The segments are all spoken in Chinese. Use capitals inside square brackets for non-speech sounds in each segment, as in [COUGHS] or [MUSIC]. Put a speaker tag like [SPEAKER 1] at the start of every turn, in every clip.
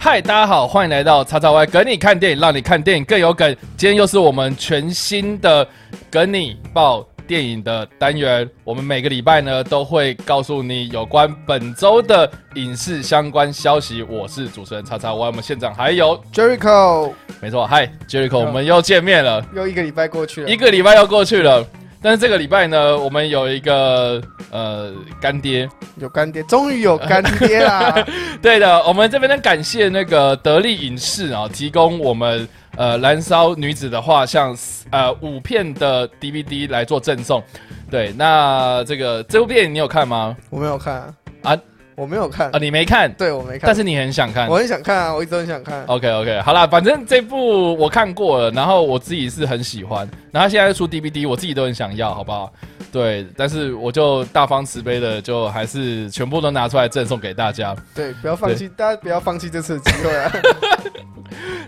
[SPEAKER 1] 嗨，大家好，欢迎来到叉叉 Y 梗你看电影，让你看电影更有梗。今天又是我们全新的梗你报电影的单元。我们每个礼拜呢都会告诉你有关本周的影视相关消息。我是主持人叉叉 Y，我们现场还有，
[SPEAKER 2] Jericho
[SPEAKER 1] 没错，嗨 Jericho，我们又见面了，
[SPEAKER 2] 又一个礼拜过去了，
[SPEAKER 1] 一个礼拜要过去了。但是这个礼拜呢，我们有一个呃干爹，
[SPEAKER 2] 有干爹，终于有干爹啦！
[SPEAKER 1] [LAUGHS] 对的，我们这边呢感谢那个得力影视啊、提供我们呃《燃烧女子的画像》呃五片的 DVD 来做赠送。对，那这个这部电影你有看吗？
[SPEAKER 2] 我没有看
[SPEAKER 1] 啊
[SPEAKER 2] 啊，我没有看
[SPEAKER 1] 啊，，你没看，
[SPEAKER 2] 对我没看，
[SPEAKER 1] 但是你哦很想看
[SPEAKER 2] 我。很想看啊，我一直都很想看。
[SPEAKER 1] OK OK，好啦，反正这部我看过了，然后我自己是很喜欢，然后现在出 DVD，我自己都很想要，好不好？对，但是我就大方慈悲的，就还是全部都拿出来赠送给大家。
[SPEAKER 2] 对，不要放弃，大家不要放弃这次的机
[SPEAKER 1] [LAUGHS]
[SPEAKER 2] 会啊！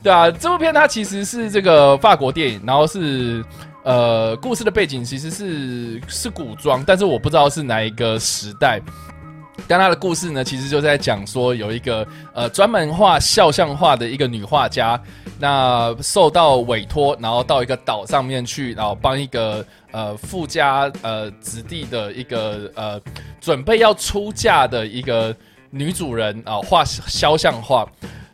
[SPEAKER 1] 对啊，这部片它其实是这个法国电影，然后是呃故事的背景其实是是古装，但是我不知道是哪一个时代。但它的故事呢，其实就在讲说有一个呃专门画肖像画的一个女画家，那受到委托，然后到一个岛上面去，然后帮一个呃富家呃子弟的一个呃准备要出嫁的一个女主人啊、画肖像画。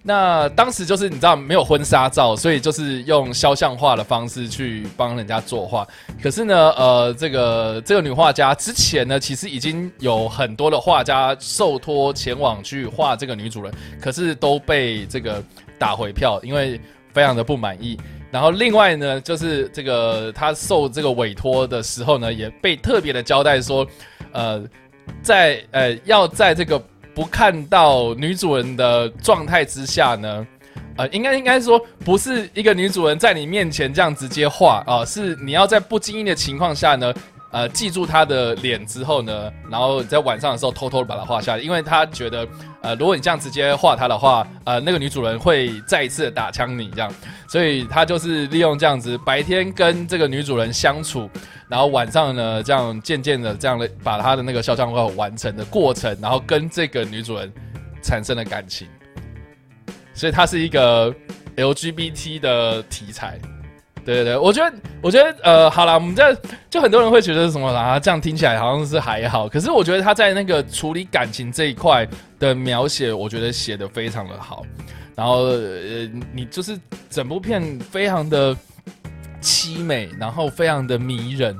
[SPEAKER 1] 那当时就是你知道没有婚纱照，所以就是用肖像画的方式去帮人家作画。可是呢，呃，这个这个女画家之前呢，其实已经有很多的画家受托前往去画这个女主人，可是都被这个打回票，因为非常的不满意。然后另外呢，就是这个她受这个委托的时候呢，也被特别的交代说，呃，在呃要在这个不看到女主人的状态之下呢，呃，应该应该说不是一个女主人在你面前这样直接画啊、是你要在不经意的情况下呢。呃，记住她的脸之后呢，然后在晚上的时候偷偷的把它画下来，因为她觉得，呃，如果你这样直接画她的话，呃，那个女主人会再一次的打枪你这样，所以她就是利用这样子白天跟这个女主人相处，然后晚上呢，这样渐渐的这样的把他的那个肖像画完成的过程，然后跟这个女主人产生了感情，所以它是一个 LGBT 的题材。对对对，我觉得，我觉得，呃，好啦，我们这就很多人会觉得是什么啦，这样听起来好像是还好，可是我觉得他在那个处理感情这一块的描写，我觉得写的非常的好，然后呃，你就是整部片非常的凄美，然后非常的迷人，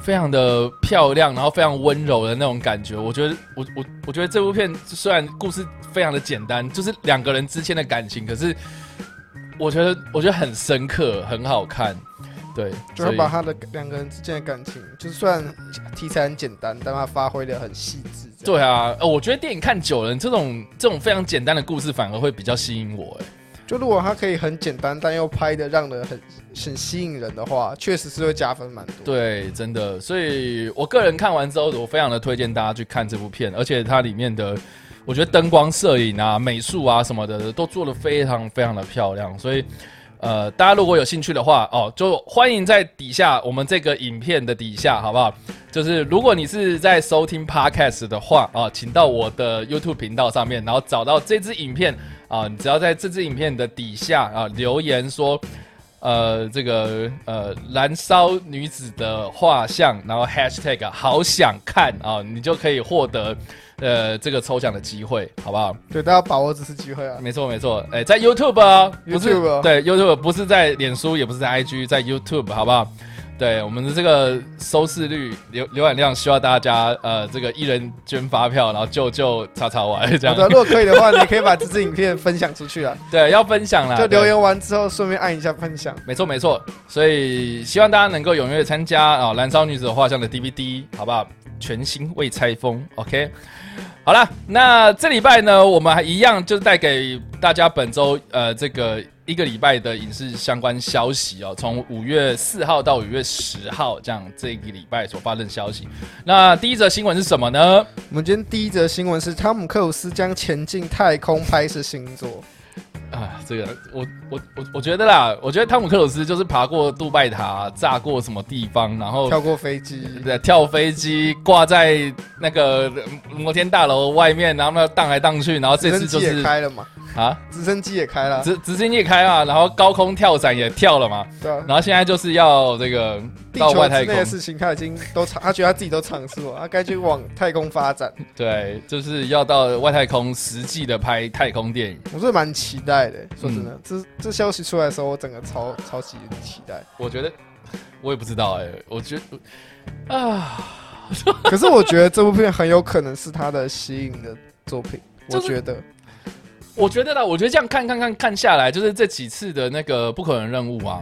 [SPEAKER 1] 非常的漂亮，然后非常温柔的那种感觉。我觉得，我我我觉得这部片虽然故事非常的简单，就是两个人之间的感情，可是我觉得我觉得很深刻，很好看。对，
[SPEAKER 2] 就
[SPEAKER 1] 所
[SPEAKER 2] 是
[SPEAKER 1] 以
[SPEAKER 2] 把他的两个人之间的感情，就算题材很简单，但他发挥的很细致。这样，
[SPEAKER 1] 对啊，呃，我觉得电影看久了，这种这种非常简单的故事反而会比较吸引我。哎，
[SPEAKER 2] 就如果他可以很简单，但又拍的让人很很吸引人的话，确实是会加分蛮多。
[SPEAKER 1] 对，真的，所以我个人看完之后，我非常的推荐大家去看这部片，而且它里面的，我觉得灯光、摄影啊、美术啊什么的都做的非常非常的漂亮，所以。呃，大家如果有兴趣的话，哦，就欢迎在底下我们这个影片的底下，好不好？就是如果你是在收听 podcast 的话，啊、请到我的 YouTube 频道上面，然后找到这支影片，啊、你只要在这支影片的底下啊、留言说，呃，这个呃，燃烧女子的画像，然后 hashtag 好想看啊、你就可以获得呃这个抽奖的机会，好不好？
[SPEAKER 2] 对，大家把握这次机会啊！
[SPEAKER 1] 没错没错，哎、在 YouTube 哦，不是
[SPEAKER 2] YouTube 哦
[SPEAKER 1] 对 YouTube 不是在脸书，也不是在 IG，在 YouTube 好不好？对我们的这个收视率、浏浏览量，需要大家呃这个一人捐发票，然后救救叉叉 Y 这
[SPEAKER 2] 好
[SPEAKER 1] 样，
[SPEAKER 2] 的，如果可以的话，你可以把这支影片分享
[SPEAKER 1] [LAUGHS]
[SPEAKER 2] 出去啊！
[SPEAKER 1] 对，要分享啦，
[SPEAKER 2] 就
[SPEAKER 1] 对
[SPEAKER 2] 留言完之后，顺便按一下分享。
[SPEAKER 1] 没错没错，所以希望大家能够踊跃参加啊、燃烧女子的画像》的 DVD，好不好？全新未拆封，OK。好了，那这礼拜呢，我们还一样就是带给大家本周呃这个一个礼拜的影视相关消息哦，从五月四号到五月十号这样这个礼拜所发生的消息。那第一则新闻是什么呢？
[SPEAKER 2] 我们今天第一则新闻是汤姆克鲁斯将前进太空拍摄新作，
[SPEAKER 1] 啊，这个我我我我觉得啦，我觉得汤姆克鲁斯就是爬过杜拜塔，炸过什么地方，然后
[SPEAKER 2] 跳过飞机，
[SPEAKER 1] 哦对，跳飞机挂在那个摩天大楼外面，然后呢荡来荡去，然后这次
[SPEAKER 2] 直
[SPEAKER 1] 就
[SPEAKER 2] 升机
[SPEAKER 1] 是
[SPEAKER 2] 也开了嘛？
[SPEAKER 1] 啊，
[SPEAKER 2] 直升机也开了，
[SPEAKER 1] 直直升机也开啊，然后高空跳伞也跳了嘛，
[SPEAKER 2] 对啊，
[SPEAKER 1] 然后现在就是要这个
[SPEAKER 2] 地
[SPEAKER 1] 到
[SPEAKER 2] 球
[SPEAKER 1] 外
[SPEAKER 2] 之
[SPEAKER 1] 太
[SPEAKER 2] 内的
[SPEAKER 1] 空，
[SPEAKER 2] 事情他已经都尝，他觉得他自己都尝试过，他该去往太空发
[SPEAKER 1] [LAUGHS]
[SPEAKER 2] 展。
[SPEAKER 1] 对，就是要到外太空实际的拍太空电影。
[SPEAKER 2] 我是蛮期待的，说真
[SPEAKER 1] 嗯
[SPEAKER 2] 的，这这消息出来的时候，我整个超超级期待。
[SPEAKER 1] 我觉得我也不知道哎、我觉得啊，
[SPEAKER 2] 可是我觉得这部片很有可能是他的吸引的作品，
[SPEAKER 1] 就
[SPEAKER 2] 我
[SPEAKER 1] 是
[SPEAKER 2] 觉得
[SPEAKER 1] 我觉得啦，我觉得这样看看看看下来，就是这几次的那个不可能任务啊。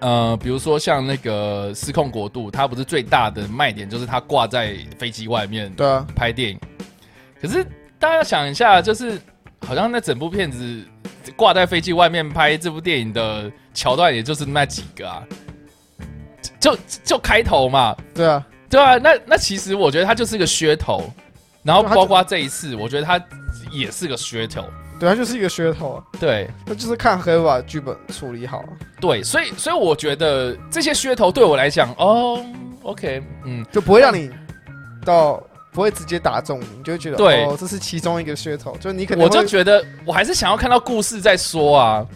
[SPEAKER 1] 呃，比如说像那个失控国度，它不是最大的卖点就是它挂在飞机外面
[SPEAKER 2] 对啊，
[SPEAKER 1] 拍电影。可是大家想一下，就是好像那整部片子挂在飞机外面拍这部电影的桥段，也就是那几个啊，就就就开头嘛，
[SPEAKER 2] 对啊，
[SPEAKER 1] 对啊，那那其实我觉得它就是个噱头，然后包括这一次，我觉得它也是个噱头，
[SPEAKER 2] 对，他就是一个噱头啊，
[SPEAKER 1] 对
[SPEAKER 2] 那就是看黑把剧本处理好啊，
[SPEAKER 1] 对，所以所以我觉得这些噱头对我来讲，哦，OK，嗯，
[SPEAKER 2] 就不会让你到不会直接打中你，你就会觉得
[SPEAKER 1] 对
[SPEAKER 2] 哦，这是其中一个噱头，就你可能
[SPEAKER 1] 我就
[SPEAKER 2] 会
[SPEAKER 1] 觉得我还是想要看到故事再说啊，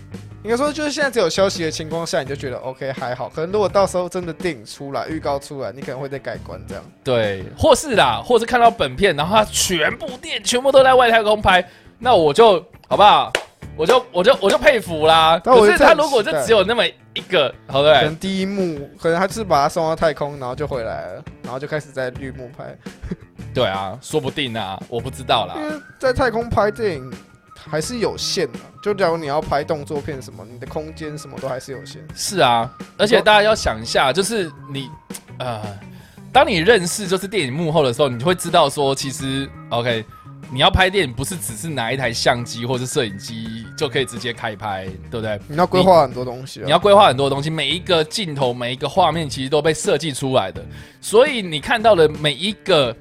[SPEAKER 2] 应该说就是现在只有消息的情况下，你就觉得哦 OK 还好，可能如果到时候真的电影出来、预告出来，你可能会再改观这样。
[SPEAKER 1] 对，或是啦，或是看到本片，然后它全部电全部都在外太空拍，那我就好不好？我就我就我就佩服啦。
[SPEAKER 2] 但我
[SPEAKER 1] 可
[SPEAKER 2] 就是这
[SPEAKER 1] 他
[SPEAKER 2] 样
[SPEAKER 1] 如果就
[SPEAKER 2] 期待
[SPEAKER 1] 只有那么一个，好对
[SPEAKER 2] 可
[SPEAKER 1] 不
[SPEAKER 2] 能第一幕，可能他是把他送到太空，然后就回来了，然后就开始在绿幕拍。
[SPEAKER 1] 对？对啊，说不定啊，我不知道啦。
[SPEAKER 2] 因为在太空拍电影还是有限的，就假如你要拍动作片什么，你的空间什么都还是有限。
[SPEAKER 1] 是啊，而且大家要想一下，就是你呃，当你认识就是电影幕后的时候，你会知道说，其实 OK，你要拍电影不是只是拿一台相机或是摄影机就可以直接开拍，对不对？
[SPEAKER 2] 你要规划很多东西、啊，
[SPEAKER 1] 你要规划很多东西，每一个镜头、每一个画面其实都被设计出来的，所以你看到的每一个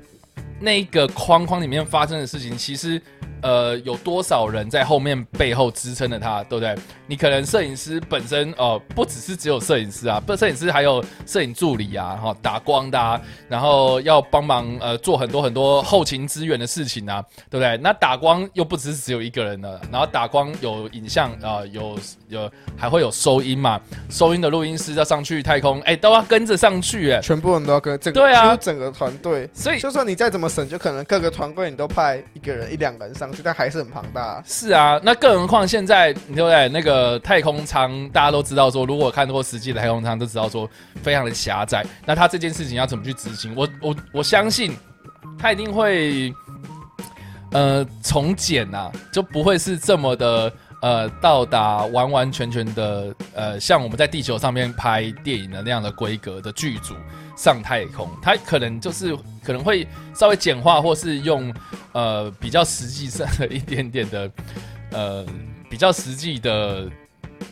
[SPEAKER 1] 那个框框里面发生的事情，其实呃有多少人在后面背后支撑着它，对不对？你可能摄影师本身哦、呃不只是只有摄影师啊，不，摄影师还有摄影助理啊，哈、打光的啊，然后要帮忙呃做很多很多后勤资源的事情啊，对不对？那打光又不只是只有一个人了，然后打光有影像啊、呃有有还会有收音嘛，收音的录音师要上去太空，哎，都要跟着上去，哎，
[SPEAKER 2] 全部人都要跟整个，
[SPEAKER 1] 对啊
[SPEAKER 2] 几乎整个团队。
[SPEAKER 1] 所以
[SPEAKER 2] 就算你再怎么省，就可能各个团队你都派一个人、一两个人上去，但还是很庞大啊、
[SPEAKER 1] 是啊，那更何况现在对不对？那个太空舱大家都知道说，如果看过实际的太空舱，都知道说非常的狭窄。那他这件事情要怎么去执行？我我我相信他一定会呃从简呐、就不会是这么的呃到达完完全全的呃像我们在地球上面拍电影的那样的规格的剧组上太空，他可能就是可能会稍微简化，或是用呃比较实际上的一点点的呃比较实际的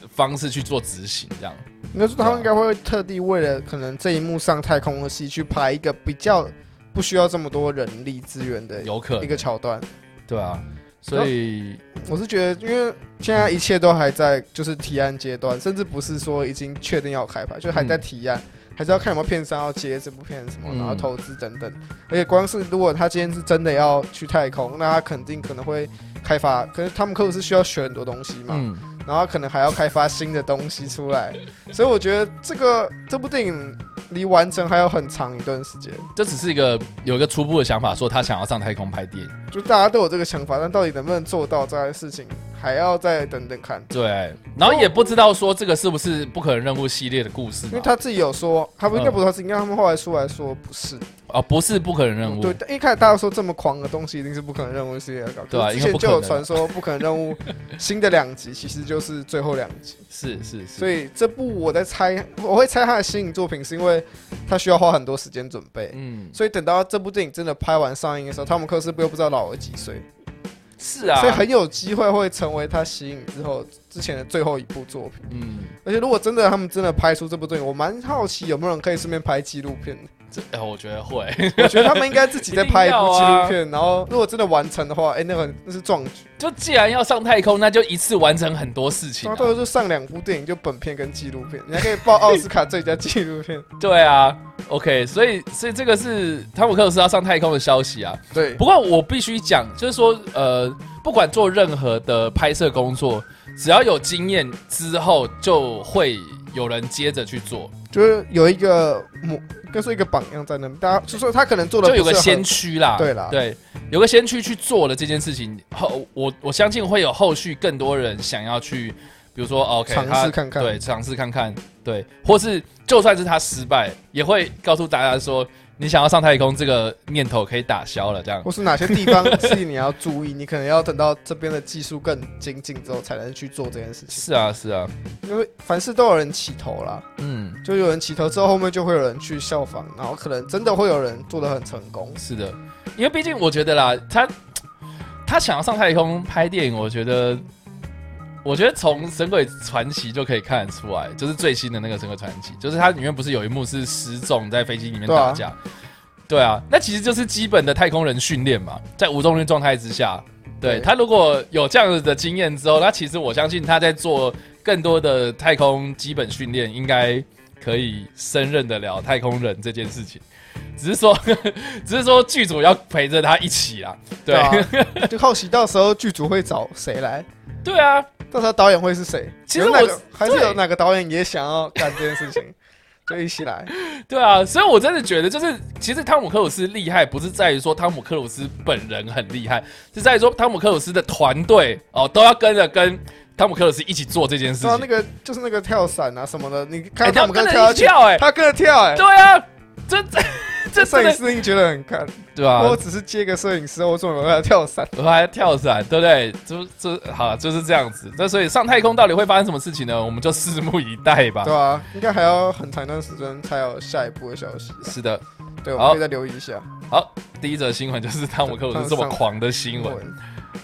[SPEAKER 1] 方式去做执行，这样
[SPEAKER 2] 应该说他们应该会特地为了可能这一幕上太空的戏去拍一个比较不需要这么多人力资源的
[SPEAKER 1] 有可
[SPEAKER 2] 一
[SPEAKER 1] 能
[SPEAKER 2] 个桥段。
[SPEAKER 1] 对啊，所以
[SPEAKER 2] 我是觉得，因为现在一切都还在就是提案阶段，甚至不是说已经确定要开拍，就还在提案，还是要看有没有片商要接这部片什么，
[SPEAKER 1] 嗯
[SPEAKER 2] 然后投资等等。而且光是如果他今天是真的要去太空，那他肯定可能会开发，可是他们客户是需要学很多东西嘛，
[SPEAKER 1] 嗯
[SPEAKER 2] 然后可能还要开发新的东西出来，所以我觉得这个这部电影离完成还有很长一段时间。
[SPEAKER 1] 这只是一个有一个初步的想法，说他想要上太空拍电影。
[SPEAKER 2] 就大家都有这个想法，但到底能不能做到这件事情，还要再等等看。
[SPEAKER 1] 对，然后也不知道说这个是不是不可能任务系列的故事嘛，
[SPEAKER 2] 因为他自己有说，他不应该不是他自己，应该他们后来出来说不是。
[SPEAKER 1] 哦不是不可能任务，
[SPEAKER 2] 对，但一开始大家说这么狂的东西一定是不可能任务系列搞，
[SPEAKER 1] 对啊
[SPEAKER 2] 可是
[SPEAKER 1] 因为
[SPEAKER 2] 之
[SPEAKER 1] 不
[SPEAKER 2] 前
[SPEAKER 1] 可能啊
[SPEAKER 2] 就有传说不可能任务新的两集其实就是最后两集，
[SPEAKER 1] 是是 [LAUGHS] 是，
[SPEAKER 2] 所以这部我在猜，我会猜他的新颖作品是因为他需要花很多时间准备。
[SPEAKER 1] 嗯
[SPEAKER 2] 所以等到这部电影真的拍完上映的时候，汤姆克斯又不知道老了几岁，
[SPEAKER 1] 是啊，
[SPEAKER 2] 所以很有机会会成为他吸引之后之前的最后一部作品。
[SPEAKER 1] 嗯，
[SPEAKER 2] 而且如果真的他们真的拍出这部电影，我蛮好奇有没有人可以顺便拍纪录片的。
[SPEAKER 1] 这、哎我觉得会， [LAUGHS]
[SPEAKER 2] 我觉得他们应该自己再拍一部纪录
[SPEAKER 1] 一定
[SPEAKER 2] 片，然后如果真的完成的话，哎、那个那是壮举。
[SPEAKER 1] 就既然要上太空，那就一次完成很多事情、
[SPEAKER 2] 然
[SPEAKER 1] 啊
[SPEAKER 2] 后，到时候就上两部电影，就本片跟纪录片，你还可以报奥斯卡最佳纪录片。
[SPEAKER 1] 对啊， OK，所以所以这个是汤姆克鲁斯要上太空的消息啊。
[SPEAKER 2] 对
[SPEAKER 1] 不过我必须讲，就是说，呃，不管做任何的拍摄工作，只要有经验之后，就会有人接着去做，
[SPEAKER 2] 就是有一个模，跟说一个榜样在那，大家就说他可能做的
[SPEAKER 1] 就有个先驱啦。
[SPEAKER 2] 对啦
[SPEAKER 1] 对，有个先驱去做了这件事情后，我我相信会有后续更多人想要去，比如说哦 OK，
[SPEAKER 2] 尝
[SPEAKER 1] 他
[SPEAKER 2] 试看看
[SPEAKER 1] 对，尝试看看，对，或是就算是他失败，也会告诉大家说，你想要上太空这个念头可以打消了，这样
[SPEAKER 2] 或。是哪些地方是你要注意，你可能要等到这边的技术更精进之后才能去做这件事情，
[SPEAKER 1] 是啊，是啊，
[SPEAKER 2] 因为凡事都有人起头啦，
[SPEAKER 1] 嗯，
[SPEAKER 2] 就有人起头之后，后面就会有人去效仿，然后可能真的会有人做的很成功。
[SPEAKER 1] 是的，因为毕竟我觉得啦，他他想要上太空拍电影，我觉得，我觉得从《神鬼传奇》就可以看得出来，就是最新的那个《神鬼传奇》，就是它里面不是有一幕是失重在飞机里面
[SPEAKER 2] 对啊
[SPEAKER 1] 打架，对啊，那其实就是基本的太空人训练嘛，在无重力状态之下，对
[SPEAKER 2] 对
[SPEAKER 1] 他如果有这样子的经验之后，那其实我相信他在做更多的太空基本训练，应该可以胜任得了太空人这件事情。只是说， [LAUGHS] 只是说剧组要陪着他一起啊， [LAUGHS] 对，
[SPEAKER 2] 啊，就好奇到时候剧组会找谁来，
[SPEAKER 1] [LAUGHS] 对啊，
[SPEAKER 2] 到时候导演会是谁？
[SPEAKER 1] 其实
[SPEAKER 2] 有哪
[SPEAKER 1] 我
[SPEAKER 2] 个还是
[SPEAKER 1] 对
[SPEAKER 2] 有哪个导演也想要干这件事情，就一起来。
[SPEAKER 1] 对啊，所以我真的觉得，就是其实汤姆克鲁斯厉害，不是在于说汤姆克鲁斯本人很厉害，是在于说汤姆克鲁斯的团队哦，都要跟着跟汤姆克鲁斯一起做这件事
[SPEAKER 2] 然后
[SPEAKER 1] 情
[SPEAKER 2] 啊那。个就是那个跳伞啊什么的，你
[SPEAKER 1] 哎
[SPEAKER 2] 看到他们跟
[SPEAKER 1] 他
[SPEAKER 2] 着
[SPEAKER 1] 跟着一
[SPEAKER 2] 跳下
[SPEAKER 1] 起
[SPEAKER 2] 去，
[SPEAKER 1] 跳
[SPEAKER 2] [LAUGHS]
[SPEAKER 1] 哎
[SPEAKER 2] 他跟着跳，哎，
[SPEAKER 1] 对啊，这这这
[SPEAKER 2] 摄
[SPEAKER 1] 真
[SPEAKER 2] 影
[SPEAKER 1] 的
[SPEAKER 2] 师一定觉得很看。
[SPEAKER 1] 对啊，
[SPEAKER 2] 我只是接个摄影师，我怎么要跳伞？
[SPEAKER 1] 我还跳伞，对不对？就就好了，就是这样子。那所以上太空到底会发生什么事情呢？我们就拭目以待吧。
[SPEAKER 2] 对啊，应该还要很长一段时间才有下一步的消息。
[SPEAKER 1] 是的，
[SPEAKER 2] 对，我
[SPEAKER 1] 好
[SPEAKER 2] 们可以再留意一下。
[SPEAKER 1] 第一则新闻就是汤姆克鲁斯这么狂的新闻。
[SPEAKER 2] 闻。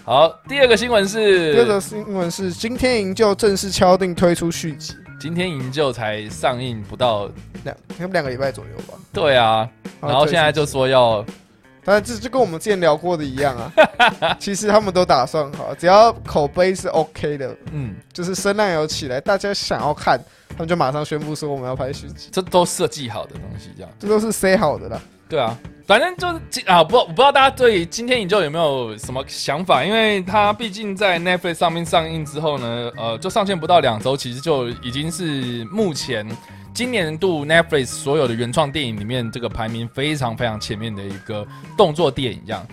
[SPEAKER 1] 好，第二个新闻
[SPEAKER 2] 第二
[SPEAKER 1] 是
[SPEAKER 2] 则新闻是今天营救正式敲定推出续集，
[SPEAKER 1] 今天营救才上映不到，
[SPEAKER 2] 两他们两个礼拜左右吧。
[SPEAKER 1] 对啊，然后现在就
[SPEAKER 2] 推出续集，
[SPEAKER 1] 说要
[SPEAKER 2] 但是这就跟我们之前聊过的一
[SPEAKER 1] [LAUGHS]
[SPEAKER 2] 样啊。其实他们都打算好，只要口碑是 OK 的，
[SPEAKER 1] 嗯，
[SPEAKER 2] 就是声浪有起来，大家想要看，他们就马上宣布说我们要拍续集，
[SPEAKER 1] 这都设计好的东西，这样
[SPEAKER 2] 这都是 say 好的啦。
[SPEAKER 1] 对啊。反正就是今啊，不我不知道大家对今天营救有没有什么想法？因为它毕竟在 Netflix 上面上映之后呢，呃，就上线不到两周，其实就已经是目前今年度 Netflix 所有的原创电影里面，这个排名非常非常前面的一个动作电影这样。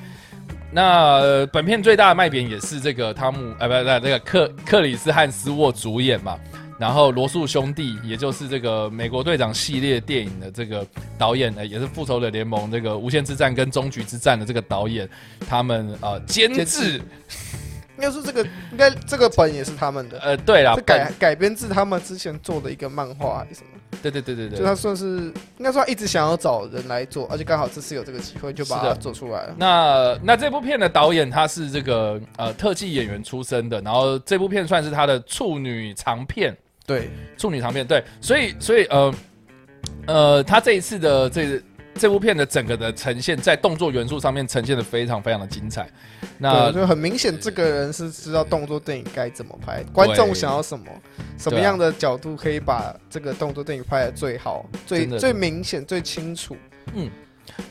[SPEAKER 1] 那、呃本片最大的卖点也是这个汤姆，呃，不不，那个克克里斯汉斯沃主演嘛，然后罗素兄弟，也就是这个美国队长系列电影的这个导演呢，呃也是复仇者联盟这个无限之战跟终局之战的这个导演，他们呃监
[SPEAKER 2] 监
[SPEAKER 1] 制
[SPEAKER 2] 制，应该说这个应该这个本也是他们的，
[SPEAKER 1] 呃，对啦
[SPEAKER 2] 是，
[SPEAKER 1] 本
[SPEAKER 2] 改改编自他们之前做的一个漫画还是什么？
[SPEAKER 1] 对对对对对，
[SPEAKER 2] 就他算是应该说他一直想要找人来做，而且刚好这次有这个机会，就把
[SPEAKER 1] 是
[SPEAKER 2] 它
[SPEAKER 1] 的嗯
[SPEAKER 2] 做出来了。
[SPEAKER 1] 那那这部片的导演他是这个呃特技演员出身的，然后这部片算是他的处女长片，
[SPEAKER 2] 对，
[SPEAKER 1] 处女长片对，所以所以呃呃，他这一次的这这部片的整个的呈现，在动作元素上面呈现的非常非常的精彩。那
[SPEAKER 2] 对，就很明显，这个人是知道动作电影该怎么拍，观众想要什么，什么样的角度可以把这个动作电影拍的最好、最
[SPEAKER 1] 真的
[SPEAKER 2] 最明显、最清楚。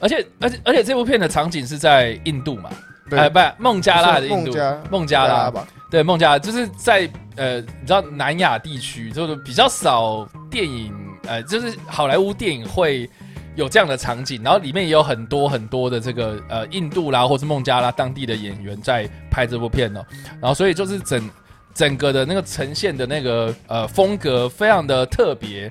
[SPEAKER 1] 而且而且而且这部片的场景是在印度嘛？
[SPEAKER 2] 对，啊
[SPEAKER 1] 哎，不，孟加拉还是印
[SPEAKER 2] 孟
[SPEAKER 1] 度？
[SPEAKER 2] 加
[SPEAKER 1] 孟加拉
[SPEAKER 2] 吧，
[SPEAKER 1] 对，孟加拉就是在呃，你知道南亚地区就是比较少电影，呃，就是好莱坞电影会有这样的场景，然后里面也有很多很多的这个呃印度啦或是孟加拉当地的演员在拍这部片哦，然后所以就是整整个的那个呈现的那个呃风格非常的特别。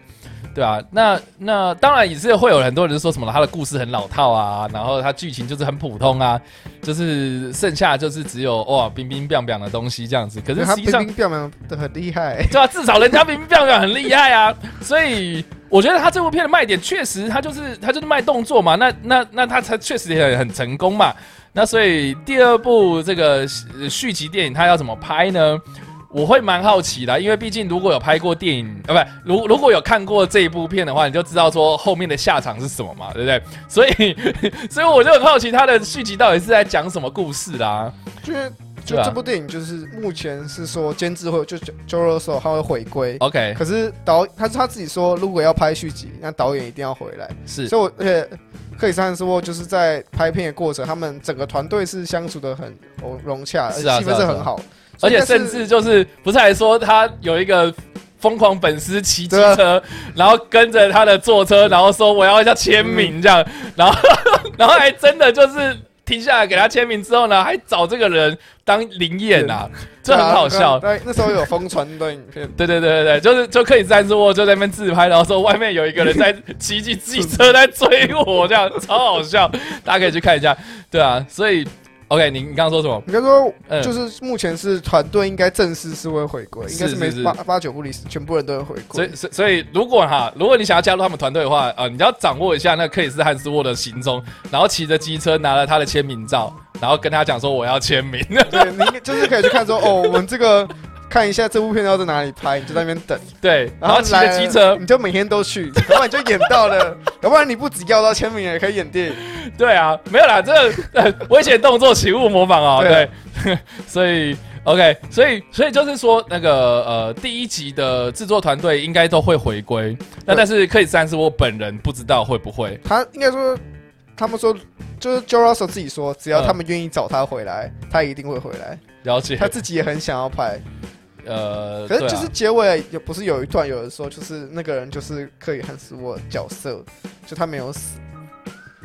[SPEAKER 1] 对啊，那那当然也是会有很多人说什么他的故事很老套啊，然后他剧情就是很普通啊，就是剩下就是只有哇冰冰冰冰的东西这样子。可
[SPEAKER 2] 可
[SPEAKER 1] 是
[SPEAKER 2] 他
[SPEAKER 1] 实际
[SPEAKER 2] 冰
[SPEAKER 1] 上
[SPEAKER 2] 冰表扬的很厉害、 [LAUGHS]
[SPEAKER 1] 对啊，至少人家明明表演很厉害啊，所以我觉得他这部片的卖点确实，他就是他就是卖动作嘛，那那那他才确实也很很成功嘛。那所以第二部这个呃续集电影，他要怎么拍呢？我会蛮好奇的，啊因为毕竟如果有拍过电影，呃，不，如如果有看过这一部片的话，你就知道说后面的下场是什么嘛，对不对？ [LAUGHS] 所以，所以我就很好奇他的续集到底是在讲什么故事啦、啊
[SPEAKER 2] 就是就
[SPEAKER 1] 对啊
[SPEAKER 2] 这部电影就是目前是说监制会就 Joe Russo 他会回归，
[SPEAKER 1] OK，
[SPEAKER 2] 可是导他他自己说如果要拍续集，那导演一定要回来。
[SPEAKER 1] 是
[SPEAKER 2] 所以我而且克里斯汀说，就是在拍片的过程，他们整个团队是相处的很融融洽，
[SPEAKER 1] 是啊
[SPEAKER 2] 而且气氛
[SPEAKER 1] 是啊
[SPEAKER 2] 是
[SPEAKER 1] 是啊
[SPEAKER 2] 很好，
[SPEAKER 1] 而且
[SPEAKER 2] 所以
[SPEAKER 1] 甚
[SPEAKER 2] 那是
[SPEAKER 1] 至就是不是还说他有一个疯狂粉丝骑机
[SPEAKER 2] 啊
[SPEAKER 1] 车，然后跟着他的坐车，然后说我要一下
[SPEAKER 2] 嗯
[SPEAKER 1] 签名这样，然后然后还真的就是停下来给他签名之后呢，还找这个人当灵验啊，这
[SPEAKER 2] 对
[SPEAKER 1] 很
[SPEAKER 2] 啊
[SPEAKER 1] 好笑。，
[SPEAKER 2] 对，那时候有疯传的影片
[SPEAKER 1] 对对对对对，就是就可以站住我，就在那边自拍，然后说外面有一个人在骑
[SPEAKER 2] [LAUGHS]
[SPEAKER 1] 骑自行车在追我，这样超好笑，大家可以去看一下。对啊，所以 OK，你你刚刚说什么？
[SPEAKER 2] 你刚说
[SPEAKER 1] 嗯
[SPEAKER 2] 就是目前是团队应该正式是会回归，应该
[SPEAKER 1] 是
[SPEAKER 2] 是没
[SPEAKER 1] 是是
[SPEAKER 2] 八八九不离十，全部人都会回
[SPEAKER 1] 所以
[SPEAKER 2] 归。
[SPEAKER 1] 所以所以如果哈，如果你想要加入他们团队的话，呃，你要掌握一下那个克里斯汉斯沃的行踪，然后骑着机车拿了他的签名照，然后跟他讲说我要签名。 [LAUGHS]
[SPEAKER 2] 对，你应该就是可以去看说，哦，我们这个看一下这部片要在哪里拍，你就在那边等，
[SPEAKER 1] 对，然后骑着
[SPEAKER 2] 来
[SPEAKER 1] 机车，
[SPEAKER 2] 你就每天
[SPEAKER 1] [LAUGHS]
[SPEAKER 2] 都去，要不然你就演到了，要不然你不只要到签名，也可以演电影。
[SPEAKER 1] 对啊，没有啦，这个呃危险动作请勿模仿哦。
[SPEAKER 2] 对
[SPEAKER 1] 对， [LAUGHS] 所以 OK，所以所以就是说，那个呃，第一集的制作团队应该都会回归，那
[SPEAKER 2] 对
[SPEAKER 1] 但是克里斯汉斯沃本人不知道会不会。
[SPEAKER 2] 他应该说，他们说就是 Joe Russo 自己说，只要
[SPEAKER 1] 嗯
[SPEAKER 2] 他们愿意找他回来，他一定会回来。
[SPEAKER 1] 了解
[SPEAKER 2] 他，自己也很想要拍，
[SPEAKER 1] 呃，
[SPEAKER 2] 可是
[SPEAKER 1] 对啊
[SPEAKER 2] 就是结尾也不是有一段有人说，就是那个人就是克里汉斯沃角色，就他没
[SPEAKER 1] [LAUGHS]
[SPEAKER 2] 有死，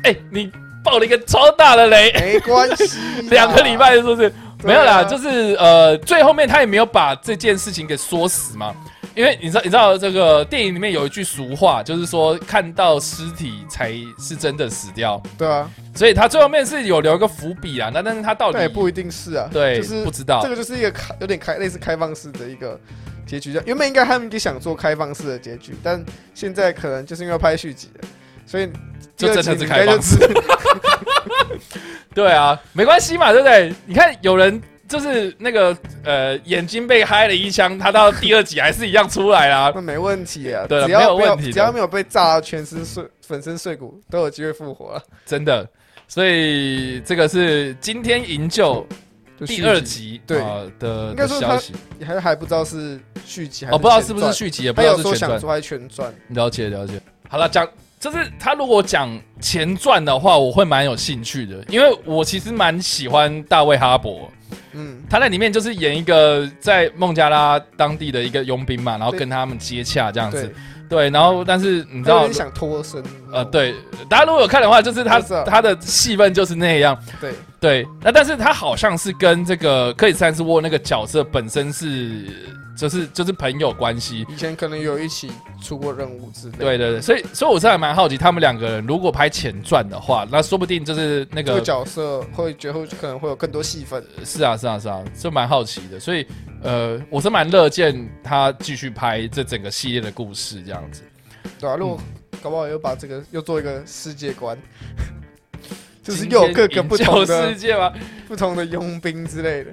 [SPEAKER 1] 哎、你爆了一个超大的雷，，
[SPEAKER 2] 没关系
[SPEAKER 1] [LAUGHS] 两个礼拜是不是？没
[SPEAKER 2] 对啊
[SPEAKER 1] 有啦，就是呃，最后面他也没有把这件事情给说死嘛，因为你知道，你知道这个电影里面有一句俗话，就是说看到尸体才是真的死掉，
[SPEAKER 2] 对啊，
[SPEAKER 1] 所以他最后面是有留一个伏笔啦。那但是他到底
[SPEAKER 2] 但也不一定是啊，
[SPEAKER 1] 对、
[SPEAKER 2] 就是
[SPEAKER 1] 不知道
[SPEAKER 2] 这个就是一个开有点开类似开放式的一个结局，啊原本应该他们也想做开放式的结局，但现在可能就是因为要拍续集了，所以
[SPEAKER 1] 就真的是
[SPEAKER 2] 第二集
[SPEAKER 1] 开放式
[SPEAKER 2] 应该就知。
[SPEAKER 1] 对啊，没关系嘛，对不对？你看有人。就是那个呃，眼睛被嗨了一枪，他到第二集还是一样出来啦
[SPEAKER 2] 那没问题啊，
[SPEAKER 1] 对了
[SPEAKER 2] 只要
[SPEAKER 1] 没有问题的
[SPEAKER 2] 只要没有被炸到全身碎粉身碎骨，都有机会复活啊。
[SPEAKER 1] 真的。所以这个是今天营救
[SPEAKER 2] 就续
[SPEAKER 1] 第二集
[SPEAKER 2] 对
[SPEAKER 1] 啊的的
[SPEAKER 2] 应该说
[SPEAKER 1] 消
[SPEAKER 2] 他
[SPEAKER 1] 息，
[SPEAKER 2] 还还不知道是续集还
[SPEAKER 1] 哦，
[SPEAKER 2] 是
[SPEAKER 1] 不知道是不是
[SPEAKER 2] 前传，
[SPEAKER 1] 续集，也不
[SPEAKER 2] 他
[SPEAKER 1] 知道
[SPEAKER 2] 有
[SPEAKER 1] 是
[SPEAKER 2] 说
[SPEAKER 1] 前
[SPEAKER 2] 想
[SPEAKER 1] 传。
[SPEAKER 2] 做还是全传，
[SPEAKER 1] 了解了解。好了，讲就是他如果讲前传的话，我会蛮有兴趣的，因为我其实蛮喜欢大卫哈勃，
[SPEAKER 2] 嗯，
[SPEAKER 1] 他在里面就是演一个在孟加拉当地的一个佣兵嘛，然后
[SPEAKER 2] 对
[SPEAKER 1] 跟他们接洽这样
[SPEAKER 2] 对
[SPEAKER 1] 子。，对，然后但是你知
[SPEAKER 2] 他
[SPEAKER 1] 道
[SPEAKER 2] 有点。想脱身，啊
[SPEAKER 1] 呃，对，大家如果有看的话，就是他
[SPEAKER 2] 我知道
[SPEAKER 1] 他的戏份就是那样，
[SPEAKER 2] 对，
[SPEAKER 1] 对，那但是他好像是跟这个克里斯汀斯沃那个角色本身是就是就是朋友关系。
[SPEAKER 2] 以前可能有一起出过任务之类，
[SPEAKER 1] 对，对对，所以所以我是还蛮好奇，他们两个人如果拍前传的话，那说不定就是那
[SPEAKER 2] 这
[SPEAKER 1] 个
[SPEAKER 2] 个角色会最后可能会有更多戏份，
[SPEAKER 1] 是啊是啊是啊，就蛮好奇的。所以呃，我是蛮乐见他继续拍这整个系列的故事这样子。
[SPEAKER 2] 对
[SPEAKER 1] 嗯
[SPEAKER 2] 啊，如果搞不好又把这个又做一个世界观， [LAUGHS] 就是
[SPEAKER 1] 今
[SPEAKER 2] 又有
[SPEAKER 1] 天
[SPEAKER 2] 各个不同
[SPEAKER 1] 营救世
[SPEAKER 2] 的
[SPEAKER 1] 界吗？
[SPEAKER 2] 不同的佣兵之类的，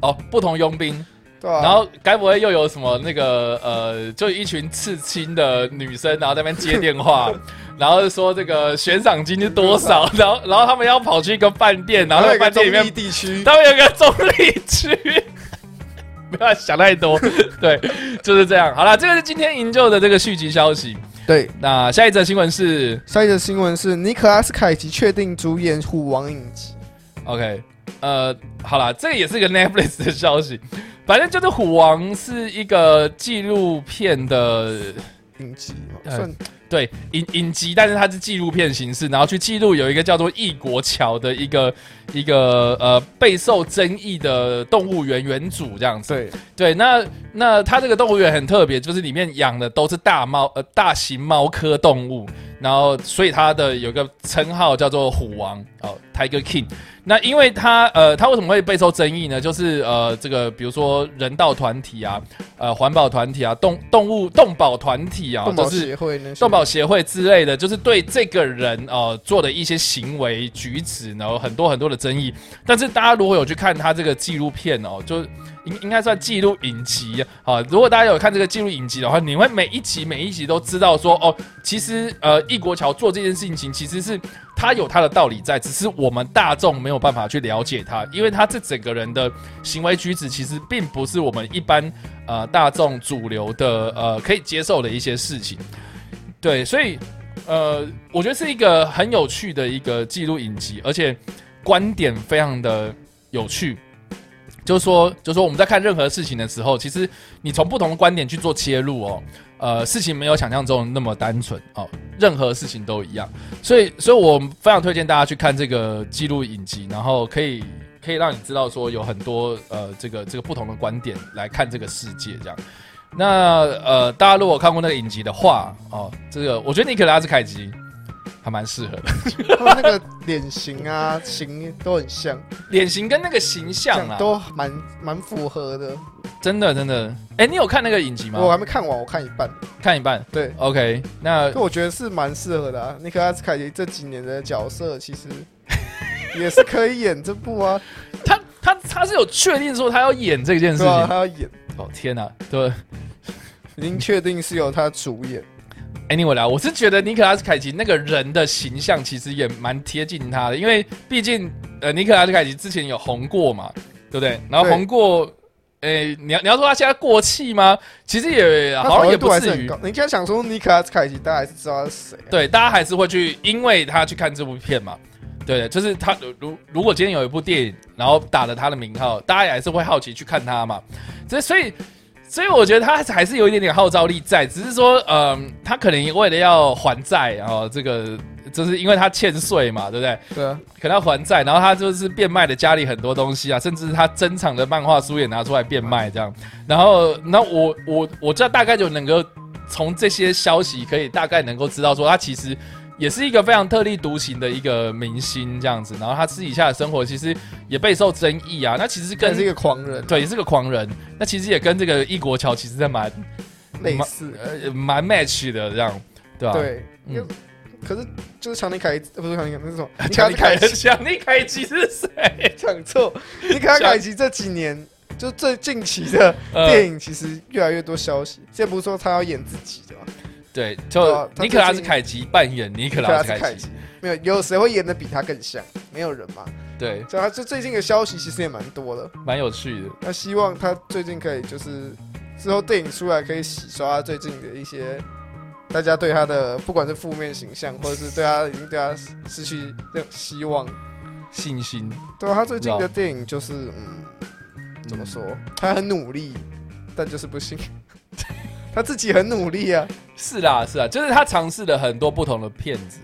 [SPEAKER 1] 哦，不同佣兵，
[SPEAKER 2] 对啊吧？
[SPEAKER 1] 然后该不会又有什么那个呃，就一群刺青的女生，然后在那边接电话， [LAUGHS] 然后说这个悬赏金是多 [LAUGHS] 少，然后然后他们要跑去一个饭店，然后那
[SPEAKER 2] 有
[SPEAKER 1] 个
[SPEAKER 2] 一
[SPEAKER 1] 饭
[SPEAKER 2] 个中
[SPEAKER 1] 店里面
[SPEAKER 2] 立地区，
[SPEAKER 1] 他们有个中立区。不要想太多，对， [LAUGHS] 就是这样。好了，这个是今天营救的这个续集消息。
[SPEAKER 2] 对。
[SPEAKER 1] 那下一则新闻是
[SPEAKER 2] 下一则新闻是尼可拉斯凯奇确定主演《虎王》影集，
[SPEAKER 1] OK，呃，好啦，这个也是一个 [LAUGHS] Netflix 的消息。反正就是《虎王》是一个纪录片的
[SPEAKER 2] 影集嘛
[SPEAKER 1] 呃
[SPEAKER 2] 算
[SPEAKER 1] 对影影集，但是它是纪录片形式，然后去记录有一个叫做异国桥的一个一个呃备受争议的动物园园主这样子。
[SPEAKER 2] 对，
[SPEAKER 1] 对，那那它这个动物园很特别，就是里面养的都是大猫，呃，大型猫科动物，然后所以它的有个称号叫做虎王哦，Tiger King。那因为它呃，它为什么会备受争议呢？就是呃，这个比如说人道团体啊，呃，环保团体啊，动动物动保团体啊，
[SPEAKER 2] 动
[SPEAKER 1] 就
[SPEAKER 2] 保
[SPEAKER 1] 是
[SPEAKER 2] 协会那些
[SPEAKER 1] 动保保协会之类的，就是对这个人呃做的一些行为举止，然后很多很多的争议。但是大家如果有去看他这个纪录片哦，就应应该算纪录影集啊。如果大家有看这个纪录影集的话，你会每一集每一集都知道说哦，其实呃，易国桥做这件事情其实是呃他有他的道理在，只是我们大众没有办法去了解他，因为他这整个人的行为举止其实并不是我们一般呃大众主流的呃可以接受的一些事情。对，所以呃，我觉得是一个很有趣的一个记录影集，而且观点非常的有趣。就是说，就是说我们在看任何事情的时候，其实你从不同的观点去做切入哦，呃，事情没有想象中那么单纯哦，任何事情都一样。所以，所以我非常推荐大家去看这个记录影集，然后可以可以让你知道说有很多呃这个这个不同的观点来看这个世界这样。那呃，大家如果看过那个影集的话，哦，这个我觉得尼可拉斯凯奇还蛮适
[SPEAKER 2] [LAUGHS]
[SPEAKER 1] 合的，
[SPEAKER 2] 他们那个脸型啊、 [LAUGHS] 型都很像，
[SPEAKER 1] 脸型跟那个形
[SPEAKER 2] 这
[SPEAKER 1] 象
[SPEAKER 2] 样
[SPEAKER 1] 啊，
[SPEAKER 2] 都蛮蛮符合的。
[SPEAKER 1] 真的真的。哎、你有看那个影集
[SPEAKER 2] 我
[SPEAKER 1] 吗？
[SPEAKER 2] 还没看完，我看一半。
[SPEAKER 1] 看一半。
[SPEAKER 2] 对，
[SPEAKER 1] OK，那
[SPEAKER 2] 可我觉得是蛮适合的啊。尼克拉斯凯奇这几年的角色
[SPEAKER 1] [LAUGHS]
[SPEAKER 2] 其实也是可以演这部啊，
[SPEAKER 1] 他他他是有确定说他要演这件事
[SPEAKER 2] 对啊
[SPEAKER 1] 情。
[SPEAKER 2] 吧、他要演，
[SPEAKER 1] 哦天哪、对
[SPEAKER 2] 已经确定是由他主演。
[SPEAKER 1] ，Anyway 啦，我是觉得尼可拉斯凯奇那个人的形象其实也蛮贴近他的，因为毕竟呃尼可拉斯凯奇之前有红过嘛，对不对？然后
[SPEAKER 2] 对
[SPEAKER 1] 红过，诶、你要你要说他现在过气吗？其实也啊
[SPEAKER 2] 他
[SPEAKER 1] 好
[SPEAKER 2] 讨
[SPEAKER 1] 像也
[SPEAKER 2] 论度
[SPEAKER 1] 不
[SPEAKER 2] 还是
[SPEAKER 1] 至
[SPEAKER 2] 很
[SPEAKER 1] 于
[SPEAKER 2] 高。。你刚想说尼克拉斯凯奇，大家还是知道他是谁啊、
[SPEAKER 1] 对，大家还是会去，因为他去看这部片嘛。对，就是他如如果今天有一部电影，然后打了他的名号，大家也还是会好奇去看他嘛。所以所以所以我觉得他还是有一点点号召力在，只是说，嗯、他可能为了要还债哦，这个就是因为他欠税嘛，对不对？
[SPEAKER 2] 对啊，
[SPEAKER 1] 可能要还债，然后他就是变卖了家里很多东西啊，甚至他珍藏的漫画书也拿出来变卖这样。然后，那我我我这大概就能够从这些消息可以大概能够知道说，他其实也是一个非常特立独行的一个明星这样子。然后他私底下的生活其实也备受争议啊。那其实
[SPEAKER 2] 他
[SPEAKER 1] 跟
[SPEAKER 2] 是一个狂人，
[SPEAKER 1] 对也是个狂人，那其实也跟这个异国桥其实在蛮
[SPEAKER 2] 类似。
[SPEAKER 1] 呃蛮 match 的这样，对吧、
[SPEAKER 2] 对，
[SPEAKER 1] 嗯
[SPEAKER 2] 因为可是就是强尼凯奇，呃不是强尼凯奇，那是什么？尼克
[SPEAKER 1] 强
[SPEAKER 2] 拉
[SPEAKER 1] 力凯
[SPEAKER 2] 斯凯奇。
[SPEAKER 1] 强力凯奇是谁？[LAUGHS]
[SPEAKER 2] 讲错，尼克拉斯凯奇这几年就最近期的
[SPEAKER 1] 呃
[SPEAKER 2] 电影，其实越来越多消息。这不是说他要演自己的吗？
[SPEAKER 1] 对，
[SPEAKER 2] 对
[SPEAKER 1] 就
[SPEAKER 2] 啊他
[SPEAKER 1] 尼可拉斯
[SPEAKER 2] 最近
[SPEAKER 1] 凯奇扮演 [LAUGHS] 尼可
[SPEAKER 2] 尼克
[SPEAKER 1] 拉
[SPEAKER 2] 拉
[SPEAKER 1] 斯
[SPEAKER 2] 斯
[SPEAKER 1] 凯
[SPEAKER 2] 凯
[SPEAKER 1] 奇
[SPEAKER 2] 奇，啊没有，有谁会演的比他更像？没有人嘛。
[SPEAKER 1] 对，
[SPEAKER 2] 所以他就最近的消息其实也蛮多的。
[SPEAKER 1] 蛮有趣的。
[SPEAKER 2] 那希望他最近可以就是之后电影出来可以洗刷他最近的一些大家对他的不管是负面形象，或者是对他已经对他失去那种希望。
[SPEAKER 1] 信心
[SPEAKER 2] 对啊，他最近的电影就是嗯。怎么？说？他很努力，但就是不行。 [LAUGHS] 他自己很努力啊，
[SPEAKER 1] 是啦，是啦，就是他尝试了很多不同的骗子，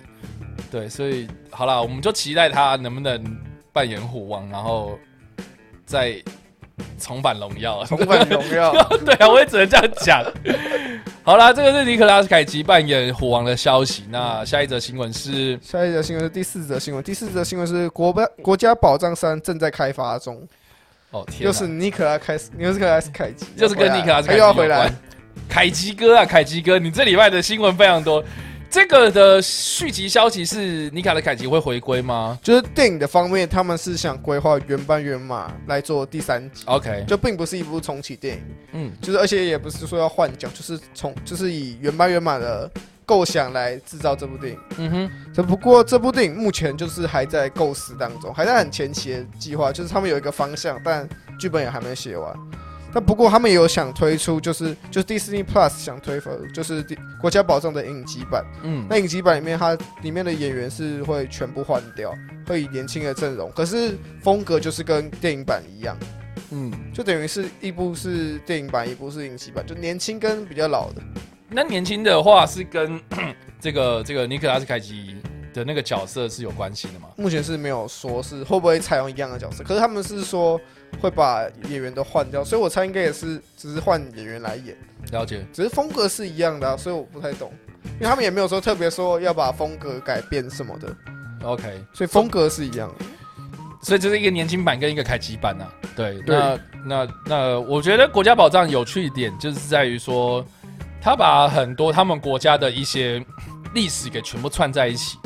[SPEAKER 1] 对，所以好啦，我们就期待他能不能扮演虎王，然后再重返荣耀。
[SPEAKER 2] 重返荣耀。
[SPEAKER 1] [LAUGHS] 对啊，我也只能这样讲。好啦，这个是尼可拉斯凯奇扮演虎王的消息。那下一则新闻是，
[SPEAKER 2] 下一则新闻是第四则新闻，第四则新闻是国家
[SPEAKER 1] 嗯
[SPEAKER 2] 国家宝藏山正在开发中，
[SPEAKER 1] 哦天哪，
[SPEAKER 2] 又是尼克拉开始，又是克拉斯凯奇，
[SPEAKER 1] 就是跟尼克拉斯凯奇
[SPEAKER 2] 又要
[SPEAKER 1] 有
[SPEAKER 2] 回来
[SPEAKER 1] 关。。凯奇哥啊，凯奇哥，你这礼拜的新闻非常多。这个的续集消息是尼卡的凯奇会回归吗
[SPEAKER 2] 就是电影的方面，他们是想规划原班原马来做第三集，
[SPEAKER 1] ？OK，
[SPEAKER 2] 就并不是一部重启电影，
[SPEAKER 1] 嗯，
[SPEAKER 2] 就是而且也不是说要换角，就是从就是以原班原马的构想来制造这部电影。
[SPEAKER 1] 嗯哼，
[SPEAKER 2] 只不过这部电影目前就是还在构思当中，还在很前期的计划，就是他们有一个方向，但剧本也还没写完。但不过他们也有想推出，就是就是 Disney Plus 想推出就是第国家保障的影集版。
[SPEAKER 1] 嗯，
[SPEAKER 2] 那影集版里面，它里面的演员是会全部换掉，会以年轻的阵容，可是风格就是跟电影版一样，
[SPEAKER 1] 嗯，
[SPEAKER 2] 就等于是一部是电影版，一部是影集版，就年轻跟比较老的。
[SPEAKER 1] 那年轻的话是跟 [COUGHS] 这个这个尼克拉斯凯奇的那个角色是有关系的吗？
[SPEAKER 2] 目前是没有说是会不会采用一样的角色，可是他们是说会把演员都换掉，所以我猜应该也是只是换演员来演，
[SPEAKER 1] 了解，
[SPEAKER 2] 只是风格是一样的、啊，所以我不太懂，因为他们也没有说特别说要把风格改变什么的，
[SPEAKER 1] ，OK，
[SPEAKER 2] 所以风格是一样的。
[SPEAKER 1] 所以这是一个年轻版跟一个凯奇版啊。对，
[SPEAKER 2] 对
[SPEAKER 1] 那那那，我觉得国家宝藏有趣一点就是在于说，他把很多他们国家的一些历史给全部串在一起。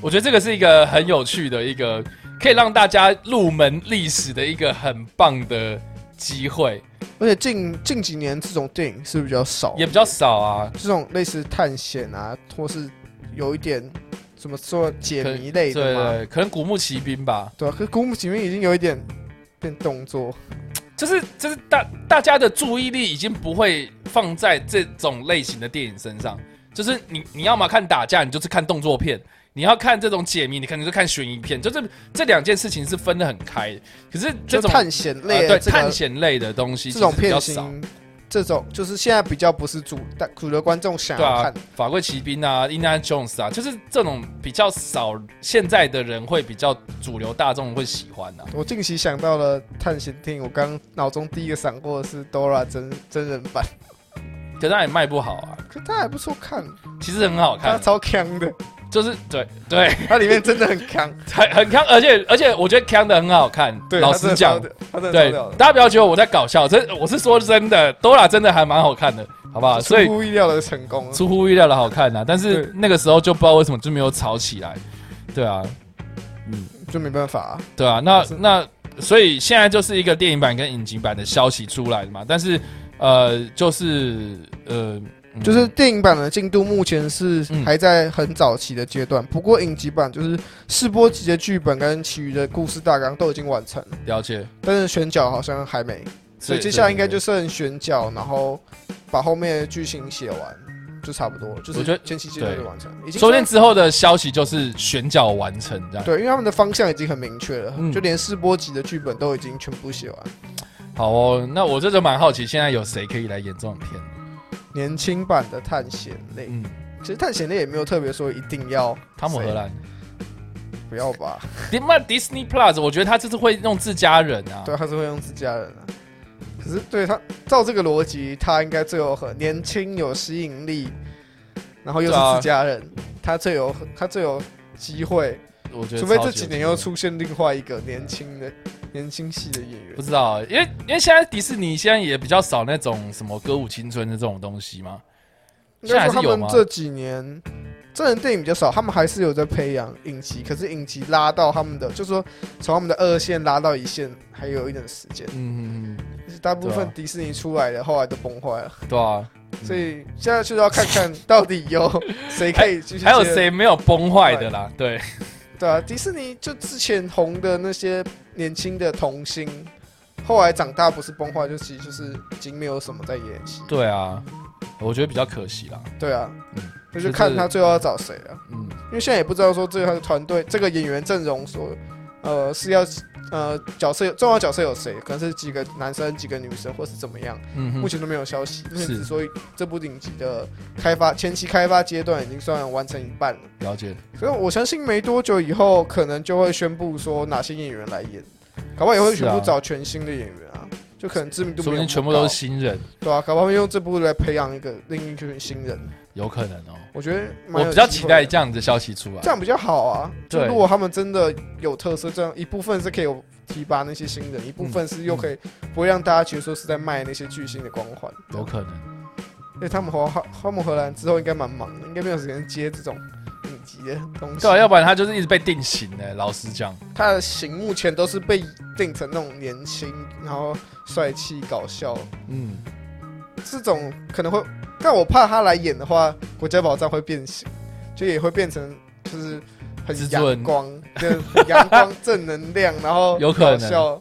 [SPEAKER 1] 我觉得这个是一个很有趣的一个可以让大家入门历史的一个很棒的机会，
[SPEAKER 2] 而且近近几年这种电影是比较少，
[SPEAKER 1] 也比较少啊。
[SPEAKER 2] 这种类似探险啊，或是有一点怎么说解谜类
[SPEAKER 1] 对
[SPEAKER 2] 的嘛，
[SPEAKER 1] 对，可能古墓奇兵吧，
[SPEAKER 2] 对啊，可是古墓奇兵已经有一点变动作，
[SPEAKER 1] 就是就是大大家的注意力已经不会放在这种类型的电影身上，就是你你要么看打架，你就是看动作片；你要看这种解谜，你可能就看悬疑片。就这这两件事情是分得很开的。可是这
[SPEAKER 2] 就
[SPEAKER 1] 种
[SPEAKER 2] 探险
[SPEAKER 1] 呃
[SPEAKER 2] 类的
[SPEAKER 1] 对
[SPEAKER 2] 这
[SPEAKER 1] 探
[SPEAKER 2] 个
[SPEAKER 1] 险类的东西
[SPEAKER 2] 这种
[SPEAKER 1] 其实比较
[SPEAKER 2] 片
[SPEAKER 1] 少，
[SPEAKER 2] 型，这种就是现在比较不是主但主流观众想
[SPEAKER 1] 对
[SPEAKER 2] 要
[SPEAKER 1] 啊
[SPEAKER 2] 看，，
[SPEAKER 1] 法贵骑兵啊，Indiana Jones 啊，就是这种比较少，现在的人会比较主流大众会喜欢啊。
[SPEAKER 2] 我近期想到了探险电影，我刚脑中第一个闪过的是 Dora 真真人版，
[SPEAKER 1] 可是它也卖不好啊，
[SPEAKER 2] 可它还不错看，
[SPEAKER 1] 其实很好
[SPEAKER 2] 它
[SPEAKER 1] 看，啊
[SPEAKER 2] 超强的，
[SPEAKER 1] 就是对对。
[SPEAKER 2] 它里面真的很强。
[SPEAKER 1] 很很康，而且而且我觉得康的很好看。
[SPEAKER 2] 对，
[SPEAKER 1] 老实讲，
[SPEAKER 2] 它真的超屌，它真的超
[SPEAKER 1] 对
[SPEAKER 2] 屌，的，
[SPEAKER 1] 大家不要觉得我在搞笑，真我是说真的，Dora 真的还蛮好看的，好不好？啊所以
[SPEAKER 2] 出乎意料的成功了。
[SPEAKER 1] 出乎意料的好看啊，但是
[SPEAKER 2] 对
[SPEAKER 1] 那个时候就不知道为什么就没有炒起来，对啊，
[SPEAKER 2] 就没办法、啊，
[SPEAKER 1] 对啊，那
[SPEAKER 2] 是
[SPEAKER 1] 那所以现在就是一个电影版跟影集版的消息出来嘛，但是呃，就是呃，嗯
[SPEAKER 2] 就是电影版的进度目前是还在很早期的阶段，不过影集版就是试播集的剧本跟其余的故事大纲都已经完成了，
[SPEAKER 1] 了解，
[SPEAKER 2] 但是选角好像还没，所以接下来应该就剩选角，然后把后面的剧情写完就差不多了，就
[SPEAKER 1] 我觉得
[SPEAKER 2] 是前期阶段就完成，已经
[SPEAKER 1] 说不定
[SPEAKER 2] 算
[SPEAKER 1] 之后的消息就是选角完成这样。
[SPEAKER 2] 对，因为他们的方向已经很明确了，
[SPEAKER 1] 嗯
[SPEAKER 2] 就连试播集的剧本都已经全部写完。
[SPEAKER 1] 好哦，那我这就蛮好奇，现在有谁可以来演这种片？
[SPEAKER 2] 年轻版的探险类，
[SPEAKER 1] 嗯，
[SPEAKER 2] 其实探险类也没有特别说一定要
[SPEAKER 1] 汤姆·荷
[SPEAKER 2] 谁，
[SPEAKER 1] 兰。
[SPEAKER 2] 不要吧？
[SPEAKER 1] 迪妈 Disney Plus，我觉得他这次会用自家人啊。
[SPEAKER 2] 对，他是会用自家人啊。可是对他照这个逻辑，他应该最有很年轻、有吸引力，然后又是
[SPEAKER 1] 对啊
[SPEAKER 2] 自家人，他最有他最有机会。
[SPEAKER 1] 我觉得
[SPEAKER 2] 除非
[SPEAKER 1] 超
[SPEAKER 2] 这
[SPEAKER 1] 级
[SPEAKER 2] 几
[SPEAKER 1] 有
[SPEAKER 2] 年
[SPEAKER 1] 趣的
[SPEAKER 2] 又，出现另外一个年轻的年轻系的演员
[SPEAKER 1] 不，知道，啊因为因为现在迪士尼现在也比较少那种什么歌舞青春的这种东西嘛。
[SPEAKER 2] 应该说
[SPEAKER 1] 现在还是有
[SPEAKER 2] 他
[SPEAKER 1] 吗
[SPEAKER 2] 们这几年真人电影比较少，他们还是有在培养影集，可是影集拉到他们的，就是说从他们的二线拉到一线，还有一点时间。
[SPEAKER 1] 嗯，
[SPEAKER 2] 大部
[SPEAKER 1] 对
[SPEAKER 2] 分
[SPEAKER 1] 啊
[SPEAKER 2] 迪士尼出来的后来都崩坏了。
[SPEAKER 1] 对啊，嗯
[SPEAKER 2] 所以现在就是要看看到底
[SPEAKER 1] [LAUGHS]
[SPEAKER 2] 有谁可以继续。
[SPEAKER 1] 还有？谁没有崩坏的啦？对，
[SPEAKER 2] [LAUGHS] 对啊，迪士尼就之前红的那些年轻的童星，后来长大不是崩坏，就其实就是已经没有什么在演戏。
[SPEAKER 1] 对啊，我觉得比较可惜啦。
[SPEAKER 2] 对啊
[SPEAKER 1] 嗯，
[SPEAKER 2] 那
[SPEAKER 1] 就是
[SPEAKER 2] 就看他最后要找谁了，
[SPEAKER 1] 嗯，
[SPEAKER 2] 因为现在也不知道说最后的团队这个演员阵容所，呃，是要呃角色有重要角色有谁，可能是几个男生几个女生，或是怎么样。
[SPEAKER 1] 嗯
[SPEAKER 2] 目
[SPEAKER 1] 哼，
[SPEAKER 2] 前都没有消息，目前
[SPEAKER 1] 是
[SPEAKER 2] 只说这部影集的开发前期开发阶段已经算完成一半了。
[SPEAKER 1] 了解。
[SPEAKER 2] 所以我相信没多久以后，可能就会宣布说哪些演员来演，搞不好也会
[SPEAKER 1] 是
[SPEAKER 2] 全
[SPEAKER 1] 啊
[SPEAKER 2] 部找全新的演员啊，就可能知名度
[SPEAKER 1] 说不
[SPEAKER 2] 没
[SPEAKER 1] 定
[SPEAKER 2] 有那么
[SPEAKER 1] 全部都
[SPEAKER 2] 高
[SPEAKER 1] 是新人，
[SPEAKER 2] 对啊，搞不好用这部来培养一个另一群新人，
[SPEAKER 1] 有可能哦。
[SPEAKER 2] 我觉得蛮
[SPEAKER 1] 我
[SPEAKER 2] 有
[SPEAKER 1] 比较
[SPEAKER 2] 机
[SPEAKER 1] 期
[SPEAKER 2] 会
[SPEAKER 1] 待
[SPEAKER 2] 的
[SPEAKER 1] 这样的消息出来
[SPEAKER 2] 这。样比较好啊。就
[SPEAKER 1] 对
[SPEAKER 2] 如果他们真的有特色，这样一部分是可以有提拔那些新人，
[SPEAKER 1] 嗯
[SPEAKER 2] 一部分是又可以不会让大家觉得说是在卖那些巨星的光环。
[SPEAKER 1] 有可能，
[SPEAKER 2] 因为他们荷他们荷兰之后应该蛮忙的，应该没有时间接这种嗯影集的东西。
[SPEAKER 1] 对啊，要不然他就是一直被定型的。老实讲，
[SPEAKER 2] 他的型目前都是被定成那种年轻，然后帅气、搞笑
[SPEAKER 1] 嗯，
[SPEAKER 2] 这种可能会，但我怕他来演的话，国家宝藏会变形，就也会变成就是
[SPEAKER 1] 自
[SPEAKER 2] 很
[SPEAKER 1] 尊
[SPEAKER 2] 阳光，就是很阳光、正能量，然后
[SPEAKER 1] [LAUGHS] 有可能
[SPEAKER 2] 搞笑。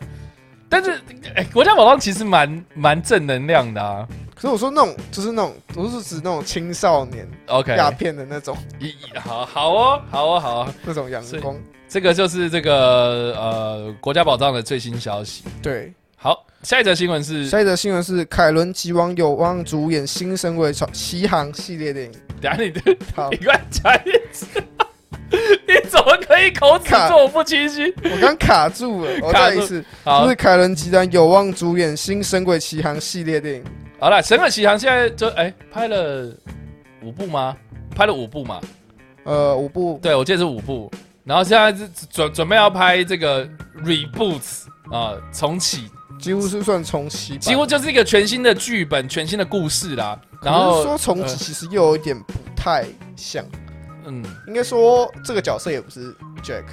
[SPEAKER 1] 但是，哎、国家宝藏其实蛮蛮正能量的啊。
[SPEAKER 2] 可是我说那种就是那种，我是指那种青少年
[SPEAKER 1] OK，
[SPEAKER 2] 鸦片的那种
[SPEAKER 1] 一好好哦，好哦，好哦，
[SPEAKER 2] 那种阳
[SPEAKER 1] 所以
[SPEAKER 2] 光，
[SPEAKER 1] 这个就是这个呃国家宝藏的最新消息。
[SPEAKER 2] 对。
[SPEAKER 1] 好，下一则新闻是，
[SPEAKER 2] 下一则新闻是凯伦吉王有望主演新神鬼传奇航系列电影。
[SPEAKER 1] 等一下你 [LAUGHS]
[SPEAKER 2] 好
[SPEAKER 1] 你，乱讲一次， [LAUGHS] 你怎么可以口齿
[SPEAKER 2] 卡
[SPEAKER 1] 这么不清晰？
[SPEAKER 2] 我刚卡住了，
[SPEAKER 1] [LAUGHS]
[SPEAKER 2] 我
[SPEAKER 1] 卡
[SPEAKER 2] 再
[SPEAKER 1] 住
[SPEAKER 2] 一次，
[SPEAKER 1] 好
[SPEAKER 2] 就是，凯伦集团有望主演新神鬼奇航系列电影。
[SPEAKER 1] 好了，《神鬼奇航》现在就哎、拍了五部吗？拍了五部嘛？
[SPEAKER 2] 呃，五部
[SPEAKER 1] 对，我记得是五部，然后现在是准准备要拍这个 reboot 啊、重启，
[SPEAKER 2] 几乎是算重启版，
[SPEAKER 1] 几乎就是一个全新的剧本、全新的故事啦。然
[SPEAKER 2] 可是
[SPEAKER 1] 后
[SPEAKER 2] 说重启
[SPEAKER 1] 呃
[SPEAKER 2] 其实又有一点不太像，
[SPEAKER 1] 嗯，
[SPEAKER 2] 应该说这个角色也不是 Jack，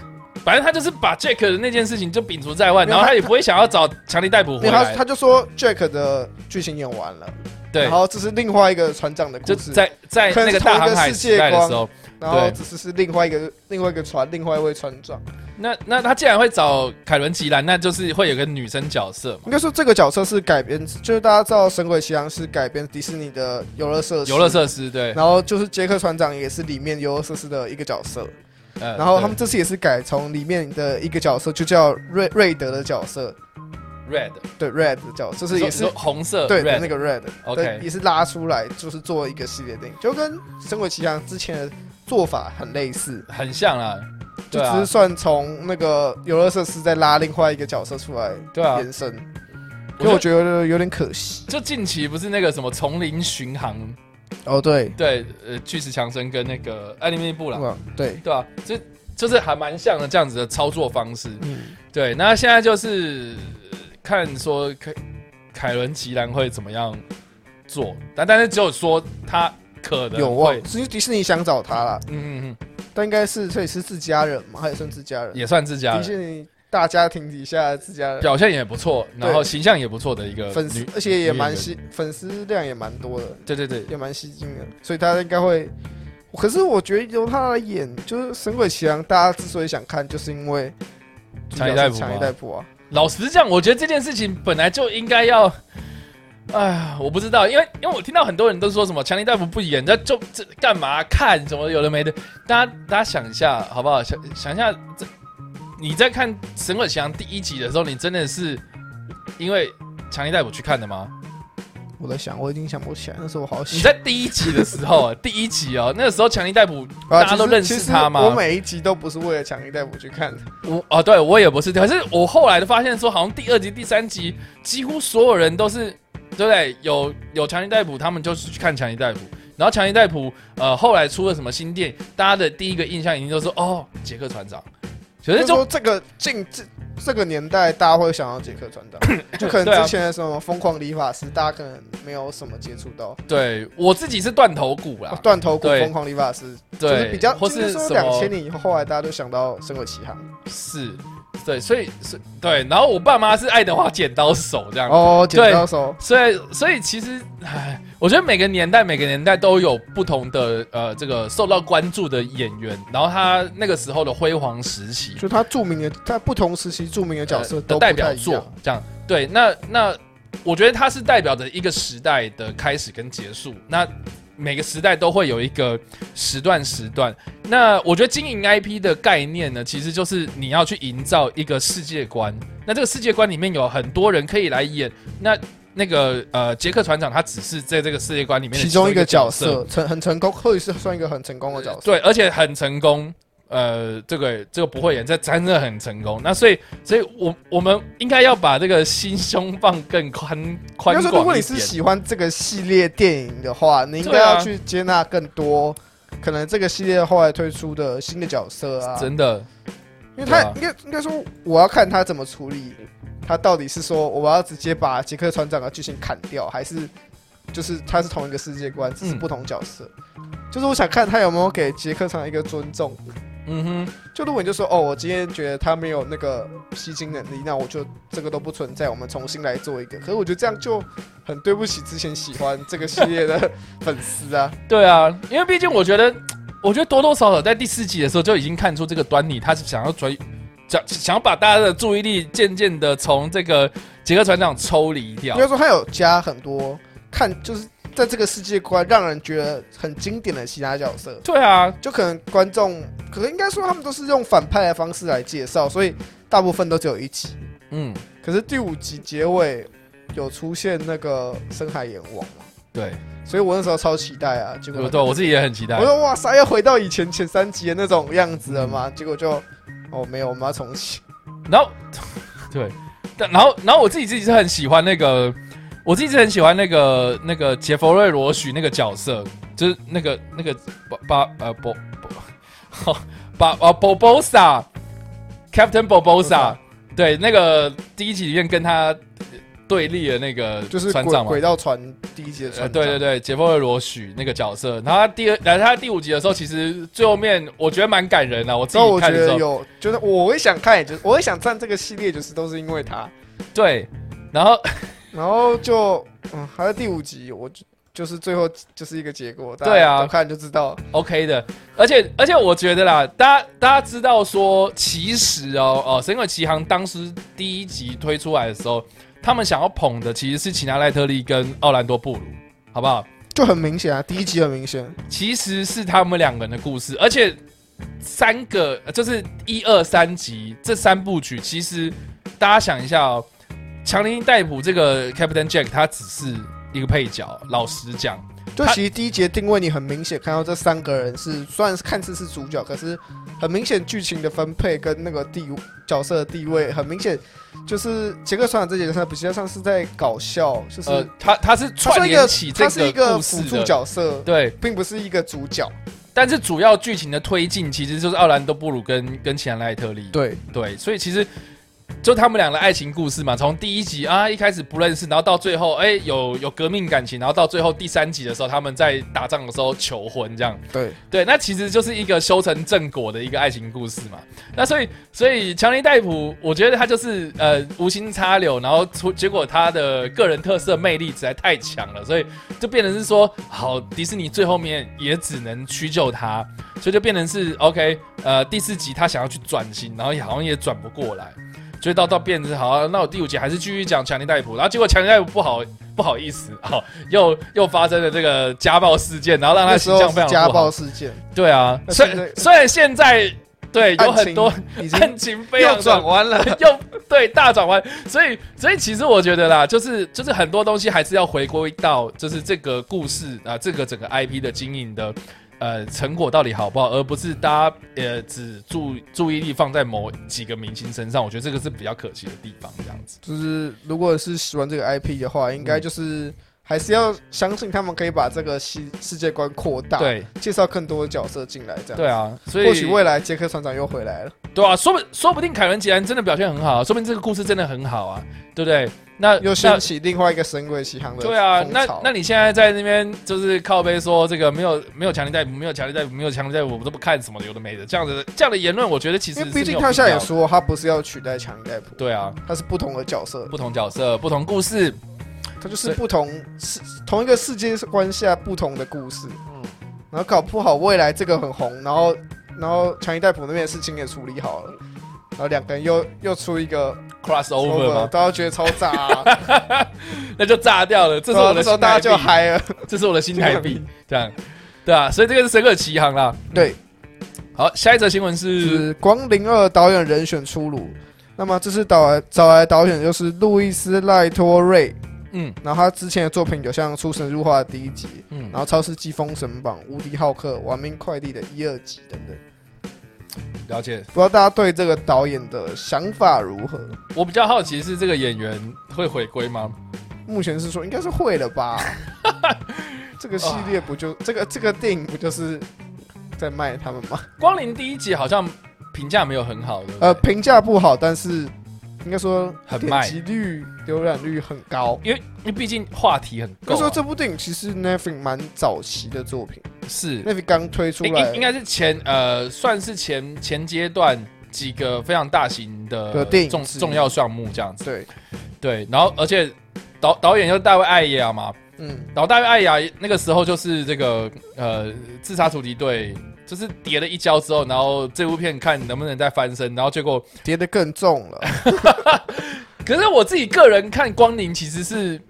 [SPEAKER 1] 反正他就是把 Jack 的那件事情就摒除在外，
[SPEAKER 2] 没有
[SPEAKER 1] 然后
[SPEAKER 2] 他
[SPEAKER 1] 他也不会想要找强力逮捕
[SPEAKER 2] 因
[SPEAKER 1] 回
[SPEAKER 2] 为他
[SPEAKER 1] 来
[SPEAKER 2] 他。就说 Jack 的剧情演完了，
[SPEAKER 1] 对
[SPEAKER 2] 然，后这是另外一个船长的
[SPEAKER 1] 就
[SPEAKER 2] 故事，
[SPEAKER 1] 在在
[SPEAKER 2] 可能
[SPEAKER 1] 那个
[SPEAKER 2] 是同一
[SPEAKER 1] 大
[SPEAKER 2] 个
[SPEAKER 1] 航海
[SPEAKER 2] 世界
[SPEAKER 1] 时代的
[SPEAKER 2] 观
[SPEAKER 1] 时候，
[SPEAKER 2] 然后
[SPEAKER 1] 对
[SPEAKER 2] 只是是另外一个另外一个船，另外一位船长。
[SPEAKER 1] 那那他既然会找凯伦吉兰，那就是会有个女生角色嘛，
[SPEAKER 2] 应该说这个角色是改编，就是大家知道《神鬼奇航》是改编迪士尼的游乐设施，
[SPEAKER 1] 游乐，设施对，
[SPEAKER 2] 然后就是杰克船长也是里面游乐设施的一个角色，
[SPEAKER 1] 呃
[SPEAKER 2] 然后他们这次也是改从里面的一个角色，就叫瑞瑞德的角色，
[SPEAKER 1] 对 red
[SPEAKER 2] 对 Red 的角色，就是
[SPEAKER 1] 你说
[SPEAKER 2] 也
[SPEAKER 1] 你
[SPEAKER 2] 是
[SPEAKER 1] 说红色
[SPEAKER 2] 对的
[SPEAKER 1] red
[SPEAKER 2] 那个 Red，
[SPEAKER 1] OK
[SPEAKER 2] 对也是拉出来就是做一个系列电影，就跟《神鬼奇航》之前的做法很类似，
[SPEAKER 1] 很像啦，
[SPEAKER 2] 就
[SPEAKER 1] 对
[SPEAKER 2] 只
[SPEAKER 1] 啊
[SPEAKER 2] 是，算从那个游乐设施再拉另外一个角色出来
[SPEAKER 1] 对啊
[SPEAKER 2] 延伸，
[SPEAKER 1] 我
[SPEAKER 2] 因为
[SPEAKER 1] 就
[SPEAKER 2] 我觉得有点可惜。
[SPEAKER 1] 就近期不是那个什么丛林巡航，
[SPEAKER 2] 哦，对。
[SPEAKER 1] 对，呃，巨石强森跟那个艾利密布朗，
[SPEAKER 2] 哇，对，
[SPEAKER 1] 对啊，这就是还蛮像的这样子的操作方式。
[SPEAKER 2] 嗯，
[SPEAKER 1] 对，那现在就是呃看说凯凯伦吉兰会怎么样做，但但是只有说他可能
[SPEAKER 2] 有
[SPEAKER 1] 啊会嗯
[SPEAKER 2] 望，，其实迪士尼想找他啦，
[SPEAKER 1] 嗯嗯
[SPEAKER 2] 但应该是这也是自家人嘛，他也算自家
[SPEAKER 1] 嗯，
[SPEAKER 2] 人，
[SPEAKER 1] 也算自家
[SPEAKER 2] 迪
[SPEAKER 1] 人
[SPEAKER 2] 士尼大家庭底下的自家人，
[SPEAKER 1] 表现也不错，然后形象也不错的一个
[SPEAKER 2] 粉丝
[SPEAKER 1] 女，
[SPEAKER 2] 而且也
[SPEAKER 1] 女
[SPEAKER 2] 蛮
[SPEAKER 1] 演员
[SPEAKER 2] 吸，粉丝量也蛮多的，
[SPEAKER 1] 对对对，
[SPEAKER 2] 也蛮吸睛的，所以他应该会。可是我觉得由他来演，就是《神鬼奇航》，大家之所以想看，就是因为
[SPEAKER 1] 强尼戴普吗
[SPEAKER 2] 强尼戴普啊，
[SPEAKER 1] 老实讲，我觉得这件事情本来就应该要。哎，我不知道，因为因为我听到很多人都说什么强尼大夫不演，那就这干嘛看什么有的没的。大家大家想一下好不好？想想一下，这你在看《神鬼奇航》第一集的时候，你真的是因为强尼大夫去看的吗？
[SPEAKER 2] 我在想，我已经想不起来，那时候我好
[SPEAKER 1] 你
[SPEAKER 2] 想
[SPEAKER 1] 在第一集的时候， [LAUGHS] 第一集哦，那个时候强尼大夫大
[SPEAKER 2] 啊
[SPEAKER 1] 家都
[SPEAKER 2] 其实
[SPEAKER 1] 认识
[SPEAKER 2] 其实
[SPEAKER 1] 他吗
[SPEAKER 2] 我每一集都不是为了强尼戴普去看的，
[SPEAKER 1] 我哦，对我也不是，可是我后来的发现说，好像第二集、第三集几乎所有人都是，对不对？有有强尼戴普，他们就是去看强尼戴普。然后强尼戴普，呃，后来出了什么新电影，大家的第一个印象一定都是哦，杰克船长。可是
[SPEAKER 2] 就
[SPEAKER 1] 就
[SPEAKER 2] 说这个近这这个年代，大家会想到杰克船
[SPEAKER 1] [CLEARS THROAT]
[SPEAKER 2] 长，就可
[SPEAKER 1] 对啊
[SPEAKER 2] 能之前的什么疯狂理发师，大家可能没有什么接触到。
[SPEAKER 1] 对我自己是断头骨啦，
[SPEAKER 2] 断头骨
[SPEAKER 1] 对
[SPEAKER 2] 疯狂理发师，哦就
[SPEAKER 1] 对，
[SPEAKER 2] 是比较，
[SPEAKER 1] 或
[SPEAKER 2] 就是
[SPEAKER 1] 是
[SPEAKER 2] 说
[SPEAKER 1] 什
[SPEAKER 2] 两千
[SPEAKER 1] 么
[SPEAKER 2] 年以后，后来大家都想到《神鬼奇航
[SPEAKER 1] 是，对，所以是对。然后我爸妈是爱德华剪刀手这》样，
[SPEAKER 2] 哦，剪
[SPEAKER 1] 对
[SPEAKER 2] 刀手，
[SPEAKER 1] 所以，所以其实，唉，我觉得每个年代每个年代都有不同的呃，这个受到关注的演员，然后他那个时候的辉煌时期，
[SPEAKER 2] 就他著名的，他不同时期著名的角色
[SPEAKER 1] 呃的
[SPEAKER 2] 都不太
[SPEAKER 1] 代
[SPEAKER 2] 一样
[SPEAKER 1] 表作，这样对。那那我觉得它是代表着一个时代的开始跟结束。那每个时代都会有一个时段时段。那我觉得经营 IP 的概念呢，其实就是你要去营造一个世界观。那这个世界观里面有很多人可以来演。那那个呃，杰克船长他只是在这个世界观里面的
[SPEAKER 2] 其中一个角
[SPEAKER 1] 色
[SPEAKER 2] 色成很成功，或者是算一个很成功的角色。
[SPEAKER 1] 对，而且很成功。呃，这个这个不会演，这真的很成功。那所以，所以我我们应该要把这个心胸放更宽
[SPEAKER 2] 应
[SPEAKER 1] 宽
[SPEAKER 2] 该说，如
[SPEAKER 1] 广
[SPEAKER 2] 果你
[SPEAKER 1] 一
[SPEAKER 2] 是
[SPEAKER 1] 点。
[SPEAKER 2] 喜欢这个系列电影的话，你应该
[SPEAKER 1] 对啊
[SPEAKER 2] 要去接纳更多可能这个系列后来推出的新的角色啊，
[SPEAKER 1] 真的，
[SPEAKER 2] 因为
[SPEAKER 1] 对
[SPEAKER 2] 他
[SPEAKER 1] 啊
[SPEAKER 2] 应该应该说，我要看他怎么处理，他到底是说我要直接把杰克船长的剧情砍掉，还是就是他是同一个世界观，只是
[SPEAKER 1] 嗯
[SPEAKER 2] 不同角色。就是我想看他有没有给杰克船长一个尊重。
[SPEAKER 1] 嗯哼，
[SPEAKER 2] 就如果你就说哦，我今天觉得他没有那个吸金能力，那我就这个都不存在，我们重新来做一个。可是我觉得这样就很对不起之前喜欢这个系列的粉丝啊。
[SPEAKER 1] 对啊，因为毕竟我觉得，我觉得多多少少在第四集的时候就已经看出这个端倪，他是想要转，想想要把大家的注意力渐渐的从这个杰克船长抽离掉
[SPEAKER 2] 应。该说他有加很多看，就是在这个世界观让人觉得很经典的其他角色。
[SPEAKER 1] 对啊，
[SPEAKER 2] 就可能观众，可能应该说他们都是用反派的方式来介绍，所以大部分都只有一集。
[SPEAKER 1] 嗯，
[SPEAKER 2] 可是第五集结尾有出现那个深海阎王嘛，
[SPEAKER 1] 对，
[SPEAKER 2] 所以我那时候超期待啊，结果
[SPEAKER 1] 对，对我自己也很期待
[SPEAKER 2] 我。说哇塞，要回到以前前三集的那种样子了
[SPEAKER 1] 嗯
[SPEAKER 2] 吗？结果就哦没有，我们要
[SPEAKER 1] [LAUGHS]
[SPEAKER 2] 重启。
[SPEAKER 1] 然后，对，但然后然后我自己自己是很喜欢那个，我自己是很喜欢那个那个杰佛瑞罗许那个角色，就是那个那个巴巴呃博博，巴呃 Bobosa，Captain Bobosa，对，那个第一集里面跟他对立的那个
[SPEAKER 2] 就是
[SPEAKER 1] 船
[SPEAKER 2] 轨
[SPEAKER 1] 长嘛
[SPEAKER 2] 轨。道船第一集的船
[SPEAKER 1] 呃，
[SPEAKER 2] 长，
[SPEAKER 1] 对对对，杰弗瑞罗许那个角色，然后他第二，然后他第五集的时候，其实最后面我觉得蛮感人的、啊我自
[SPEAKER 2] 之后
[SPEAKER 1] 己
[SPEAKER 2] 我
[SPEAKER 1] 看
[SPEAKER 2] 觉
[SPEAKER 1] 的时
[SPEAKER 2] 得
[SPEAKER 1] 候，
[SPEAKER 2] 有，就是我会想看，也就是我会想站这个系列，就是都是因为他。
[SPEAKER 1] 对，然后
[SPEAKER 2] 然后就嗯，还有第五集，我就就是最后就是一个结果，大
[SPEAKER 1] 对啊
[SPEAKER 2] 家都看就知道。
[SPEAKER 1] OK 的，而且而且我觉得啦，大家大家知道说，其实哦哦，《神鬼奇航》当时第一集推出来的时候，他们想要捧的其实是齐纳赖特利跟奥兰多布鲁，好不好？
[SPEAKER 2] 就很明显啊，第一集很明显，
[SPEAKER 1] 其实是他们两个人的故事，而且三个呃就是一二三集这三部曲，其实大家想一下哦，强尼戴普这个 Captain Jack 他只是一个配角，老实讲，
[SPEAKER 2] 就
[SPEAKER 1] 他
[SPEAKER 2] 其实第一集的定位你很明显看到这三个人是虽然是看似是主角，可是很明显剧情的分配跟那个地角色的地位很明显，就是杰克船长这角色比较像是在搞笑，就是、
[SPEAKER 1] 呃，他他是
[SPEAKER 2] 他
[SPEAKER 1] 串
[SPEAKER 2] 是一
[SPEAKER 1] 联
[SPEAKER 2] 个
[SPEAKER 1] 起这
[SPEAKER 2] 他是一
[SPEAKER 1] 个
[SPEAKER 2] 个
[SPEAKER 1] 故
[SPEAKER 2] 辅
[SPEAKER 1] 事
[SPEAKER 2] 助
[SPEAKER 1] 的，
[SPEAKER 2] 角色，
[SPEAKER 1] 对。
[SPEAKER 2] 并不是一个主角。
[SPEAKER 1] 但是主要剧情的推进其实就是奥兰多布鲁跟跟齐安赖特利，
[SPEAKER 2] 对，
[SPEAKER 1] 对，所以其实就他们俩的爱情故事嘛，从第一集啊一开始不认识，然后到最后哎、有有革命感情，然后到最后第三集的时候他们在打仗的时候求婚这样，
[SPEAKER 2] 对，
[SPEAKER 1] 对，那其实就是一个修成正果的一个爱情故事嘛。那所以，所以强尼戴普，我觉得他就是呃无心插柳，然后出结果他的个人特色魅力实在太强了，所以就变成是说，好，迪士尼最后面也只能屈就他，所以就变成是 OK，呃，第四集他想要去转型，然后也好像也转不过来。所以到到变成好、啊，那我第五集还是继续讲强尼戴普，然后结果强尼戴普不好不好意思，好、又又发生了这个家暴事件，然后让他
[SPEAKER 2] 那时
[SPEAKER 1] 形
[SPEAKER 2] 候
[SPEAKER 1] 象
[SPEAKER 2] 是
[SPEAKER 1] 非常不好。
[SPEAKER 2] 家暴事件，
[SPEAKER 1] 对啊，
[SPEAKER 2] 那
[SPEAKER 1] 虽
[SPEAKER 2] 现在
[SPEAKER 1] 虽然现在对有很多
[SPEAKER 2] 案情已经
[SPEAKER 1] 案情 [LAUGHS] 非常
[SPEAKER 2] 又
[SPEAKER 1] 的
[SPEAKER 2] 转
[SPEAKER 1] [LAUGHS]
[SPEAKER 2] 弯了。
[SPEAKER 1] 又对大转弯，所以所以其实我觉得啦，就是就是很多东西还是要回归到就是这个故事啊、这个整个 IP 的经营的呃成果到底好不好，而不是大家呃只注注意力放在某几个明星身上，我觉得这个是比较可惜的地方，这样子。
[SPEAKER 2] 就是如果是喜欢这个 IP 的话，应该就是还是要相信他们可以把这个世世界观扩大，，
[SPEAKER 1] 对
[SPEAKER 2] 介绍更多的角色进来，这样。
[SPEAKER 1] 对啊，所以
[SPEAKER 2] 或许未来杰克船长又回来了，
[SPEAKER 1] 对啊，说不说不定凯文·吉兰真的表现很好啊、说不定这个故事真的很好啊，对不对？那
[SPEAKER 2] 又
[SPEAKER 1] 那
[SPEAKER 2] 掀起另外一个神鬼奇航的
[SPEAKER 1] 呃对啊，
[SPEAKER 2] 风
[SPEAKER 1] 那
[SPEAKER 2] 潮
[SPEAKER 1] 那你现在在那边就是靠背说这个没有没有强力逮捕，没有强力逮捕，没有强力逮捕，我都不看什么的，有的没的，这样的这样的言论，我觉得其实
[SPEAKER 2] 因
[SPEAKER 1] 是
[SPEAKER 2] 为毕
[SPEAKER 1] 没
[SPEAKER 2] 竟
[SPEAKER 1] 有
[SPEAKER 2] 他
[SPEAKER 1] 必
[SPEAKER 2] 现在
[SPEAKER 1] 要
[SPEAKER 2] 也说他不是要取代强尼戴普，
[SPEAKER 1] 对啊，
[SPEAKER 2] 他是不同的角色，
[SPEAKER 1] 不同角色、不同故事，
[SPEAKER 2] 他就
[SPEAKER 1] 所
[SPEAKER 2] 是
[SPEAKER 1] 以
[SPEAKER 2] 不同世同一个世界观下不同的故事，
[SPEAKER 1] 嗯，
[SPEAKER 2] 然后搞不好未来这个很红，然后然后强尼戴普那边的事情也处理好了，然后两个人又又出一个
[SPEAKER 1] crossover 嘛，
[SPEAKER 2] 大家觉得超炸、
[SPEAKER 1] [LAUGHS]
[SPEAKER 2] 啊，
[SPEAKER 1] 那就炸掉了。这是
[SPEAKER 2] 然后
[SPEAKER 1] 我的
[SPEAKER 2] 啊那时候
[SPEAKER 1] 新
[SPEAKER 2] 大
[SPEAKER 1] 台
[SPEAKER 2] 家就
[SPEAKER 1] 币，
[SPEAKER 2] 嗨了。
[SPEAKER 1] 这是我的新台币，这样，对啊，所以这个是神鬼奇航啦。
[SPEAKER 2] 对，
[SPEAKER 1] 好，下一则新闻是
[SPEAKER 2] 是光零二导演人选出炉。那么这次导来找来的导演就是路易斯赖托瑞，
[SPEAKER 1] 嗯
[SPEAKER 2] 然后他之前的作品有像《出神入化》的第一集，
[SPEAKER 1] 嗯
[SPEAKER 2] 然后《超市季风神榜》《无敌浩克》《玩命快递》的一二集等等。
[SPEAKER 1] 了解。
[SPEAKER 2] 不知道大家对这个导演的想法如何？
[SPEAKER 1] 我比较好奇是这个演员会回归吗？
[SPEAKER 2] 目前是说应该是会
[SPEAKER 1] [LAUGHS]
[SPEAKER 2] 了吧。这个系列不就这个这个电影不就是在卖他们吗？
[SPEAKER 1] 光临第一集好像评价没有很好，对不对
[SPEAKER 2] 呃，评价不好，但是应该说
[SPEAKER 1] 很
[SPEAKER 2] 点
[SPEAKER 1] 卖
[SPEAKER 2] 击率、浏览率很高。
[SPEAKER 1] 因为因为毕竟话题很够
[SPEAKER 2] 那
[SPEAKER 1] 啊、
[SPEAKER 2] 时候这部电影其实 Netflix 蛮早期的作品
[SPEAKER 1] 是
[SPEAKER 2] ，Netflix 刚推出
[SPEAKER 1] 应
[SPEAKER 2] 来
[SPEAKER 1] 应应该是前呃，算是前前阶段几个非常大型的
[SPEAKER 2] 的电影
[SPEAKER 1] 重
[SPEAKER 2] 之一
[SPEAKER 1] 重要项目这样子。
[SPEAKER 2] 对，
[SPEAKER 1] 对，然后而且导导演又是大卫艾雅嘛，
[SPEAKER 2] 嗯，
[SPEAKER 1] 然后大卫艾雅那个时候就是这个呃自杀突击队，就是跌了一跤之后，然后这部片看能不能再翻身，然后结果
[SPEAKER 2] 跌得更重
[SPEAKER 1] [LAUGHS]
[SPEAKER 2] 了。
[SPEAKER 1] 可是我自己个人看光临其实是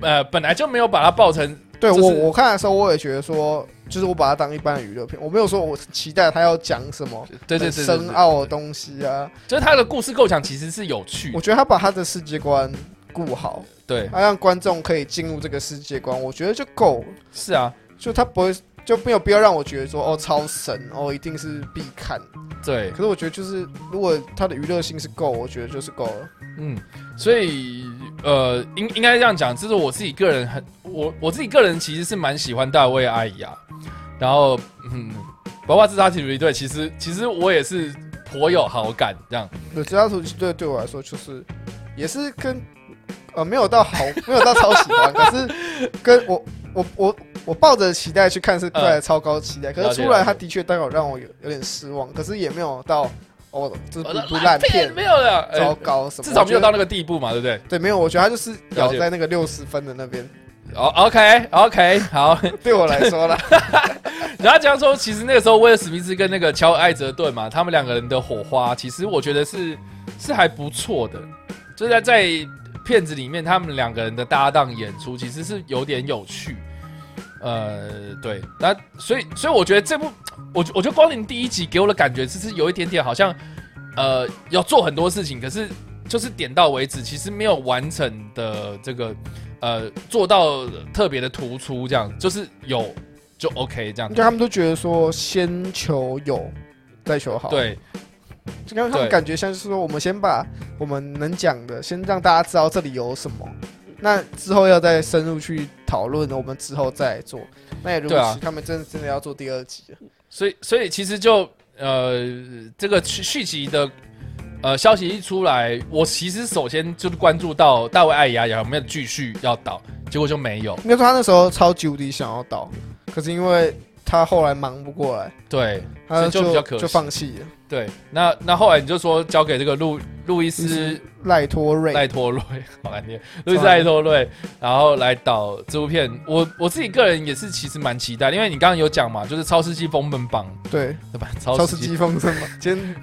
[SPEAKER 1] 呃本来就没有把它爆成
[SPEAKER 2] 对
[SPEAKER 1] 就是
[SPEAKER 2] 我我看的时候，我也觉得说，就是我把它当一般的娱乐片，我没有说我期待他要讲什么
[SPEAKER 1] 对对对
[SPEAKER 2] 很
[SPEAKER 1] 对
[SPEAKER 2] 深
[SPEAKER 1] 对
[SPEAKER 2] 奥的东西啊。
[SPEAKER 1] 就是他的故事构想其实是有趣
[SPEAKER 2] 我，觉得他把他的世界观顾好，
[SPEAKER 1] 对，
[SPEAKER 2] 他让观众可以进入这个世界观，我觉得就够了。
[SPEAKER 1] 是啊，
[SPEAKER 2] 就他不会就没有必要让我觉得说哦超神哦一定是必看。
[SPEAKER 1] 对
[SPEAKER 2] 可，是我觉得就是如果他的娱乐性是够，我觉得就是够了。
[SPEAKER 1] 嗯，所以呃，应应该这样讲，这是我自己个人很我我自己个人其实是蛮喜欢大卫阿姨啊，然后嗯，包括自杀体育队，其实其实我也是颇有好感这样，
[SPEAKER 2] 对，其他突击队对我来说就是也是跟呃，没有到好，没有到超喜欢，可是跟我我我我抱着期待去看是带来超高期待，可
[SPEAKER 1] 嗯了
[SPEAKER 2] 是
[SPEAKER 1] 解
[SPEAKER 2] 出来
[SPEAKER 1] 了解
[SPEAKER 2] 它的确带有让我有有点失望，可是也没有到哦，就是不不
[SPEAKER 1] 啊 [LAUGHS]
[SPEAKER 2] 烂片
[SPEAKER 1] 没有了，哎
[SPEAKER 2] 糟糕什么，
[SPEAKER 1] 至少没有
[SPEAKER 2] 我觉
[SPEAKER 1] 到
[SPEAKER 2] 得
[SPEAKER 1] 那个地步嘛，对不对？
[SPEAKER 2] 对，没有，我觉得它就是
[SPEAKER 1] [LAUGHS] 了
[SPEAKER 2] 咬
[SPEAKER 1] 解
[SPEAKER 2] 在那个六十分的那边，
[SPEAKER 1] 哦，OK OK，好。
[SPEAKER 2] 对我来
[SPEAKER 1] [LAUGHS]
[SPEAKER 2] 说啦，
[SPEAKER 1] 然后讲说，其实那个时候威尔史密斯跟那个乔尔艾泽顿嘛，他们两个人的火花，其实我觉得是是还不错的，就是在在片子里面他们两个人的搭档演出，其实是有点有趣。呃，对，那所以所以我觉得这部，我我觉得光临第一集给我的感觉，就是有一点点好像，呃，要做很多事情，可是就是点到为止，其实没有完成的这个，呃，做到特别的突出，这样就是有就 OK 这样
[SPEAKER 2] 因。为他们都觉得说先求有，再求好，，
[SPEAKER 1] 对，
[SPEAKER 2] 就让他
[SPEAKER 1] 对
[SPEAKER 2] 们
[SPEAKER 1] 啊
[SPEAKER 2] 感觉像是说我们先把我们能讲的，先让大家知道这里有什么。那之后要再深入去讨论，我们之后再做。那也如此，
[SPEAKER 1] 对啊
[SPEAKER 2] 他们真的真的要做第二集了。
[SPEAKER 1] 所以所以其实就呃这个续续集的呃消息一出来，我其实首先就是关注到大卫艾雅有没有继续要倒，结果就没有。
[SPEAKER 2] 应该说他那时候超级无敌想要倒，可是因为他后来忙不过来，
[SPEAKER 1] 对
[SPEAKER 2] 他
[SPEAKER 1] 所以就比
[SPEAKER 2] 就
[SPEAKER 1] 较可惜
[SPEAKER 2] 放弃了。
[SPEAKER 1] 对，那那后来你就说交给这个路路易斯
[SPEAKER 2] 赖托瑞
[SPEAKER 1] 赖托瑞， [LAUGHS] 好难念，路易斯赖托瑞，然后来导这部片。我我自己个人也是其实蛮期待，因为你刚刚有讲嘛，就是超世纪封门榜
[SPEAKER 2] 对
[SPEAKER 1] 对吧？
[SPEAKER 2] 超
[SPEAKER 1] 超
[SPEAKER 2] 市
[SPEAKER 1] 世
[SPEAKER 2] 机
[SPEAKER 1] 纪，
[SPEAKER 2] 风筝
[SPEAKER 1] [LAUGHS]
[SPEAKER 2] 嘛，今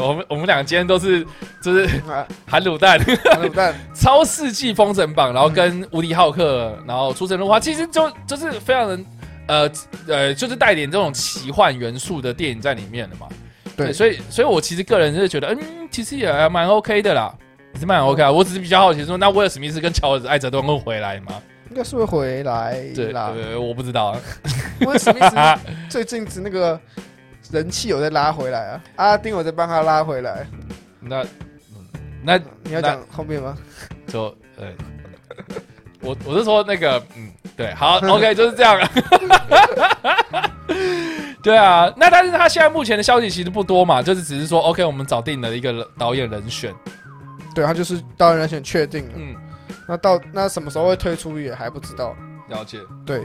[SPEAKER 1] 我们我们俩今天都是就是
[SPEAKER 2] 天啊，
[SPEAKER 1] 含卤蛋。
[SPEAKER 2] 怎么办？
[SPEAKER 1] 超世纪封神榜，然后跟无敌浩克，然后出神
[SPEAKER 2] 嗯
[SPEAKER 1] 入化，其实就就是非常人，呃呃，就是带点这种奇幻元素的电影在里面的嘛。
[SPEAKER 2] 对
[SPEAKER 1] 所以所以我其实个人是觉得，嗯，其实也还蛮 OK 的啦，也是蛮 OK
[SPEAKER 2] 哦
[SPEAKER 1] 啊。我只是比较好奇说，那威尔史密斯跟乔尔艾泽顿会回来吗？
[SPEAKER 2] 应该是会回来
[SPEAKER 1] 对，
[SPEAKER 2] 啦。
[SPEAKER 1] 呃，我不知
[SPEAKER 2] [LAUGHS]
[SPEAKER 1] 道啊。啊
[SPEAKER 2] 因为史密斯最近子那个人气有在拉回来啊，阿丁有在帮他拉回来。
[SPEAKER 1] 那嗯那
[SPEAKER 2] 你要讲后面吗？
[SPEAKER 1] 就呃，我我是说那个，嗯，对，好，OK，就是 [LAUGHS] 这样。对啊，那但是他现在目前的消息其实不多嘛，就是只是说 OK，我们找定了一个导演人选，
[SPEAKER 2] 对他就是导演人选确定了，
[SPEAKER 1] 嗯，
[SPEAKER 2] 那到那什么时候会推出也还不知道。
[SPEAKER 1] 了解。
[SPEAKER 2] 对，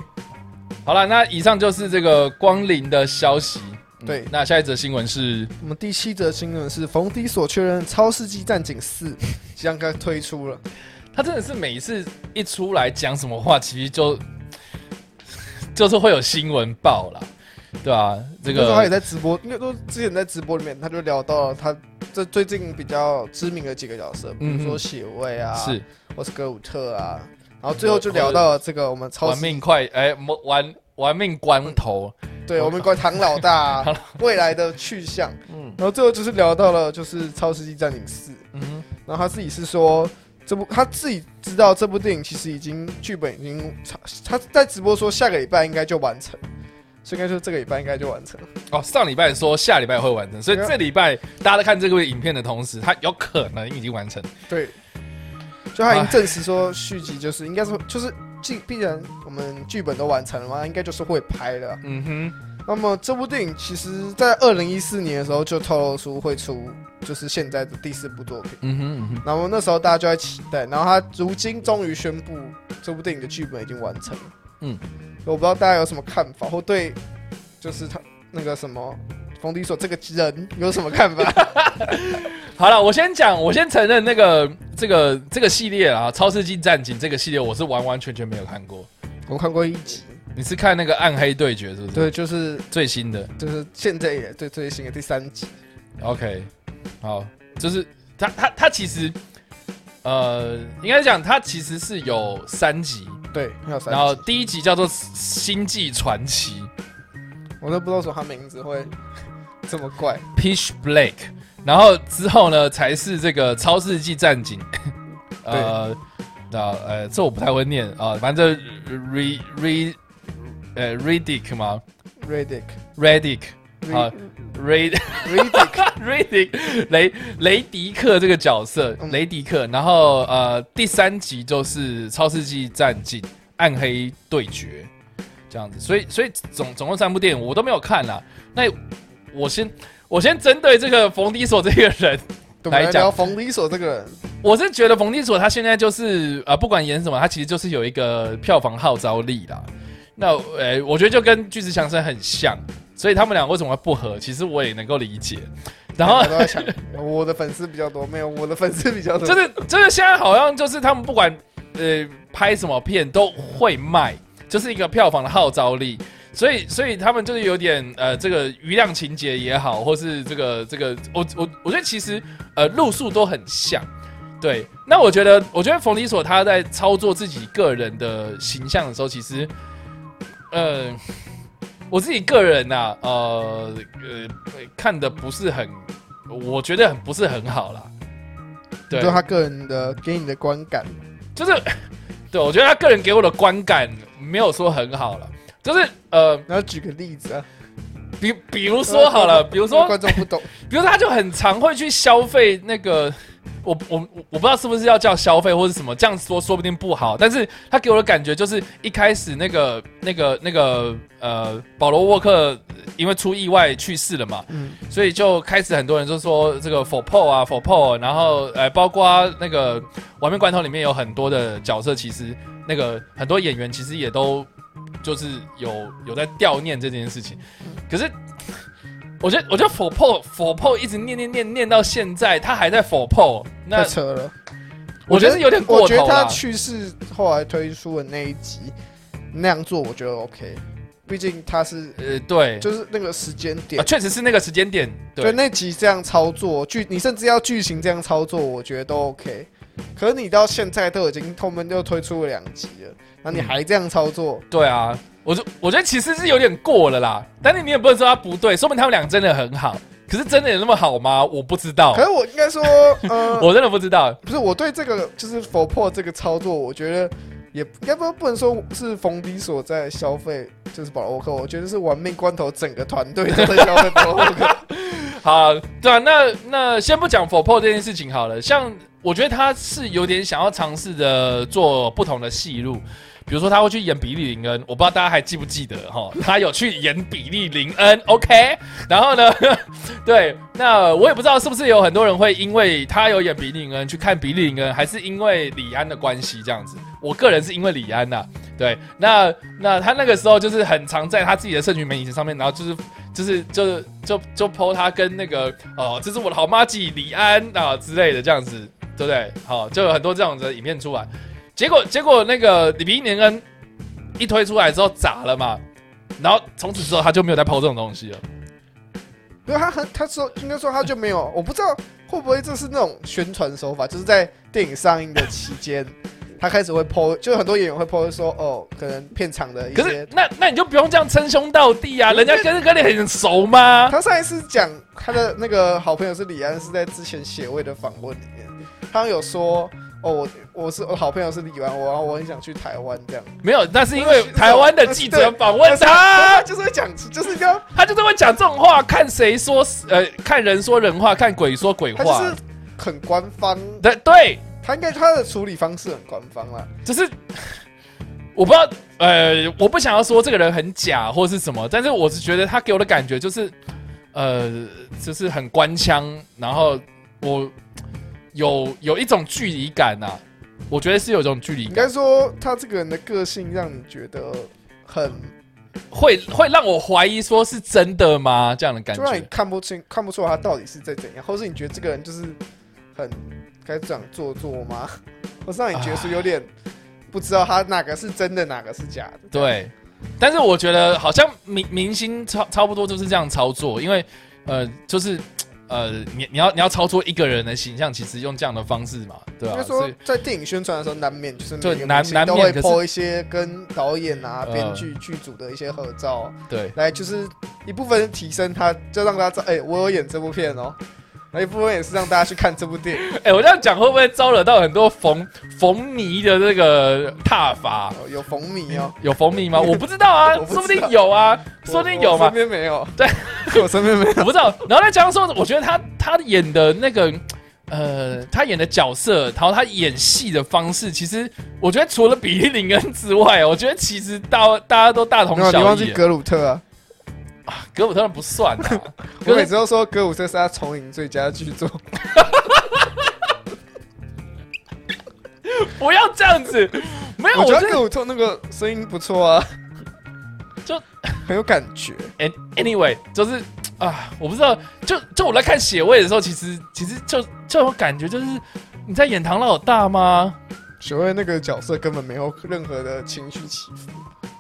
[SPEAKER 1] 好了，那以上就是这个光临的消息。嗯
[SPEAKER 2] 对
[SPEAKER 1] 那下一则新闻是
[SPEAKER 2] 我们第七则新闻是冯迪所确认《超世纪战警四》 [LAUGHS] 即将该推出了，
[SPEAKER 1] 他真的是每一次一出来讲什么话，其实就 [LAUGHS] 就是会有新闻报啦，对啊，这
[SPEAKER 2] 那时候他也
[SPEAKER 1] 个
[SPEAKER 2] 在直播，因为都之前在直播里面他就聊到了他这最近比较知名的几个角色，比
[SPEAKER 1] 嗯
[SPEAKER 2] 如
[SPEAKER 1] 哼
[SPEAKER 2] 说血卫啊，
[SPEAKER 1] 是
[SPEAKER 2] 或是格鲁特啊，然后最后就聊到了这个我们超
[SPEAKER 1] 玩
[SPEAKER 2] 世
[SPEAKER 1] 命快，哎、玩玩命关头。
[SPEAKER 2] 对我们管 [LAUGHS] 唐老大、啊、未来的去向，
[SPEAKER 1] 嗯
[SPEAKER 2] 然后最后就是聊到了就是《超世纪战警四》，
[SPEAKER 1] 嗯哼，
[SPEAKER 2] 然后他自己是说这部他自己知道这部电影其实已经剧本已经他在直播说下个礼拜应该就完成，所以应该说这个礼拜应该就完成，
[SPEAKER 1] 哦，上礼拜说下礼拜会完成，所以这礼拜大家在看这部影片的同时，它有可能已经完成。
[SPEAKER 2] 对，就他已经证实说续集就是应该是就是既必然我们剧本都完成了嘛，应该就是会拍的啊、
[SPEAKER 1] 嗯哼，
[SPEAKER 2] 那么这部电影其实在二零一四年的时候就透露出会出就是现在的第四部作品。
[SPEAKER 1] 嗯哼，嗯哼，
[SPEAKER 2] 然后那时候大家就在期待，然后他如今终于宣布这部电影的剧本已经完成了。
[SPEAKER 1] 嗯，
[SPEAKER 2] 我不知道大家有什么看法，或对就是他那个什么冯迪所这个人有什么看
[SPEAKER 1] [LAUGHS]
[SPEAKER 2] 法？
[SPEAKER 1] 好了，我先讲，我先承认那个这个这个系列啊，《超世纪战警》这个系列，我是完完全全没有看过。
[SPEAKER 2] 我看过一集，
[SPEAKER 1] 你是看那个《暗黑对决》是不是？，
[SPEAKER 2] 对，就是
[SPEAKER 1] 最新的。
[SPEAKER 2] 就是现在也最最新的第三集，
[SPEAKER 1] OK，好，就是它它它其实，呃，应该讲它其实是有三集，
[SPEAKER 2] 对，还有三
[SPEAKER 1] 然后
[SPEAKER 2] 集，
[SPEAKER 1] 第一集叫做《星际传奇》。
[SPEAKER 2] 我都不知道说他名字会这么怪，
[SPEAKER 1] Peach Blake，然后之后呢才是这个超世纪战
[SPEAKER 2] [LAUGHS]
[SPEAKER 1] 警，呃，那呃这我不太会念啊、反正
[SPEAKER 2] 嗯
[SPEAKER 1] Re Re 呃 Redick 吗
[SPEAKER 2] Redick。
[SPEAKER 1] ？Redick 好
[SPEAKER 2] Red-
[SPEAKER 1] 啊 Red [LAUGHS]
[SPEAKER 2] Redick，
[SPEAKER 1] Redick 雷雷迪克这个角色，
[SPEAKER 2] 嗯
[SPEAKER 1] 雷迪克，然后呃第三集就是超世纪战警暗黑对决这样子，所以所以总总共三部电影我都没有看啦。那我先我先针对这个冯迪索这个人。
[SPEAKER 2] 对我
[SPEAKER 1] 来
[SPEAKER 2] 们来
[SPEAKER 1] 讲
[SPEAKER 2] 聊冯迪所这个人，
[SPEAKER 1] 我是觉得冯提所他现在就是呃，不管演什么，他其实就是有一个票房号召力啦。那呃、我觉得就跟巨石强森很像，所以他们俩为什么会不合，其实我也能够理解。然后 [LAUGHS]
[SPEAKER 2] 我都在想，我的粉丝比较多，没有我的粉丝比较多，
[SPEAKER 1] [LAUGHS] 就是就是现在好像就是他们不管呃拍什么片都会卖，就是一个票房的号召力。所以所以他们就是有点呃这个余量情节也好，或是这个这个我我我觉得其实呃路数都很像。对，那我觉得，我觉得冯迪所他在操作自己个人的形象的时候，其实，呃，我自己个人呐、呃呃，看的不是很，我觉得很不是很好啦。对，
[SPEAKER 2] 就他个人的给你的观感，
[SPEAKER 1] 就是， [LAUGHS] 对我觉得他个人给我的观感没有说很好了，就是呃，
[SPEAKER 2] 然后举个例子啊，
[SPEAKER 1] 比比如说好了，比如说，
[SPEAKER 2] 呃观众
[SPEAKER 1] [LAUGHS]
[SPEAKER 2] 不懂，
[SPEAKER 1] 比如说他就很常会去消费那个，我我我我不知道是不是要叫消费或是什么，这样说说不定不好，但是他给我的感觉就是一开始那个那个那个呃，保罗沃克因为出意外去世了嘛，
[SPEAKER 2] 嗯，
[SPEAKER 1] 所以就开始很多人就说这个 for Paul 啊 for Paul，然后呃，包括那个《亡命关头》里面有很多的角色，其实那个很多演员其实也都就是有有在悼念这件事情。可是我觉得，我觉得 for Paul for Paul 一直念念念念到现在，他还在 for Paul，那
[SPEAKER 2] 太扯了。
[SPEAKER 1] 我觉得是有点过
[SPEAKER 2] 我觉得
[SPEAKER 1] 头
[SPEAKER 2] 他
[SPEAKER 1] 了。
[SPEAKER 2] 去世后来推出的那一集那样做，我觉得 OK，毕竟他是
[SPEAKER 1] 呃，对，
[SPEAKER 2] 就是那个时间
[SPEAKER 1] 啊
[SPEAKER 2] 点，
[SPEAKER 1] 确实是那个时间点，
[SPEAKER 2] 对
[SPEAKER 1] 对，
[SPEAKER 2] 那集这样操作剧，你甚至要剧情这样操作，我觉得都 OK。可是你到现在都已经他们又推出了两集了，那
[SPEAKER 1] 嗯
[SPEAKER 2] 你还这样操作，
[SPEAKER 1] 对啊，我就我觉得其实是有点过了啦，但是你也不能说他不对，说明他们俩真的很好。可是真的有那么好吗？我不知道
[SPEAKER 2] 可，是我应该说，
[SPEAKER 1] [LAUGHS]
[SPEAKER 2] 呃，
[SPEAKER 1] 我真的不知道。
[SPEAKER 2] 不是我对这个就是佛破这个操作，我觉得也应该不不能说是冯迪所在消费，就是保罗沃克，我觉得是玩命关头整个团队都在消
[SPEAKER 1] [LAUGHS]
[SPEAKER 2] 费保罗沃克。
[SPEAKER 1] 好，对啊，那那先不讲 for p o 这件事情好了，像我觉得他是有点想要尝试着做不同的戏路。比如说，他会去演比利林恩，我不知道大家还记不记得哈， [LAUGHS] 他有去演比利林恩，OK。然哦后呢，对，那我也不知道是不是有很多人会因为他有演比利林恩去看比利林恩，还是因为李安的关系这样子。我个人是因为李安呐、对，那那他那个时候就是很常在他自己的社群媒体上面，然后就是就是就是就就 PO 他跟那个哦，这是我的好妈吉李安啊之类的这样子，对不对？好、就有很多这样子的影片出来。结果结果那个李明年恩一推出来之后砸了嘛，然后从此之后他就没有再 PO 这种东西了。
[SPEAKER 2] 因为他很，他说应该说他就没有，我不知道会不会这是那种宣传手法，就是在电影上映的期间，他开始会 PO，就很多演员会 PO 说哦，可能片场的一
[SPEAKER 1] 可是
[SPEAKER 2] 些。
[SPEAKER 1] 那那你就不用这样称兄道弟啊，人家跟跟你很熟吗？
[SPEAKER 2] [LAUGHS] 他上一次讲他的那个好朋友是李安，是在之前写位的访问里面，他有说哦，我我是我好朋友是李安，我我很想去台湾
[SPEAKER 1] [LAUGHS]
[SPEAKER 2] 这样，
[SPEAKER 1] 没有，那是因为台湾的记者访问
[SPEAKER 2] 他
[SPEAKER 1] 他，
[SPEAKER 2] 就是会讲出，就是要
[SPEAKER 1] 他就是会讲这种话，看谁说呃，看人说人话，看鬼说鬼
[SPEAKER 2] 他就
[SPEAKER 1] 话。
[SPEAKER 2] 是很官方，
[SPEAKER 1] 对对，
[SPEAKER 2] 他应该他的处理方式很官方啦。
[SPEAKER 1] 只是 [LAUGHS] 我不知道，呃，我不想要说这个人很假或是什么，但是我是觉得他给我的感觉就是，呃，就是很官腔，然后我有有一种距离感啊，我觉得是有一种距离
[SPEAKER 2] 应
[SPEAKER 1] 感，
[SPEAKER 2] 该说他这个人的个性让你觉得很，
[SPEAKER 1] 会会让我怀疑说是真的吗？这样的感
[SPEAKER 2] 就让你
[SPEAKER 1] 觉。
[SPEAKER 2] 看不清、看不出来他到底是在怎样，或是你觉得这个人就是很该这样做作吗？ [LAUGHS] 或是让你觉得说有点不知道他哪个是真的，哪个是假的。
[SPEAKER 1] 对，但是我觉得好像明明星差差不多就是这样操作，因为呃，就是呃，你你要你要操作一个人的形象，其实用这样的方式嘛，对
[SPEAKER 2] 应
[SPEAKER 1] 吧、
[SPEAKER 2] 该
[SPEAKER 1] 所
[SPEAKER 2] 说
[SPEAKER 1] 以，
[SPEAKER 2] 在电影宣传的时候，难免就是
[SPEAKER 1] 对
[SPEAKER 2] 每个
[SPEAKER 1] 难
[SPEAKER 2] 明星都
[SPEAKER 1] 难
[SPEAKER 2] 会
[SPEAKER 1] 免可是
[SPEAKER 2] PO 一些跟导演啊、
[SPEAKER 1] 呃
[SPEAKER 2] 编剧、剧组的一些合照，
[SPEAKER 1] 对。
[SPEAKER 2] 来就是一部分提升他，就让大家知道，哎、我有演这部片哦。那一部分也是让大家去看这部电影，
[SPEAKER 1] 哎、我这样讲会不会招惹到很多逢逢泥的那个踏伐？
[SPEAKER 2] 哦有逢迷
[SPEAKER 1] [LAUGHS]
[SPEAKER 2] 哦，
[SPEAKER 1] 有逢泥吗？我不知道啊，
[SPEAKER 2] [LAUGHS] 我不知
[SPEAKER 1] 说
[SPEAKER 2] 道
[SPEAKER 1] 不定有啊，说不定有
[SPEAKER 2] 我
[SPEAKER 1] 嘛
[SPEAKER 2] 身，边没有，
[SPEAKER 1] 对，
[SPEAKER 2] 我身边没有。
[SPEAKER 1] 我不知道。然后再加上说，我觉得他他演的那个呃，他演的角色，然后他演戏的方式，其实我觉得除了比利林恩之外，我觉得其实大大家都大同
[SPEAKER 2] 没有，你
[SPEAKER 1] 小
[SPEAKER 2] 忘记
[SPEAKER 1] 异。
[SPEAKER 2] 格鲁特啊？
[SPEAKER 1] 格鲁特人不算啊，
[SPEAKER 2] [LAUGHS] 我
[SPEAKER 1] 格
[SPEAKER 2] 每
[SPEAKER 1] 鲁 [LAUGHS]
[SPEAKER 2] 次都说格鲁特是他重影最佳巨作，
[SPEAKER 1] 不要这样子，没有，
[SPEAKER 2] 我
[SPEAKER 1] 哎我
[SPEAKER 2] 觉
[SPEAKER 1] 觉
[SPEAKER 2] 得
[SPEAKER 1] 得
[SPEAKER 2] 歌舞透那个声音不错啊，
[SPEAKER 1] 就
[SPEAKER 2] 很有感觉。
[SPEAKER 1] An- anyway 就是啊，我不知道，就就我在看血位的时候，其实其实就就有感觉，就是你在演唐老大吗？
[SPEAKER 2] 学会那个角色根本没有任何的情绪起伏，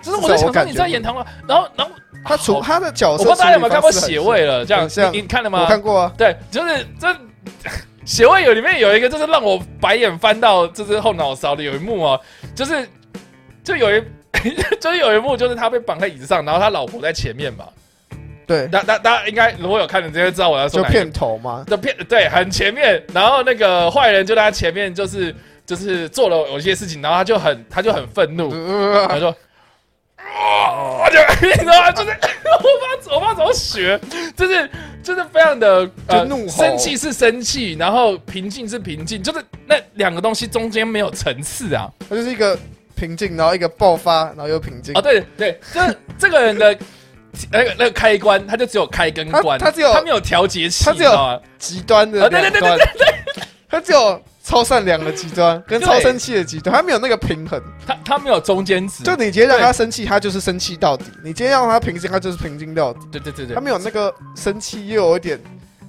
[SPEAKER 1] 就是我在想
[SPEAKER 2] 至少
[SPEAKER 1] 说
[SPEAKER 2] 我
[SPEAKER 1] 你在演唐老，然后然后
[SPEAKER 2] 他
[SPEAKER 1] 好
[SPEAKER 2] 处他的角
[SPEAKER 1] 我
[SPEAKER 2] 色
[SPEAKER 1] 不
[SPEAKER 2] 处
[SPEAKER 1] 知道大家
[SPEAKER 2] 理方式
[SPEAKER 1] 有没有看过《血
[SPEAKER 2] 很
[SPEAKER 1] 位》了，这样
[SPEAKER 2] 很像
[SPEAKER 1] 你你看了
[SPEAKER 2] 我
[SPEAKER 1] 吗？
[SPEAKER 2] 看过啊，
[SPEAKER 1] 对，就是这血位有里面有一个，就是让我白眼翻到就是后脑勺的有一幕哦，就是就有一 [LAUGHS] 就是有一幕，就是他被绑在椅子上，然后他老婆在前面嘛。
[SPEAKER 2] 对，
[SPEAKER 1] 大大大家应该如果有看的，直接知道我要说
[SPEAKER 2] 就
[SPEAKER 1] 哪一个
[SPEAKER 2] 片头嘛，
[SPEAKER 1] 的片对，很前面。然后那个坏人就在他前面，就是就是做了有些事情，然后他就很他就很愤怒，他
[SPEAKER 2] 呃
[SPEAKER 1] 说。啊！就 [LAUGHS] 你知道吗？就是我不知道我不知道怎么学，就是就是非常的呃
[SPEAKER 2] 就怒吼
[SPEAKER 1] 生气是生气，然后平静是平静，就是那两个东西中间没有层次啊。
[SPEAKER 2] 他就是一个平静，然后一个爆发，然后又平静
[SPEAKER 1] 哦，。对对，就是这个人的那个那个开关，他就只有开跟
[SPEAKER 2] 他
[SPEAKER 1] 关，
[SPEAKER 2] 他只有
[SPEAKER 1] 他没有调节器，
[SPEAKER 2] 他
[SPEAKER 1] 你
[SPEAKER 2] 只
[SPEAKER 1] 知
[SPEAKER 2] 有
[SPEAKER 1] 道吗？
[SPEAKER 2] 极端的
[SPEAKER 1] 啊对对
[SPEAKER 2] 两
[SPEAKER 1] 对
[SPEAKER 2] 端，他只有超善良的极端跟
[SPEAKER 1] 对
[SPEAKER 2] 超生气的极端，他没有那个平衡。
[SPEAKER 1] 他他没有中间值，
[SPEAKER 2] 就你今天让他生气，他就是生气到底；你今天让他平静，他就是平静到底。
[SPEAKER 1] 对对对
[SPEAKER 2] 他
[SPEAKER 1] 对
[SPEAKER 2] 没有那个生气又有一点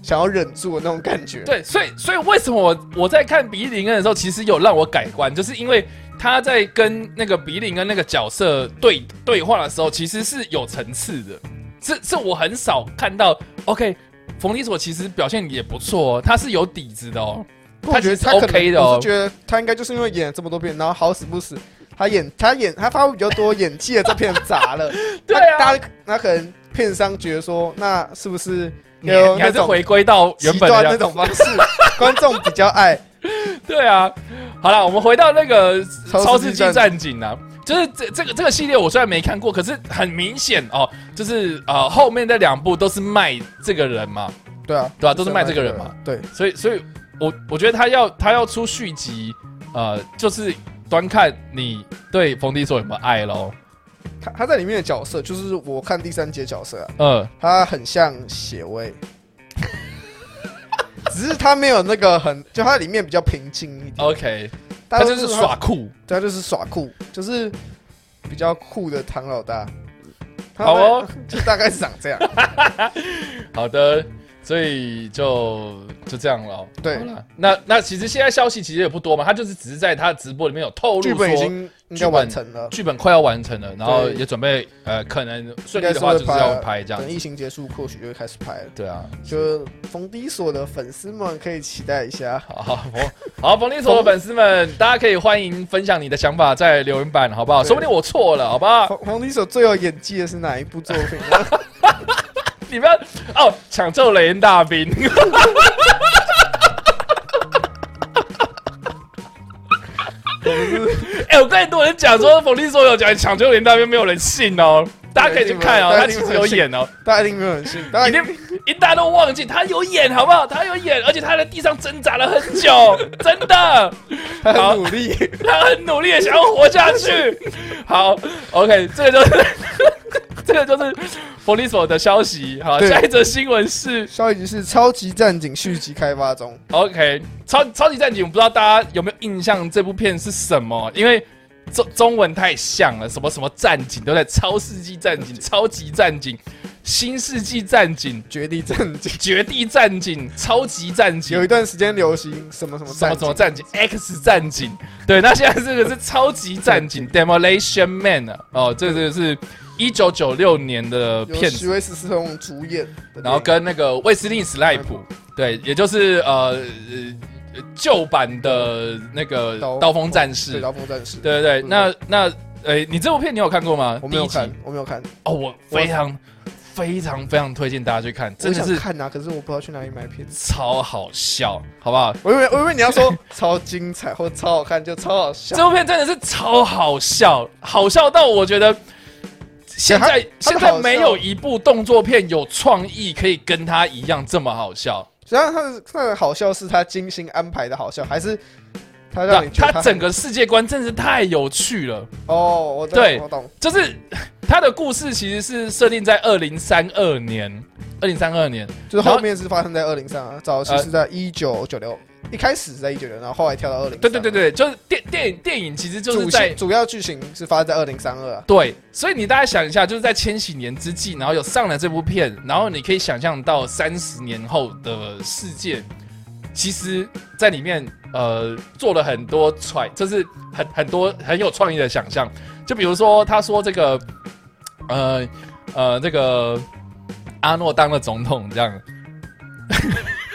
[SPEAKER 2] 想要忍住的那种感觉。
[SPEAKER 1] 对，所以所以为什么我我在看比利林恩的时候，其实有让我改观，就是因为他在跟那个比利林恩那个角色对对话的时候，其实是有层次的，是是我很少看到。OK，冯迪索其实表现也不错、哦，他是有底子的哦。
[SPEAKER 2] 不过我觉得
[SPEAKER 1] 他其
[SPEAKER 2] 他
[SPEAKER 1] 实
[SPEAKER 2] 可能
[SPEAKER 1] OK 的哦
[SPEAKER 2] 我是觉得他应该就是因为演了这么多遍，然后好死不死，他演他演他发挥比较多演技的这片
[SPEAKER 1] [LAUGHS]
[SPEAKER 2] 砸了。
[SPEAKER 1] 对
[SPEAKER 2] 那
[SPEAKER 1] 啊，
[SPEAKER 2] 大家那可能片商觉得说，那是不是
[SPEAKER 1] 你
[SPEAKER 2] 有
[SPEAKER 1] 你还
[SPEAKER 2] 那
[SPEAKER 1] 是
[SPEAKER 2] 种
[SPEAKER 1] 回归到原
[SPEAKER 2] 极
[SPEAKER 1] 本
[SPEAKER 2] 端
[SPEAKER 1] 的
[SPEAKER 2] 那
[SPEAKER 1] 样
[SPEAKER 2] 种方
[SPEAKER 1] [LAUGHS]
[SPEAKER 2] 式，观众比较爱？
[SPEAKER 1] 对啊，好了，我们回到那个
[SPEAKER 2] 超
[SPEAKER 1] 超世
[SPEAKER 2] 世纪
[SPEAKER 1] 纪
[SPEAKER 2] 战
[SPEAKER 1] 战警啊，就是这这个这个系列我虽然没看过，可是很明显哦，就是呃后面那两部都是卖这个人嘛，
[SPEAKER 2] 对啊，
[SPEAKER 1] 对啊都是卖这个人嘛。
[SPEAKER 2] 对，
[SPEAKER 1] 所以所以我我觉得他要他要出续集，呃，就是端看你对冯迪索有没有爱喽。
[SPEAKER 2] 他他在里面的角色就是我看第三节角色啊，
[SPEAKER 1] 嗯，
[SPEAKER 2] 他很像
[SPEAKER 1] [LAUGHS]
[SPEAKER 2] 血威，只是他没有那个很，就他里面比较平静一点。
[SPEAKER 1] ，OK，
[SPEAKER 2] 大
[SPEAKER 1] 哦他
[SPEAKER 2] 家
[SPEAKER 1] 就
[SPEAKER 2] 都
[SPEAKER 1] 是
[SPEAKER 2] 说
[SPEAKER 1] 耍酷，
[SPEAKER 2] 对，他就是耍酷，就是比较酷的唐老大。
[SPEAKER 1] 好哦，
[SPEAKER 2] 就大概是 [LAUGHS] 长这样。
[SPEAKER 1] 好的，所以就就这样了。
[SPEAKER 2] 对
[SPEAKER 1] 好啦那那其实现在消息其实也不多嘛，他就是只是在他的直播里面有透露
[SPEAKER 2] 剧本已
[SPEAKER 1] 说
[SPEAKER 2] 经应该完成了，
[SPEAKER 1] 剧本快要完成了，然后
[SPEAKER 2] 对
[SPEAKER 1] 也准备呃，可能顺
[SPEAKER 2] 应
[SPEAKER 1] 利
[SPEAKER 2] 该
[SPEAKER 1] 的
[SPEAKER 2] 是
[SPEAKER 1] 话
[SPEAKER 2] 会
[SPEAKER 1] 就是
[SPEAKER 2] 拍
[SPEAKER 1] 要
[SPEAKER 2] 了
[SPEAKER 1] 拍这样
[SPEAKER 2] 等
[SPEAKER 1] 子。
[SPEAKER 2] 疫情结束，或许就会开始拍了。
[SPEAKER 1] 对啊，
[SPEAKER 2] 就冯迪所的粉丝们可以期待一下。
[SPEAKER 1] 好好，冯好，冯立所的粉丝们，大家可以欢迎分享你的想法在留言板，好不好？
[SPEAKER 2] 对
[SPEAKER 1] 说不定我错了，好不好？
[SPEAKER 2] 冯冯迪所最有演技的是哪一部作品啊呢？
[SPEAKER 1] 你不要哦，抢救雷恩大
[SPEAKER 2] [LAUGHS]
[SPEAKER 1] 兵。哎、我跟很多人讲说，冯立所有讲抢救雷恩大兵，没有人信哦。大家可以去看哦，
[SPEAKER 2] 对
[SPEAKER 1] 他
[SPEAKER 2] 一
[SPEAKER 1] 其
[SPEAKER 2] 定
[SPEAKER 1] 实
[SPEAKER 2] 没有
[SPEAKER 1] 有
[SPEAKER 2] 人信
[SPEAKER 1] 演哦。
[SPEAKER 2] 大家一定没有很
[SPEAKER 1] [LAUGHS]
[SPEAKER 2] 信，大
[SPEAKER 1] 一
[SPEAKER 2] 家
[SPEAKER 1] 定
[SPEAKER 2] 一定
[SPEAKER 1] 一大家都忘记他有演，好不好？他有演，而且他在地上挣扎了很久，真的，
[SPEAKER 2] 他
[SPEAKER 1] 好
[SPEAKER 2] 很努力。
[SPEAKER 1] 他很努力的想要活下去。好，OK，这个就是 [LAUGHS] 这个就是佛利索的消息。好，
[SPEAKER 2] 对
[SPEAKER 1] 下一则新闻是
[SPEAKER 2] 消息是《超级战警》续集开发中，
[SPEAKER 1] OK 超超级战警，我不知道大家有没有印象这部片是什么，因为。中中文太像了，什么什么战警都在，超世纪战警、超级战警、新世纪战警、
[SPEAKER 2] 《绝地战警》
[SPEAKER 1] 绝地战警、超级战警
[SPEAKER 2] 有，一段时间流行什么什
[SPEAKER 1] 什
[SPEAKER 2] 么
[SPEAKER 1] 么
[SPEAKER 2] 战
[SPEAKER 1] 什么
[SPEAKER 2] 警，
[SPEAKER 1] 战警，X 战警，对，那现在这个是超级战警
[SPEAKER 2] [LAUGHS]
[SPEAKER 1] Demolition Man 啊，哦，这个是一九九六年的
[SPEAKER 2] 由
[SPEAKER 1] 片
[SPEAKER 2] 徐
[SPEAKER 1] 子，
[SPEAKER 2] 威斯斯通主演的电影，
[SPEAKER 1] 然后跟那个卫斯利史莱普，对，也就是呃呃旧版的那个
[SPEAKER 2] 刀
[SPEAKER 1] 刀锋战
[SPEAKER 2] 对
[SPEAKER 1] 士，
[SPEAKER 2] 刀锋战士，嗯
[SPEAKER 1] 对对对，那那呃，你这部片你有看过吗？
[SPEAKER 2] 我没有
[SPEAKER 1] 第一集
[SPEAKER 2] 看，我没有看，
[SPEAKER 1] 哦，我非常非常非常推荐大家去看，真
[SPEAKER 2] 我
[SPEAKER 1] 的
[SPEAKER 2] 想
[SPEAKER 1] 是
[SPEAKER 2] 看啊，可是我不知道去哪里买片子。
[SPEAKER 1] 超好笑，好不好？
[SPEAKER 2] 我以为我以为你
[SPEAKER 1] [LAUGHS]
[SPEAKER 2] 要说超精彩或超好看，就超好笑。
[SPEAKER 1] 这部片真的是超好笑，好笑到我觉得现在
[SPEAKER 2] 它它
[SPEAKER 1] 现
[SPEAKER 2] 的好
[SPEAKER 1] 在
[SPEAKER 2] 笑
[SPEAKER 1] 没有一部动作片有创意可以跟它一样这么好笑。
[SPEAKER 2] 实际上他的他的好笑是他精心安排的好笑，还是他
[SPEAKER 1] 那
[SPEAKER 2] 让你觉
[SPEAKER 1] 它
[SPEAKER 2] 得他
[SPEAKER 1] 整个世界观真是太有趣了，
[SPEAKER 2] 哦，我懂
[SPEAKER 1] 对
[SPEAKER 2] 我懂，
[SPEAKER 1] 就是它的故事其实是设定在二零三二年，二零三二年，呃
[SPEAKER 2] 就是后面是发生在二零三啊，早期是在一九九六，一开始是在一九年，然后后来跳到二零。啊
[SPEAKER 1] 对对对，对，就是电电影电影其实就是
[SPEAKER 2] 主
[SPEAKER 1] 在
[SPEAKER 2] 线主要剧情是发生在二零三
[SPEAKER 1] [LAUGHS]
[SPEAKER 2] 二啊。
[SPEAKER 1] 对，所以你大家想一下，就是在千禧年之际，然后有上了这部片，然后你可以想象到三十年后的世界，其实在里面呃做了很多揣，就是很很多很有创意的想象。就比如说他说这个，呃呃，这个阿诺当了总统这样，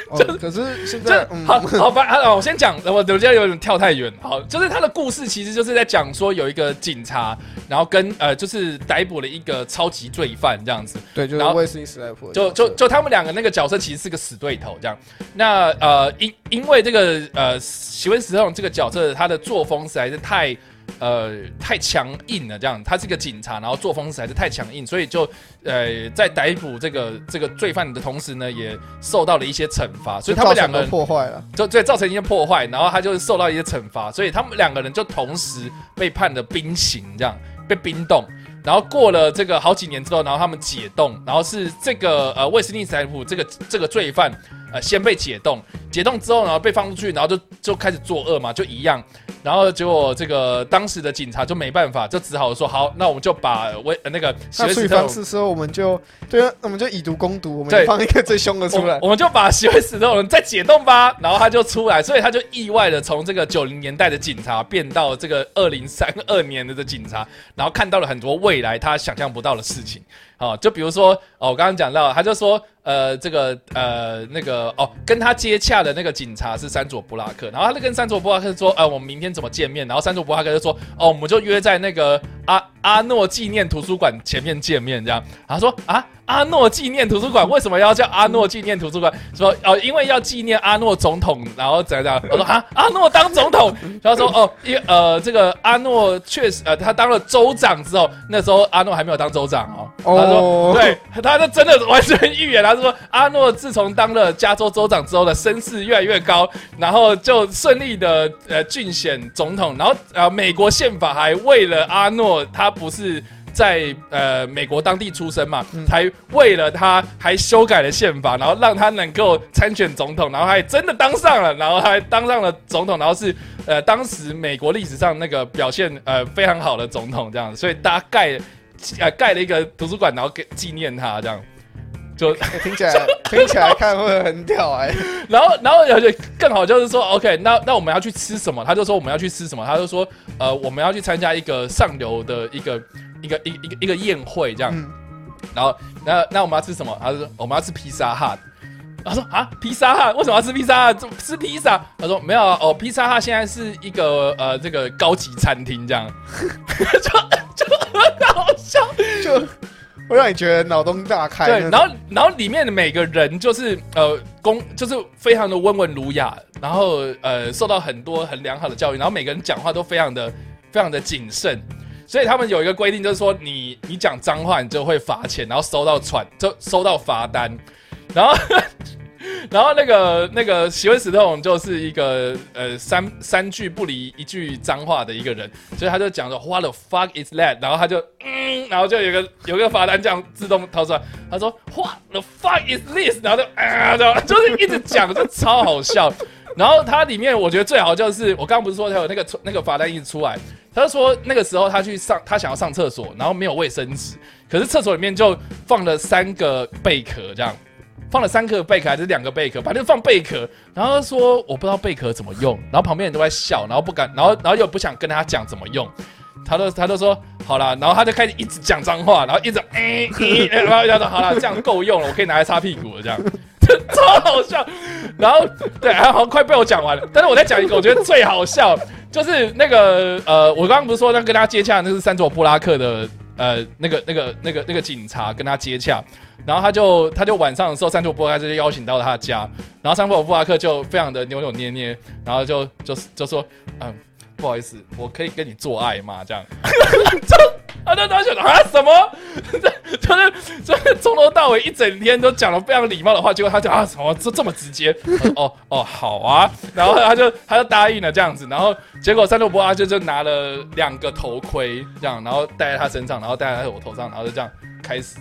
[SPEAKER 2] 哦可是现
[SPEAKER 1] 这
[SPEAKER 2] 在嗯，
[SPEAKER 1] 好好吧，啊，我先讲，我我觉得有点跳太远。好，就是他的故事其实就是在讲说有一个警察，然后跟呃就是逮捕了一个超级罪犯这样子，
[SPEAKER 2] [LAUGHS] 对，就是
[SPEAKER 1] 然后
[SPEAKER 2] 威斯利史莱普的角
[SPEAKER 1] 就
[SPEAKER 2] 色，
[SPEAKER 1] 就就他们两个那个角色其实是个死对头这样。那呃因因为这个呃席文史朗这个角色他的作风实在是太。呃，太强硬了，这样，他是个警察，然后作风实在是太强硬，所以就呃，在逮捕这个这个罪犯的同时呢，也受到了一些惩罚，所以他们
[SPEAKER 2] 就
[SPEAKER 1] 两
[SPEAKER 2] 造成
[SPEAKER 1] 个人
[SPEAKER 2] 了破坏了。
[SPEAKER 1] 就对造成一些破坏，然后他就是受到一些惩罚，所以他们两个人就同时被判了冰刑，这样被冰冻。然后过了这个好几年之后，然后他们解冻，然后是这个呃卫斯利斯莱普这个这个罪犯呃先被解冻，解冻之后然后被放出去，然后就就开始作恶嘛，就一样。然后结果这个当时的警察就没办法，就只好说好，那我们就把威、呃那个
[SPEAKER 2] 那
[SPEAKER 1] 史
[SPEAKER 2] 处
[SPEAKER 1] 威斯
[SPEAKER 2] 理
[SPEAKER 1] 特
[SPEAKER 2] 方式之后，我们就对啊，我们就以毒攻毒，我
[SPEAKER 1] 对哦
[SPEAKER 2] 们放一个最凶的出来
[SPEAKER 1] 我。我们就把席维斯诺人再解冻吧，然后他就出来，所以他就意外的从这个九零年代的警察变到这个二零三二年的警察，然后看到了很多未来他想象不到的事情。哦，就比如说，哦，我刚刚讲到，他就说，呃，这个，呃，那个，哦，跟他接洽的那个警察是山卓布拉克，然后他就跟山卓布拉克说，呃，我们明天怎么见面？然后山卓布拉克就说，哦，我们就约在那个阿阿诺纪念图书馆前面见面，这样。然后说，啊，阿诺纪念图书馆为什么要叫阿诺纪念图书馆？说，哦，因为要纪念阿诺总统，然后怎样怎样。我说，啊，阿诺当总统，然后说，哦，因为呃，这个阿诺确实，呃，他当了州长之后，那时候阿诺还没有当州长哦，他说。
[SPEAKER 2] 哦，
[SPEAKER 1] 对，他就真的完全预言，他说阿诺自从当了加州州长之后的声势越来越高，然后就顺利的呃竞选总统，然后呃美国宪法还为了阿诺他不是。在呃美国当地出生嘛，才为了他还修改了宪法，然后让他能够参选总统，然后还真的当上了，然后还当上了总统，然后是呃当时美国历史上那个表现呃非常好的总统这样，所以大概呃盖了一个图书馆，然后给纪念他这样。就，
[SPEAKER 2] 听起来听起来看会很屌哎。
[SPEAKER 1] 然后，然后有些更好就是说，OK，那那我们要去吃什么？他就说我们要去吃什么？他就说，呃，我们要去参加一个上流的一个一个一个一个一个宴会这样。
[SPEAKER 2] 嗯
[SPEAKER 1] 然后，那那我们要吃什么？他就说我们要吃披萨哈。他说啊，披萨哈为什么要吃披萨？这吃披萨？他说没有啊哦，披萨哈现在是一个呃这个高级餐厅这样， [LAUGHS] 就 [LAUGHS] 就很好笑。
[SPEAKER 2] 就会让你觉得脑洞大开。
[SPEAKER 1] 对，然后然后里面的每个人就是呃公就是非常的温文儒雅，然后呃受到很多很良好的教育，然后每个人讲话都非常的非常的谨慎，所以他们有一个规定，就是说你你讲脏话你就会罚钱，然后收到传就收到罚单，然后然后那个那个席文史特龙就是一个呃三三句不离一句脏话的一个人，所以他就讲说 What the fuck is that？然后他就嗯，然后就有一个有一个罚单这样自动掏出来，他说 What the fuck is this？然后就啊，然后就是一直讲，就超好笑。然后它里面我觉得最好就是我刚刚不是说他有那个那个罚单一直出来，他就说那个时候他去上他想要上厕所，然后没有卫生纸，可是厕所里面就放了三个贝壳这样。放了三个贝壳还是两个贝壳，反正放贝壳，然后他说我不知道贝壳怎么用，然后旁边人都在笑，然后不敢，然后然后又不想跟他讲怎么用，他都他都说好啦，然后他就开始一直讲脏话，然后一直 [LAUGHS] 哎、欸欸，然后他说好了，这样够用了，我可以拿来擦屁股了，这样， [LAUGHS] 超好笑。然后对，还好像快被我讲完了，但是我再讲一个，我觉得最好笑就是那个呃，我刚刚不是说那跟他接洽那是三佐布拉克的呃那个那个那个那个警察跟他接洽，然后他就他就晚上的时候，三佐布拉克就邀请到他的家，然后三佐布拉克就非常的扭扭捏捏，然后就就就说嗯。不好意思，我可以跟你做爱吗？这样， [LAUGHS] 啊，那他就啊什么， [LAUGHS] 就是就是从头到尾一整天都讲了非常礼貌的话，结果他就啊什么这这么直接， [LAUGHS] 我说哦哦好啊，然后他就他就答应了这样子，然后结果三六波阿就就拿了两个头盔这样，然后戴在他身上，然后戴在我头上，然后就这样开始，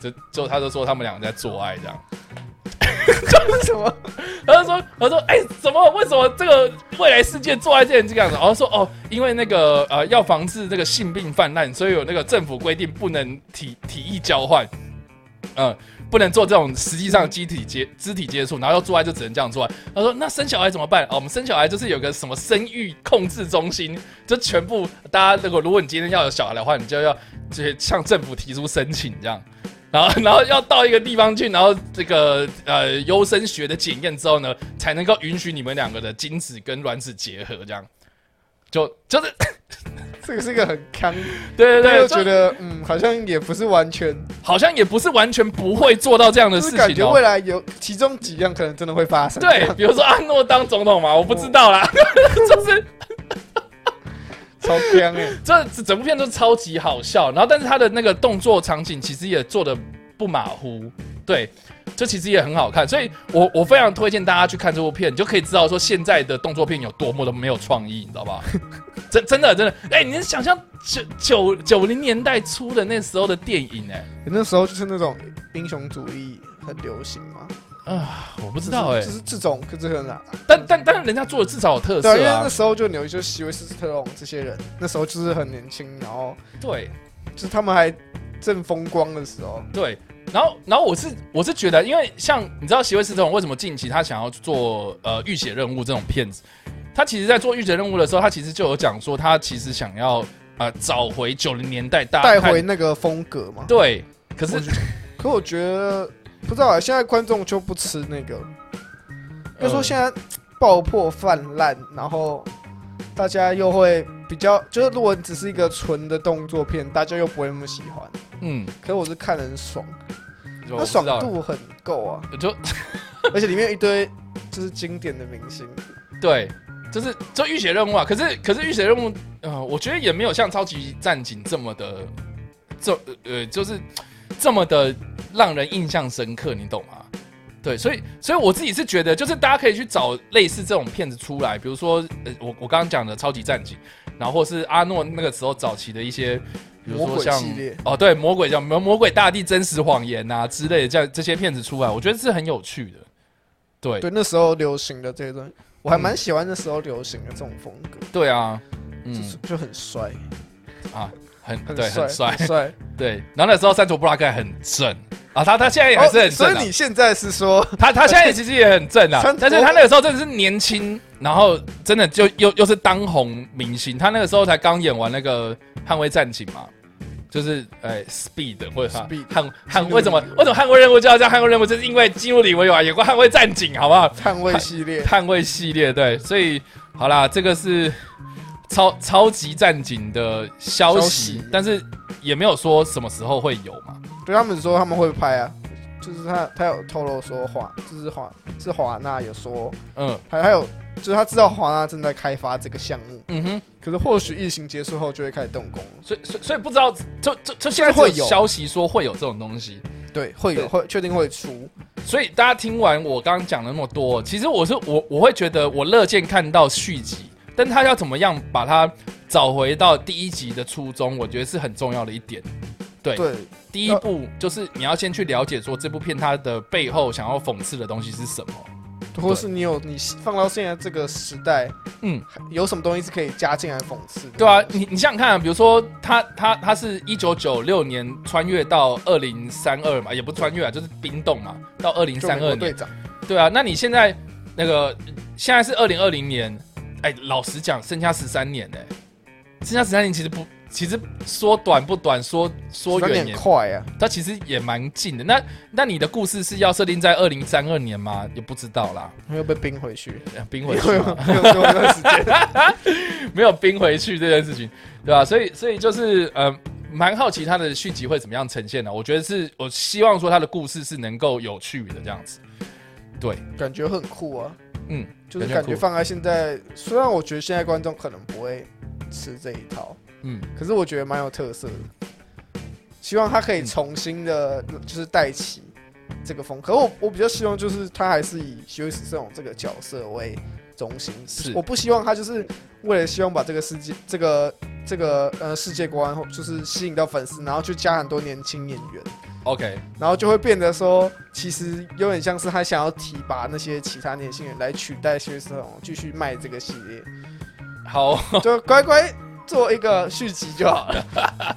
[SPEAKER 1] 就就他就说他们两个在做爱这样，
[SPEAKER 2] 什么？
[SPEAKER 1] 他就说，他说，哎、怎么为什么这个未来世界做在这里这样子？然后说，哦，因为那个呃，要防治这个性病泛滥，所以有那个政府规定不能体体液交换，嗯、不能做这种实际上机体接肢体接触，然后要做爱就只能这样做爱。他说，那生小孩怎么办？哦，我们生小孩就是有个什么生育控制中心，就全部大家如果如果你今天要有小孩的话，你就要去向政府提出申请这样。然后，然后要到一个地方去，然后这个呃优生学的检验之后呢，才能够允许你们两个的精子跟卵子结合，这样就就是
[SPEAKER 2] 这个是一个很坑，
[SPEAKER 1] 对对
[SPEAKER 2] 但
[SPEAKER 1] 对，
[SPEAKER 2] 又
[SPEAKER 1] 就
[SPEAKER 2] 觉得嗯，好像也不是完全，
[SPEAKER 1] 好像也不是完全不会做到这样的
[SPEAKER 2] 就
[SPEAKER 1] 事
[SPEAKER 2] 是感
[SPEAKER 1] 情
[SPEAKER 2] 觉未
[SPEAKER 1] 哦。
[SPEAKER 2] 来有其中几样可能真的会发生。
[SPEAKER 1] 对，比如说阿诺当总统嘛，我不知道啦，就是
[SPEAKER 2] 超坑哎，
[SPEAKER 1] 这整部片都超级好笑，然后但是他的那个动作场景其实也做的不马虎，对，这其实也很好看，所以我我非常推荐大家去看这部片，你就可以知道说现在的动作片有多么的没有创意，你知道吧？真真的真的，哎、你能想象九九九零年代初的那时候的电影、哎
[SPEAKER 2] 那时候就是那种英雄主义很流行嘛，
[SPEAKER 1] 哎，啊，我不知道哎、
[SPEAKER 2] 就是就是这种，可是很难。
[SPEAKER 1] 但但但人家做的至少有特
[SPEAKER 2] 对啊，
[SPEAKER 1] 色
[SPEAKER 2] 因为那
[SPEAKER 1] 啊，
[SPEAKER 2] 时候就有就席维斯·斯特龙这些人，那时候就是很年轻，然后
[SPEAKER 1] 对。
[SPEAKER 2] 就是他们还正风光的时候，
[SPEAKER 1] 对，然后然后我是我是觉得，因为像你知道席维斯特龙为什么近期他想要做呃浴血任务这种片子，他其实在做浴血任务的时候，他其实就有讲说，他其实想要呃找回九零年代大
[SPEAKER 2] 带
[SPEAKER 1] 看
[SPEAKER 2] 回那个风格嘛。
[SPEAKER 1] 啊对，可是
[SPEAKER 2] 可我觉得不知道啊，现在观众就不吃那个，
[SPEAKER 1] 嗯呃
[SPEAKER 2] 要说现在爆破泛滥，然后大家又会比较，就是如果你只是一个纯的动作片，大家又不会那么喜欢。
[SPEAKER 1] 嗯，
[SPEAKER 2] 可是我是看得很爽，
[SPEAKER 1] 我
[SPEAKER 2] 那
[SPEAKER 1] 不知
[SPEAKER 2] 爽
[SPEAKER 1] 道
[SPEAKER 2] 度很够啊，
[SPEAKER 1] 就
[SPEAKER 2] [LAUGHS] 而且里面有一堆就是经典的明星，
[SPEAKER 1] 对，就是就浴血任务啊。可是可是浴血任务，呃，我觉得也没有像超级战警这么的，这呃就是这么的让人印象深刻，你懂吗？对，所以所以我自己是觉得，就是大家可以去找类似这种片子出来，比如说呃我我刚刚讲的超级战警，然后或是阿诺那个时候早期的一些。比如
[SPEAKER 2] 魔
[SPEAKER 1] 说
[SPEAKER 2] 鬼
[SPEAKER 1] 像
[SPEAKER 2] 系列
[SPEAKER 1] 哦，对，魔鬼像魔魔鬼大地真实谎言呐、之类的，这样这些片子出来，我觉得是很有趣的。对
[SPEAKER 2] 对那时候流行的这些东西，我还蛮喜欢那时候流行的这种风格，
[SPEAKER 1] 对啊，嗯，
[SPEAKER 2] 就是就很帅，
[SPEAKER 1] 啊，很
[SPEAKER 2] 很
[SPEAKER 1] 对，很
[SPEAKER 2] 帅，
[SPEAKER 1] 帅，
[SPEAKER 2] 很帅。
[SPEAKER 1] 对。然后那时候山卓布拉盖很正啊，他他现在也还是很
[SPEAKER 2] 哦所
[SPEAKER 1] 正、啊
[SPEAKER 2] 以你哎现在是说
[SPEAKER 1] 他他现在其实也很正啊
[SPEAKER 2] 山，卓
[SPEAKER 1] 但是他那个时候真的是年轻，然后真的就又又是当红明星，他那个时候才刚演完那个《捍卫战警》嘛。就是哎、，Speed 或者他
[SPEAKER 2] Speed，
[SPEAKER 1] 捍
[SPEAKER 2] 激怒
[SPEAKER 1] 捍
[SPEAKER 2] 你
[SPEAKER 1] 为什么为什么捍卫任务就要叫捍卫任务？就是因为基努里维瓦演过捍卫战警，好不好？
[SPEAKER 2] 捍卫系列？
[SPEAKER 1] [LAUGHS] 捍卫系列对，所以好啦，这个是超超级战警的消息，
[SPEAKER 2] 消息
[SPEAKER 1] 但是也没有说什么时候会有嘛。
[SPEAKER 2] 对他们说他们会拍啊，就是他他有透露说华，就是华是华纳有说，
[SPEAKER 1] 嗯
[SPEAKER 2] 还还有就是他知道华纳正在开发这个项目，
[SPEAKER 1] 嗯哼，
[SPEAKER 2] 可是或许疫情结束后就会开始动工了。
[SPEAKER 1] 所以所以所以不知道，就就就现在
[SPEAKER 2] 会
[SPEAKER 1] 会
[SPEAKER 2] 有
[SPEAKER 1] 有消息说会有这种东西，
[SPEAKER 2] 对，会有
[SPEAKER 1] 对
[SPEAKER 2] 会确定会出，
[SPEAKER 1] 所以大家听完我刚刚讲了那么多，其实我是我我会觉得我乐见看到续集，但他要怎么样把它找回到第一集的初衷，我觉得是很重要的一点。对
[SPEAKER 2] 对，
[SPEAKER 1] 第
[SPEAKER 2] 呃
[SPEAKER 1] 一步就是你要先去了解说这部片它的背后想要讽刺的东西是什么。
[SPEAKER 2] 或是你有你放到现在这个时代，
[SPEAKER 1] 嗯，
[SPEAKER 2] 有什么东西是可以加进来讽刺的？
[SPEAKER 1] 对啊，你你想想看、啊，比如说他他他是一九九六年穿越到二零三二嘛，也不是穿越啊，就是冰冻嘛，到二零
[SPEAKER 2] 就
[SPEAKER 1] 三
[SPEAKER 2] 美国
[SPEAKER 1] 二
[SPEAKER 2] 队
[SPEAKER 1] 年。
[SPEAKER 2] 长，
[SPEAKER 1] 对啊，那你现在那个现在是二零二零年，哎，老实讲，剩下十三年呢、剩下十三年其实不，其实说短不短，说说
[SPEAKER 2] 有
[SPEAKER 1] 远
[SPEAKER 2] 点
[SPEAKER 1] 也，
[SPEAKER 2] 快啊，
[SPEAKER 1] 它其实也蛮近的。那那你的故事是要设定在二零三二年吗？也不知道啦，
[SPEAKER 2] 又被冰回去，
[SPEAKER 1] 呃冰
[SPEAKER 2] 又 [LAUGHS]
[SPEAKER 1] 回
[SPEAKER 2] 又
[SPEAKER 1] 去 [LAUGHS]
[SPEAKER 2] 又
[SPEAKER 1] 嘛
[SPEAKER 2] 一段时间，
[SPEAKER 1] 没有冰回去这件事情，对吧？所以，所以就是呃，蛮好奇他的续集会怎么样呈现的。我觉得是我希望说他的故事是能够有趣的这样子。对，
[SPEAKER 2] 感觉很酷啊。
[SPEAKER 1] 嗯，
[SPEAKER 2] 就是感
[SPEAKER 1] 感觉
[SPEAKER 2] 觉
[SPEAKER 1] 酷
[SPEAKER 2] 放在现在，虽然我觉得现在观众可能不会吃这一套，
[SPEAKER 1] 嗯，
[SPEAKER 2] 可是我觉得蛮有特色的。希望它可以重新的，就是带起这个风。可我我比较希望就是它还是以休斯这种这个角色为中心，
[SPEAKER 1] 是
[SPEAKER 2] 我不希望它就是为了希望把这个世界这个这个呃世界观就是吸引到粉丝，然后去加很多年轻演员，
[SPEAKER 1] OK，
[SPEAKER 2] 然后就会变得说，其实有点像是他想要提拔那些其他年轻人来取代薛之龙，继续卖这个系
[SPEAKER 1] [LAUGHS]
[SPEAKER 2] 列，
[SPEAKER 1] 好， [LAUGHS]
[SPEAKER 2] 就乖乖做一个续集就好了，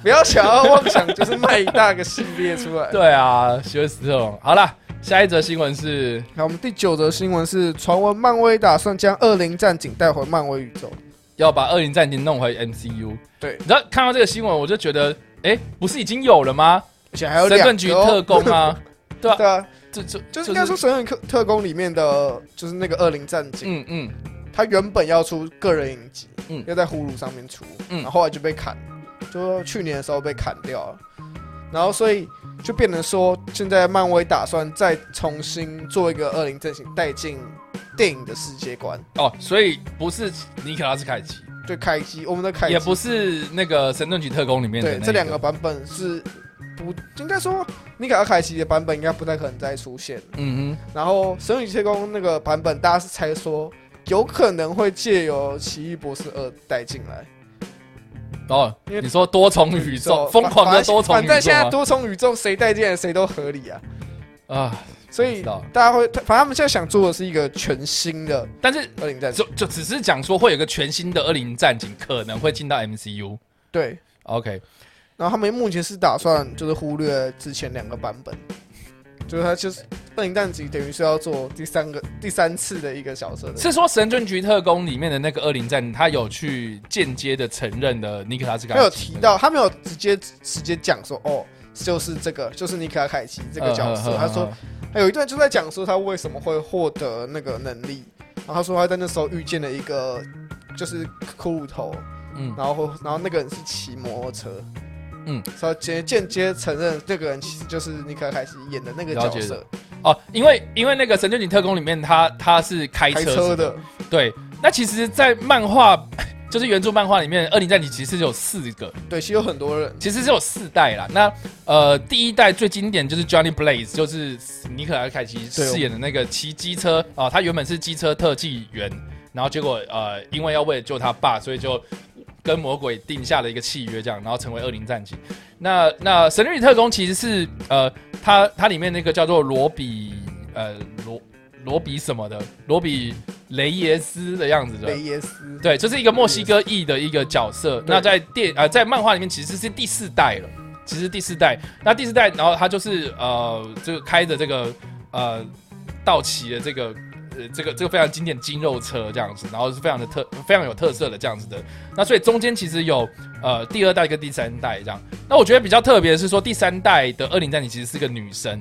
[SPEAKER 2] [LAUGHS] 不要想要妄想就是卖一大个系列出
[SPEAKER 1] [LAUGHS]
[SPEAKER 2] 来。
[SPEAKER 1] 对啊，学死这种。好啦，下一则新闻是
[SPEAKER 2] 好，我们第九则新闻是传闻漫威打算将《恶灵战警》带回漫威宇宙。
[SPEAKER 1] 要把《恶灵战警》弄回 MCU。
[SPEAKER 2] 对
[SPEAKER 1] 你知道看到这个新闻，我就觉得，哎、不是已经有了吗？
[SPEAKER 2] 而且还有
[SPEAKER 1] 神
[SPEAKER 2] 两
[SPEAKER 1] 盾局
[SPEAKER 2] 个哦
[SPEAKER 1] 特
[SPEAKER 2] [LAUGHS]
[SPEAKER 1] 工啊，对啊，
[SPEAKER 2] 对啊，
[SPEAKER 1] 这这
[SPEAKER 2] 就
[SPEAKER 1] 就是
[SPEAKER 2] 应该说《神盾特特工》里面的，就是那个恶灵战警，
[SPEAKER 1] 嗯嗯，
[SPEAKER 2] 他原本要出个人影集，
[SPEAKER 1] 嗯
[SPEAKER 2] 要在呼噜上面出，
[SPEAKER 1] 嗯
[SPEAKER 2] 然后后来就被砍，就去年的时候被砍掉了，然后所以就变成说，现在漫威打算再重新做一个恶灵战警，带进电影的世界观，
[SPEAKER 1] 哦，所以不是尼可拉斯凯奇，
[SPEAKER 2] 就开机，我们的开机
[SPEAKER 1] 也不是那个神盾局特工里面的、那
[SPEAKER 2] 对，
[SPEAKER 1] 个
[SPEAKER 2] 这两个版本是不应该说，尼卡凯奇的版本应该不太可能再出现。
[SPEAKER 1] 嗯
[SPEAKER 2] 然后《神与天宫》那个版本，大家是猜说有可能会借由《奇异博士二》带进来
[SPEAKER 1] 哼，哦，
[SPEAKER 2] 因为
[SPEAKER 1] 你说多重宇宙，
[SPEAKER 2] 反
[SPEAKER 1] 疯狂的多重宇
[SPEAKER 2] 反
[SPEAKER 1] 宙
[SPEAKER 2] 正现在
[SPEAKER 1] 吗？
[SPEAKER 2] 多重宇宙谁带进来谁都合理啊，
[SPEAKER 1] 啊，
[SPEAKER 2] 所
[SPEAKER 1] 知
[SPEAKER 2] 以
[SPEAKER 1] 道
[SPEAKER 2] 大家会，反正他们现在想做的是一个全新的
[SPEAKER 1] 但是
[SPEAKER 2] 二零战士，
[SPEAKER 1] 就就只是讲说会有一个全新的《恶灵战警》可能会进到 MCU。
[SPEAKER 2] 对。
[SPEAKER 1] OK，
[SPEAKER 2] 然后他们目前是打算就是忽略之前两个版本，就是他就是《二零战警》等于是要做第三个第三次的一个角色的
[SPEAKER 1] 是说神盾局特工里面的那个恶灵战，他有去间接的承认了尼可拉斯凯
[SPEAKER 2] 他
[SPEAKER 1] 奇，
[SPEAKER 2] 有提到，他没有直接直接讲说哦，就是这个，就是尼可凯奇这个角色。
[SPEAKER 1] 嗯
[SPEAKER 2] 他说，哎他有一段就在讲说他为什么会获得那个能力，然后他说他在那时候遇见了一个就是骷髅头，
[SPEAKER 1] 嗯
[SPEAKER 2] 然后然后那个人是骑摩托车，
[SPEAKER 1] 嗯，
[SPEAKER 2] 所以间间接承认这个人其实就是尼可凯奇演的那个
[SPEAKER 1] 了
[SPEAKER 2] 角
[SPEAKER 1] 解
[SPEAKER 2] 色，
[SPEAKER 1] 哦，因为因为那个神盾局特工里面他他是开
[SPEAKER 2] 开
[SPEAKER 1] 车
[SPEAKER 2] 车
[SPEAKER 1] 子
[SPEAKER 2] 的，
[SPEAKER 1] 对。那其实，在漫画就是原著漫画里面，恶灵战警其实有四个，
[SPEAKER 2] 对，其实有很多人，
[SPEAKER 1] 其实是有四代啦。那呃，第一代最经典就是 Johnny Blaze，就是尼可拉斯凯奇
[SPEAKER 2] 对哦
[SPEAKER 1] 饰演的那个骑机车啊、他原本是机车特技员，然后结果呃，因为要为了救他爸，所以就跟魔鬼定下了一个契约，这样，然后成为恶灵战警。那那神盾局特工其实是呃，他他里面那个叫做罗比呃罗罗比什么的，罗比雷耶斯的样子的，
[SPEAKER 2] 雷耶斯，
[SPEAKER 1] 对，啊就是一个墨西哥裔的一个角色。那在电呃在漫画里面其实是第四代了，其实第四代。那第四代，然后他就是呃这个开着这个呃道奇的这个。呃，这个这个非常经典肌肉车这样子，然后是非常的特非常有特色的这样子的。那所以中间其实有呃第二代跟第三代这样。那我觉得比较特别的是说，第三代的恶灵战警其实是个女生，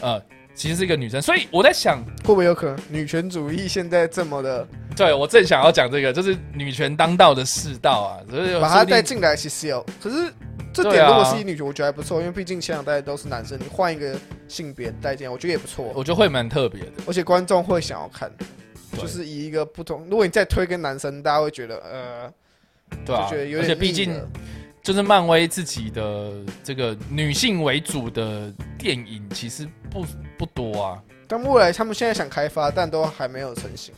[SPEAKER 1] 呃，其实是一个女生。所以我在想，
[SPEAKER 2] 会不会有可能女权主义现在这么的
[SPEAKER 1] 对，我正想要讲这个，就是女权当道的世道啊，所以
[SPEAKER 2] 把它带
[SPEAKER 1] 在
[SPEAKER 2] 进来，其实有，可是这
[SPEAKER 1] 对
[SPEAKER 2] 点
[SPEAKER 1] 啊
[SPEAKER 2] 如果是一女权，我觉得还不错，因为毕竟前两代都是男生，你换一个性别带进来，我觉得也不错，
[SPEAKER 1] 我觉得会蛮特别的，
[SPEAKER 2] 而且观众会想要看，
[SPEAKER 1] 对
[SPEAKER 2] 就是以一个不同，如果你再推跟男生，大家会觉得呃，
[SPEAKER 1] 对啊，
[SPEAKER 2] 就觉得有
[SPEAKER 1] 而
[SPEAKER 2] 点腻
[SPEAKER 1] 且
[SPEAKER 2] 了，
[SPEAKER 1] 毕竟就是漫威自己的这个女性为主的电影其实不不多啊，
[SPEAKER 2] 但未来他们现在想开发，但都还没有成型，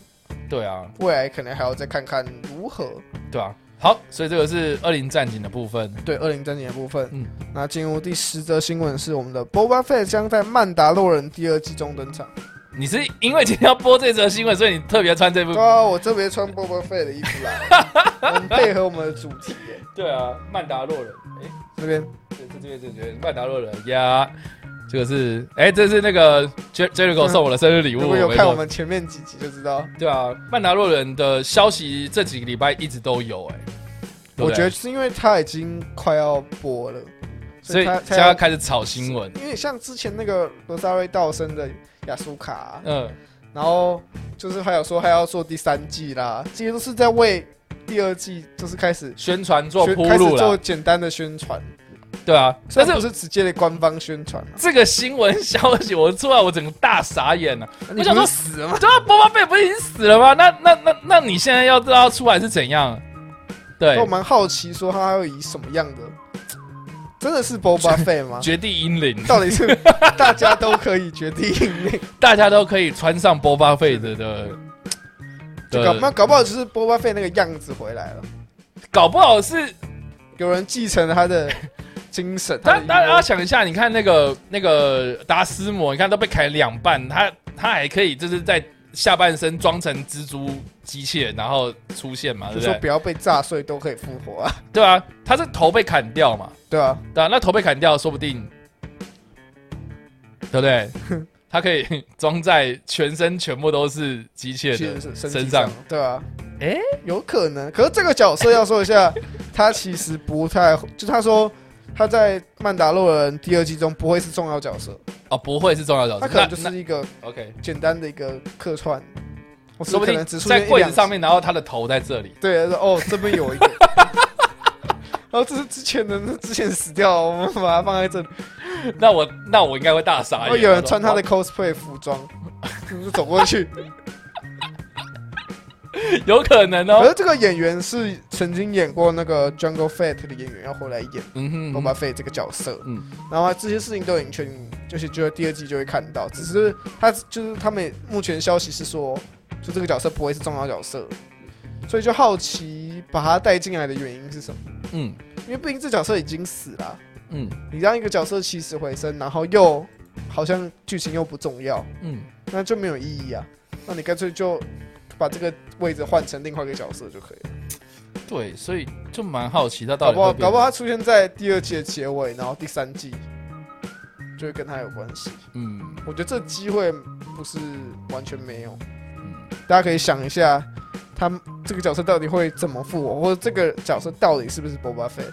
[SPEAKER 1] 对啊，
[SPEAKER 2] 未来可能还要再看看如何
[SPEAKER 1] 对啊。好，所以这个是《恶灵战警》的部分。
[SPEAKER 2] 对二零三年的部分。
[SPEAKER 1] 嗯
[SPEAKER 2] 那进入第十则新闻是我们的 Boba Fett 将在《曼达洛人》第二季中登场。
[SPEAKER 1] 你是因为今天要播这则新闻，所以你特别穿这部
[SPEAKER 2] 对？啊，我特别穿 Boba Fett 的衣服来，我们配合我们的主题耶。
[SPEAKER 1] 对啊，曼达洛人，哎，
[SPEAKER 2] 这边
[SPEAKER 1] 这这这边这边曼达洛人呀，这个是，哎，这是那个 Jer- Jericho 送我的生日礼物，
[SPEAKER 2] 如果有
[SPEAKER 1] 没
[SPEAKER 2] 看
[SPEAKER 1] 错
[SPEAKER 2] 啊我们前面几集就知道，
[SPEAKER 1] 对啊，曼达洛人的消息这几个礼拜一直都有哎、对不
[SPEAKER 2] 我
[SPEAKER 1] 对
[SPEAKER 2] 觉得是因为他已经快要播了，
[SPEAKER 1] 所以
[SPEAKER 2] 他
[SPEAKER 1] 现
[SPEAKER 2] 他
[SPEAKER 1] 在要
[SPEAKER 2] 要
[SPEAKER 1] 开始炒新闻，
[SPEAKER 2] 因为像之前那个罗萨瑞道森的亚苏卡啊、
[SPEAKER 1] 嗯，
[SPEAKER 2] 然后就是还有说还要做第三季啦，这些都是在为第二季就是开始
[SPEAKER 1] 宣传做
[SPEAKER 2] 宣
[SPEAKER 1] 铺
[SPEAKER 2] 开始
[SPEAKER 1] 路
[SPEAKER 2] 做
[SPEAKER 1] 了，
[SPEAKER 2] 简单的宣传，
[SPEAKER 1] 对啊，
[SPEAKER 2] 虽
[SPEAKER 1] 但
[SPEAKER 2] 然不
[SPEAKER 1] 是
[SPEAKER 2] 是直接的官方宣传啊。
[SPEAKER 1] 这个新闻消息我出来，我整个大傻眼了、
[SPEAKER 2] 你
[SPEAKER 1] 想
[SPEAKER 2] 不
[SPEAKER 1] 说
[SPEAKER 2] 是死了吗？
[SPEAKER 1] 对啊，波巴贝不是已经死了吗？那那那那你现在要知道出来是怎样？对
[SPEAKER 2] 我，蛮好奇说他会以什么样的，真的是 Boba
[SPEAKER 1] [LAUGHS]
[SPEAKER 2] Fett 吗？
[SPEAKER 1] 绝地英灵，
[SPEAKER 2] 到底是大家都可以决定应命，
[SPEAKER 1] 大家都可以穿上波巴贝的的
[SPEAKER 2] 就搞那
[SPEAKER 1] 的，
[SPEAKER 2] 搞不好就是 Boba Fett 那个样子回来了。
[SPEAKER 1] 搞不好是
[SPEAKER 2] 有人继承了他的精神。
[SPEAKER 1] 但大家
[SPEAKER 2] 他
[SPEAKER 1] 想一下，你看那个那个达斯摩，你看都被砍两半，他他还可以就是在下半身装成蜘蛛机器人，然后出现嘛，
[SPEAKER 2] 就
[SPEAKER 1] 对不
[SPEAKER 2] 说
[SPEAKER 1] 对？
[SPEAKER 2] 不要被炸碎都可以复
[SPEAKER 1] [LAUGHS]
[SPEAKER 2] 活啊，
[SPEAKER 1] 对啊，他是头被砍掉嘛，
[SPEAKER 2] 对啊，
[SPEAKER 1] 对啊，那头被砍掉，说不定，对不
[SPEAKER 2] [LAUGHS]
[SPEAKER 1] 对？他可以装在全身全部都是机器人
[SPEAKER 2] 其
[SPEAKER 1] 的
[SPEAKER 2] 实是
[SPEAKER 1] 身
[SPEAKER 2] 身
[SPEAKER 1] 上，，
[SPEAKER 2] 对啊，
[SPEAKER 1] 诶
[SPEAKER 2] 有可能。可是这个角色要说一下，他其实不太，就他说他在《曼达洛人》第二季中不会是重要角色，
[SPEAKER 1] 哦，不会是重要角色，
[SPEAKER 2] 他可能
[SPEAKER 1] 那
[SPEAKER 2] 就
[SPEAKER 1] 那
[SPEAKER 2] 是一个
[SPEAKER 1] OK，
[SPEAKER 2] 简单的一个客串，我
[SPEAKER 1] 说不
[SPEAKER 2] 可
[SPEAKER 1] 定
[SPEAKER 2] 能只出
[SPEAKER 1] 在
[SPEAKER 2] 现一
[SPEAKER 1] 柜
[SPEAKER 2] 两
[SPEAKER 1] 子上
[SPEAKER 2] 集。
[SPEAKER 1] 面，然后他的头在这里，
[SPEAKER 2] 对，他说哦，这边有一个。
[SPEAKER 1] [LAUGHS]
[SPEAKER 2] 然后这是之前的，那之前死掉了，我们把它放在这里。
[SPEAKER 1] 那我那我应该会大傻
[SPEAKER 2] [LAUGHS] 然
[SPEAKER 1] 眼。
[SPEAKER 2] 后哦有人穿他
[SPEAKER 1] 我哦
[SPEAKER 2] 的
[SPEAKER 1] 说
[SPEAKER 2] cosplay 服装，我就走过去。
[SPEAKER 1] 有可能
[SPEAKER 2] 可
[SPEAKER 1] 哦。
[SPEAKER 2] 是这个演员是曾经演过那个 Jungle Fat 的演员，要回来演
[SPEAKER 1] 嗯哼，
[SPEAKER 2] Boba Fett 这个角色。
[SPEAKER 1] 嗯
[SPEAKER 2] 嗯，然后这些事情都已经确定，就是就第二季就会看到。只是他就是他们目前消息是说，就这个角色不会是重要角色，所以就好奇把他带进来的原因是什么？
[SPEAKER 1] 嗯
[SPEAKER 2] 因为毕竟这角色已经死了啊、
[SPEAKER 1] 嗯
[SPEAKER 2] 你让一个角色起死回生，然后又好像剧情又不重要，
[SPEAKER 1] 嗯，
[SPEAKER 2] 那就没有意义啊。那你干脆就把这个位置换成另外一个角色就可以了。
[SPEAKER 1] 对，所以就蛮好奇他到
[SPEAKER 2] 搞
[SPEAKER 1] 底
[SPEAKER 2] 不好，
[SPEAKER 1] 会变
[SPEAKER 2] 搞不好他出现在第二季的结尾，然后第三季就会跟他有关系。
[SPEAKER 1] 嗯
[SPEAKER 2] 我觉得这机会不是完全没有，
[SPEAKER 1] 嗯
[SPEAKER 2] 大家可以想一下，他这个角色到底会怎么复活，或者这个角色到底是不是 Boba Fett？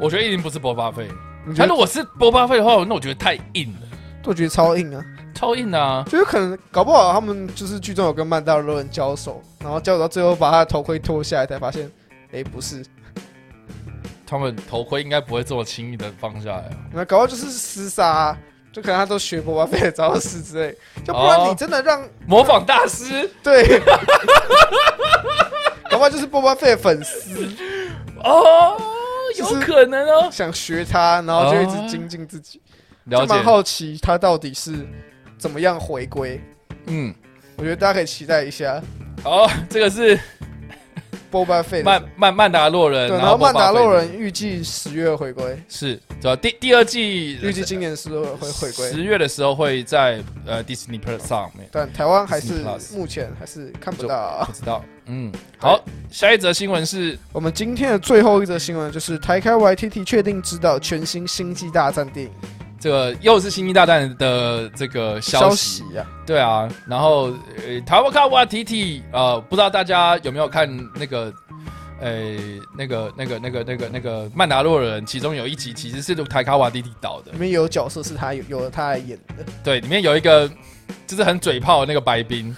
[SPEAKER 1] 我觉得一定不是波巴费。
[SPEAKER 2] 你觉
[SPEAKER 1] 他
[SPEAKER 2] 得
[SPEAKER 1] 如？果是波巴费的话，那我觉得太硬了，
[SPEAKER 2] 我觉得超硬啊，
[SPEAKER 1] 超硬啊！
[SPEAKER 2] 就是可能搞不好他们就是剧中有跟曼达洛人交手，然后交手到最后把他的头盔脱下来，才发现，哎、不是，
[SPEAKER 1] 他们头盔应该不会这么轻易的放下来啊。
[SPEAKER 2] 那搞不好就是厮杀啊、就可能他都学 Boba Fett 的招式之类，就不然
[SPEAKER 1] 哦
[SPEAKER 2] 你真的让
[SPEAKER 1] 模仿大师
[SPEAKER 2] 对， [LAUGHS] 搞不好就是 Boba Fett 的粉丝
[SPEAKER 1] 哦，有
[SPEAKER 2] 就是
[SPEAKER 1] 可能哦。
[SPEAKER 2] 想学他，然后就一直精进自己，
[SPEAKER 1] 了
[SPEAKER 2] 就蛮
[SPEAKER 1] 解，
[SPEAKER 2] 好奇他到底是怎么样回归。
[SPEAKER 1] 嗯，
[SPEAKER 2] 我觉得大家可以期待一下
[SPEAKER 1] 好，这个是
[SPEAKER 2] Boba Fett 的。
[SPEAKER 1] 曼曼曼达洛人，
[SPEAKER 2] 对，然后
[SPEAKER 1] 波巴
[SPEAKER 2] 曼达
[SPEAKER 1] 费
[SPEAKER 2] 洛人预计十月回归，
[SPEAKER 1] 是，主要第第二季
[SPEAKER 2] 预计今年十月会回
[SPEAKER 1] 十
[SPEAKER 2] 归，
[SPEAKER 1] 月的时候会在呃 Disney Plus 上面。
[SPEAKER 2] 但台湾还是
[SPEAKER 1] Disney Plus
[SPEAKER 2] 目前还是看不到啊、
[SPEAKER 1] 不知道。嗯，好，下一则新闻是
[SPEAKER 2] 我们今天的最后一则新闻就是台开 YTT 确定指导全新《星际大战》电影
[SPEAKER 1] 这个又是《星际大战》的这个消息。
[SPEAKER 2] 呀、
[SPEAKER 1] 对啊，然后呃，塔瓦卡瓦提提，呃，不知道大家有没有看那个。呃，那个、那个、那个、那个、那个《曼达洛人》，其中有一集其实是台卡瓦蒂蒂导的
[SPEAKER 2] 里，面有角色是他有有他来演的，
[SPEAKER 1] 对，里面有一个就是很嘴炮的那个白冰，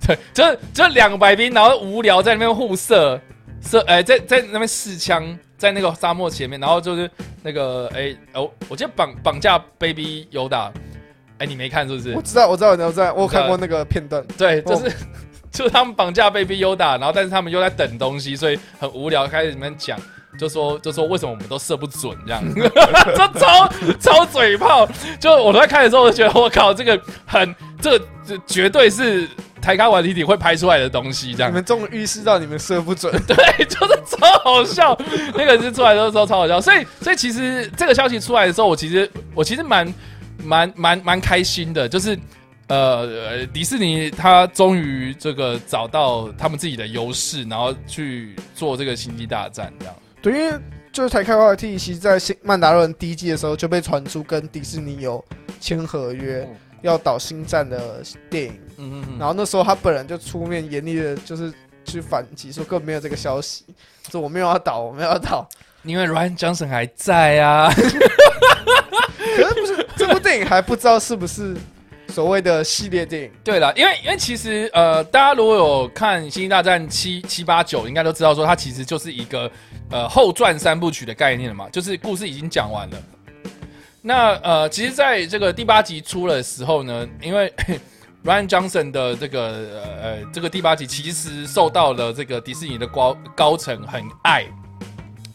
[SPEAKER 1] [LAUGHS] 对，就就两个白冰，然后无聊在那边互射射，哎、在在那边试枪，在那个沙漠前面，然后就是那个哎、哦，我记得绑绑架 Baby Yoda，哎、你没看是不是
[SPEAKER 2] 我？知道，我知道，我知道，我有看过那个片段。
[SPEAKER 1] 对，就是、 [LAUGHS] 就是他们绑架 Baby Yoda，然后但是他们又在等东西，所以很无聊，开始里面讲。就说就说为什么我们都射不准这样， [LAUGHS] 这超超嘴炮。就我在看的时候，我就觉得我靠，这个很这个这绝对是台卡瓦提体会拍出来的东西这样
[SPEAKER 2] 你。们终于意识到你们射不准，
[SPEAKER 1] [LAUGHS] 对，就是超好笑。那个是出来的时候超好笑，所以所以其实这个消息出来的时候，我其实我其实蛮蛮蛮蛮开心的，就是呃呃迪士尼它终于这个找到他们自己的优势，然后去做这个星际大战这样。
[SPEAKER 2] 对，因为就是台开 YT 其实在新《曼达洛人》第一季的时候就被传出跟迪士尼有签合约
[SPEAKER 1] 嗯，
[SPEAKER 2] 要导《星战》的电影，
[SPEAKER 1] 嗯嗯
[SPEAKER 2] 然后那时候他本人就出面严厉的，就是去反击，说根本没有这个消息，说我没有要导，我没有要导。
[SPEAKER 1] 因为 Ryan Johnson 还在啊，
[SPEAKER 2] 可是不是 [LAUGHS] 这部电影还不知道是不是所谓的系列电影，
[SPEAKER 1] 对了，因为因为其实呃，大家如果有看《星际大战七》七八九，应该都知道说它其实就是一个呃后传三部曲的概念了嘛，就是故事已经讲完了。那呃，其实在这个第八集出的时候呢，因为 [LAUGHS] Ryan Johnson 的这个呃呃这个第八集其实受到了这个迪士尼的高高层很爱，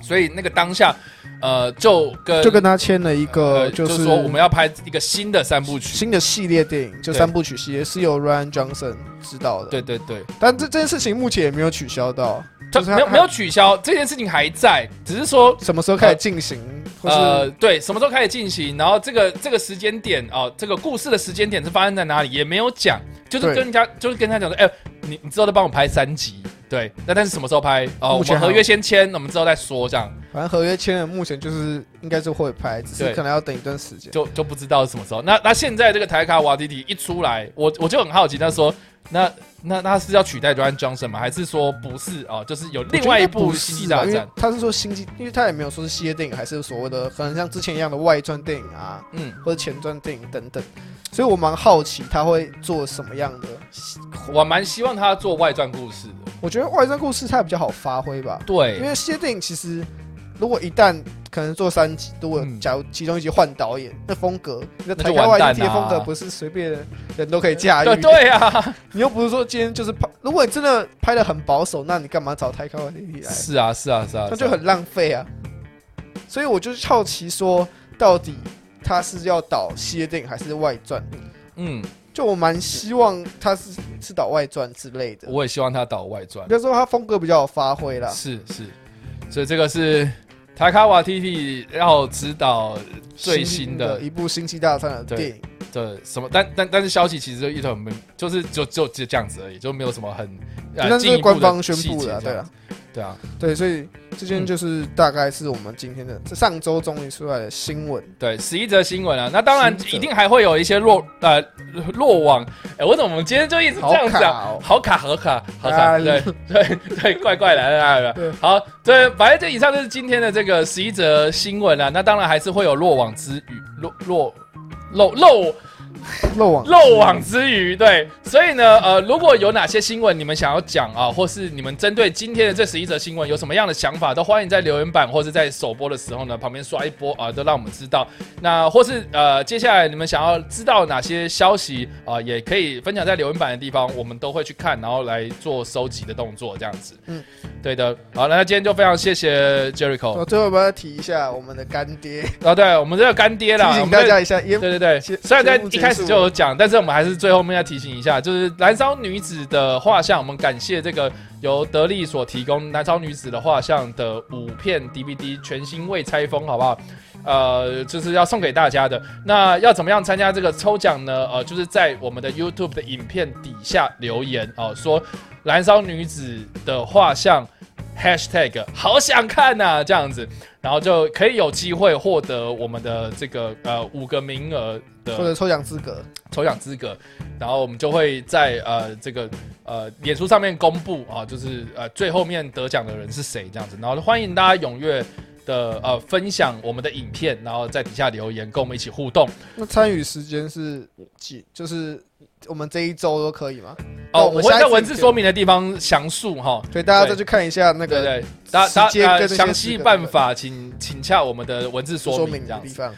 [SPEAKER 1] 所以那个当下呃就跟
[SPEAKER 2] 就跟他签了一个
[SPEAKER 1] 呃
[SPEAKER 2] 就
[SPEAKER 1] 就是说我们要拍一个新的三部曲。
[SPEAKER 2] 新的系列电影，就
[SPEAKER 1] 对
[SPEAKER 2] 三部曲系列是由 Ryan Johnson 指导的。
[SPEAKER 1] 对对对，
[SPEAKER 2] 但这这件事情目前也没有取消到，
[SPEAKER 1] 它
[SPEAKER 2] 就是它
[SPEAKER 1] 没有
[SPEAKER 2] 它
[SPEAKER 1] 没有取消这件事情还在，只是说
[SPEAKER 2] 什么时候开始进行，或
[SPEAKER 1] 呃
[SPEAKER 2] 是
[SPEAKER 1] 对什么时候开始进行，然后这个这个时间点哦、这个故事的时间点是发生在哪里也没有讲，就是
[SPEAKER 2] 对
[SPEAKER 1] 跟人家就是跟他讲说，哎、你你之后再帮我拍三集，对，那但是什么时候拍哦？我
[SPEAKER 2] 目前
[SPEAKER 1] 们
[SPEAKER 2] 还
[SPEAKER 1] 合约先签，我们之后再说这样。
[SPEAKER 2] 反正合约签了，目前就是应该是会拍，只是
[SPEAKER 1] 对
[SPEAKER 2] 可能要等一段时间。
[SPEAKER 1] 就就不知道是什么时候。那那现在这个台卡瓦迪迪一出来，我我就很好奇，他说那那那他是要取代 Ryan Johnson 吗？还是说不是哦？就是有另外一部
[SPEAKER 2] 我
[SPEAKER 1] 《
[SPEAKER 2] 觉得应该不是啊
[SPEAKER 1] 星际
[SPEAKER 2] 吧
[SPEAKER 1] 大
[SPEAKER 2] 因
[SPEAKER 1] 战
[SPEAKER 2] 为》？他是说星际，因为他也没有说是系列电影，还是所谓的可能像之前一样的外传电影啊，
[SPEAKER 1] 嗯，
[SPEAKER 2] 或者前传电影等等，所以我蛮好奇他会做什么样的。
[SPEAKER 1] 我蛮希望他做外传故事的。
[SPEAKER 2] 我觉得外传故事它比较好发挥吧，因
[SPEAKER 1] 对，
[SPEAKER 2] 为系列电影其实如果一旦可能做三集，如果
[SPEAKER 1] 嗯
[SPEAKER 2] 假如其中一集换导演，那风格，那
[SPEAKER 1] 就
[SPEAKER 2] 台
[SPEAKER 1] 完
[SPEAKER 2] 湾外
[SPEAKER 1] 蛋
[SPEAKER 2] 地的
[SPEAKER 1] 啊
[SPEAKER 2] 风格不是随便人都可
[SPEAKER 1] [LAUGHS]
[SPEAKER 2] 以驾驭
[SPEAKER 1] 对
[SPEAKER 2] 的。
[SPEAKER 1] 对啊，
[SPEAKER 2] 你又不是说今天就是拍，如果你真的拍的很保守，那你干嘛找台湾外地
[SPEAKER 1] [LAUGHS]
[SPEAKER 2] 来？
[SPEAKER 1] 是啊是啊是啊，
[SPEAKER 2] 那
[SPEAKER 1] 是啊
[SPEAKER 2] 就很浪费啊。所以我就是好奇说，到底他是要导系列电影还是外传？
[SPEAKER 1] 嗯，
[SPEAKER 2] 就我蛮希望他是是导外传之类的。
[SPEAKER 1] 我也希望他导外传。
[SPEAKER 2] 那时候他风格比较有发挥啦，
[SPEAKER 1] 是是，所以这个是台卡瓦蒂蒂要指导最新的
[SPEAKER 2] 一部《星际大战》的电影，
[SPEAKER 1] 的什么，但但但是消息其实就一头没，就是就就就这样子而已，就没有什么很呃
[SPEAKER 2] 就算
[SPEAKER 1] 进一
[SPEAKER 2] 是
[SPEAKER 1] 步的
[SPEAKER 2] 官方宣
[SPEAKER 1] 细
[SPEAKER 2] 布
[SPEAKER 1] 节
[SPEAKER 2] 的啊、
[SPEAKER 1] 这
[SPEAKER 2] 对
[SPEAKER 1] 样嗯
[SPEAKER 2] 啊
[SPEAKER 1] 子，对啊，
[SPEAKER 2] 对，所以这件就是大概是我们今天的，这上周终于出来的新闻。
[SPEAKER 1] 对，十一则新闻啊，那当然
[SPEAKER 2] 11则
[SPEAKER 1] 一定还会有一些落呃落网，哎、我怎么我们今天就一直这样子啊？好
[SPEAKER 2] 好卡哦
[SPEAKER 1] 卡，好卡，好卡，
[SPEAKER 2] 啊
[SPEAKER 1] 对 [LAUGHS] 对对，怪怪的来来来
[SPEAKER 2] 对，
[SPEAKER 1] 好，对，反正这以上就是今天的这个十一则新闻啊，那当然还是会有落网之语，落落漏漏
[SPEAKER 2] 漏网
[SPEAKER 1] 漏网之鱼，对，所以呢，呃，如果有哪些新闻你们想要讲啊，或是你们针对今天的这十一则新闻有什么样的想法，都欢迎在留言板或是在首播的时候呢，旁边刷一波啊、都让我们知道。那或是呃，接下来你们想要知道哪些消息啊、也可以分享在留言板的地方，我们都会去看，然后来做收集的动作，这样子。嗯
[SPEAKER 2] 嗯，
[SPEAKER 1] 对的。好，那今天就非常谢谢
[SPEAKER 2] 我
[SPEAKER 1] Jericho
[SPEAKER 2] 哦最后我们要提一下我们的干爹，
[SPEAKER 1] 啊，对我们这个干爹啦，
[SPEAKER 2] 提
[SPEAKER 1] 我
[SPEAKER 2] 醒
[SPEAKER 1] 们这
[SPEAKER 2] 大
[SPEAKER 1] 个
[SPEAKER 2] 家一下，也
[SPEAKER 1] 对对啊对，
[SPEAKER 2] 节
[SPEAKER 1] 虽然在
[SPEAKER 2] 节目
[SPEAKER 1] 一
[SPEAKER 2] 结
[SPEAKER 1] 开始
[SPEAKER 2] 束
[SPEAKER 1] 就有讲，但是我们还是最后面要提醒一下，就是燃烧女子的画像，我们感谢这个由德利所提供燃烧女子的画像的五片 DVD 全新未拆封，好不好？呃，就是要送给大家的。那要怎么样参加这个抽奖呢？呃，就是在我们的 YouTube 的影片底下留言哦、说燃烧女子的画像 Hashtag 好想看呐、这样子，然后就可以有机会获得我们的这个呃五个名额
[SPEAKER 2] 或
[SPEAKER 1] 的
[SPEAKER 2] 者抽奖资格，
[SPEAKER 1] 抽奖资格，然后我们就会在呃这个呃脸书上面公布啊、就是呃最后面得奖的人是谁这样子，然后欢迎大家踊跃。的呃，分享我们的影片，然后在底下留言，跟我们一起互动。
[SPEAKER 2] 那参与时间是几？就是我们这一周都可以吗？那
[SPEAKER 1] 哦，
[SPEAKER 2] 我
[SPEAKER 1] 我
[SPEAKER 2] 们
[SPEAKER 1] 会
[SPEAKER 2] 下一
[SPEAKER 1] 在
[SPEAKER 2] 次
[SPEAKER 1] 文字
[SPEAKER 2] 影片
[SPEAKER 1] 说明的地方详述哈。
[SPEAKER 2] 所以大家
[SPEAKER 1] 对
[SPEAKER 2] 再去看一下那
[SPEAKER 1] 对
[SPEAKER 2] 个
[SPEAKER 1] 对，大家大
[SPEAKER 2] 时间
[SPEAKER 1] 家呃
[SPEAKER 2] 跟那些
[SPEAKER 1] 详
[SPEAKER 2] 资
[SPEAKER 1] 细
[SPEAKER 2] 格
[SPEAKER 1] 办
[SPEAKER 2] 的
[SPEAKER 1] 法，请请洽我们的文字说
[SPEAKER 2] 说
[SPEAKER 1] 明
[SPEAKER 2] 明
[SPEAKER 1] 这
[SPEAKER 2] 的
[SPEAKER 1] 样
[SPEAKER 2] 地
[SPEAKER 1] 子。
[SPEAKER 2] 方。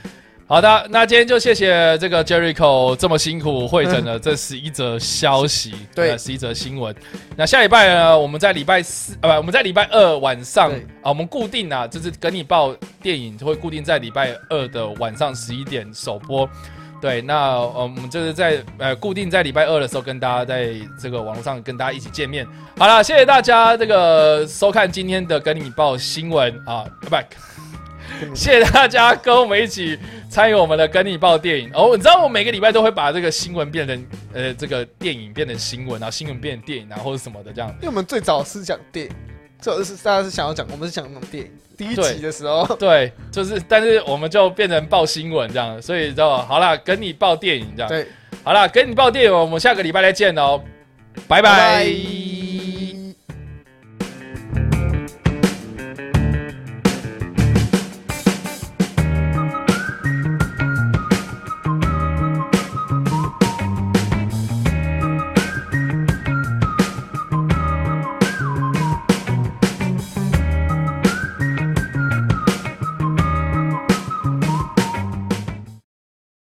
[SPEAKER 1] 好的，那今天就谢谢这个 Jericho 这么辛苦会诊
[SPEAKER 2] [LAUGHS]
[SPEAKER 1] 了这十一则消息，呃
[SPEAKER 2] 对
[SPEAKER 1] 十一则新闻。那下礼拜呢，我们在礼拜四，呃，不我们在礼拜二晚上
[SPEAKER 2] 对
[SPEAKER 1] 啊，我们固定啊，就是跟你报电影会固定在礼拜二的晚上十一点首播。对，那呃我们就是在呃固定在礼拜二的时候跟大家在这个网络上跟大家一起见面。好了，谢谢大家这个收看今天的跟你报新闻啊，拜拜。
[SPEAKER 2] 跟你
[SPEAKER 1] 谢谢大家跟我们一起参与我们的跟你报电影哦。你知道我每个礼拜都会把这个新闻变成呃这个电影变成新闻，然后新闻变成电影，啊然后或者什么的这样。
[SPEAKER 2] 因为我们最早是讲电影，最早是大家是想要讲，我们是讲那种电影第一
[SPEAKER 1] 对
[SPEAKER 2] 集的时候，
[SPEAKER 1] 对，就是但是我们就变成报新闻这样，所以知道好啦，跟你报电影这样。
[SPEAKER 2] 对，
[SPEAKER 1] 好啦，跟你报电影，我们下个礼拜再见哦，拜拜
[SPEAKER 2] 拜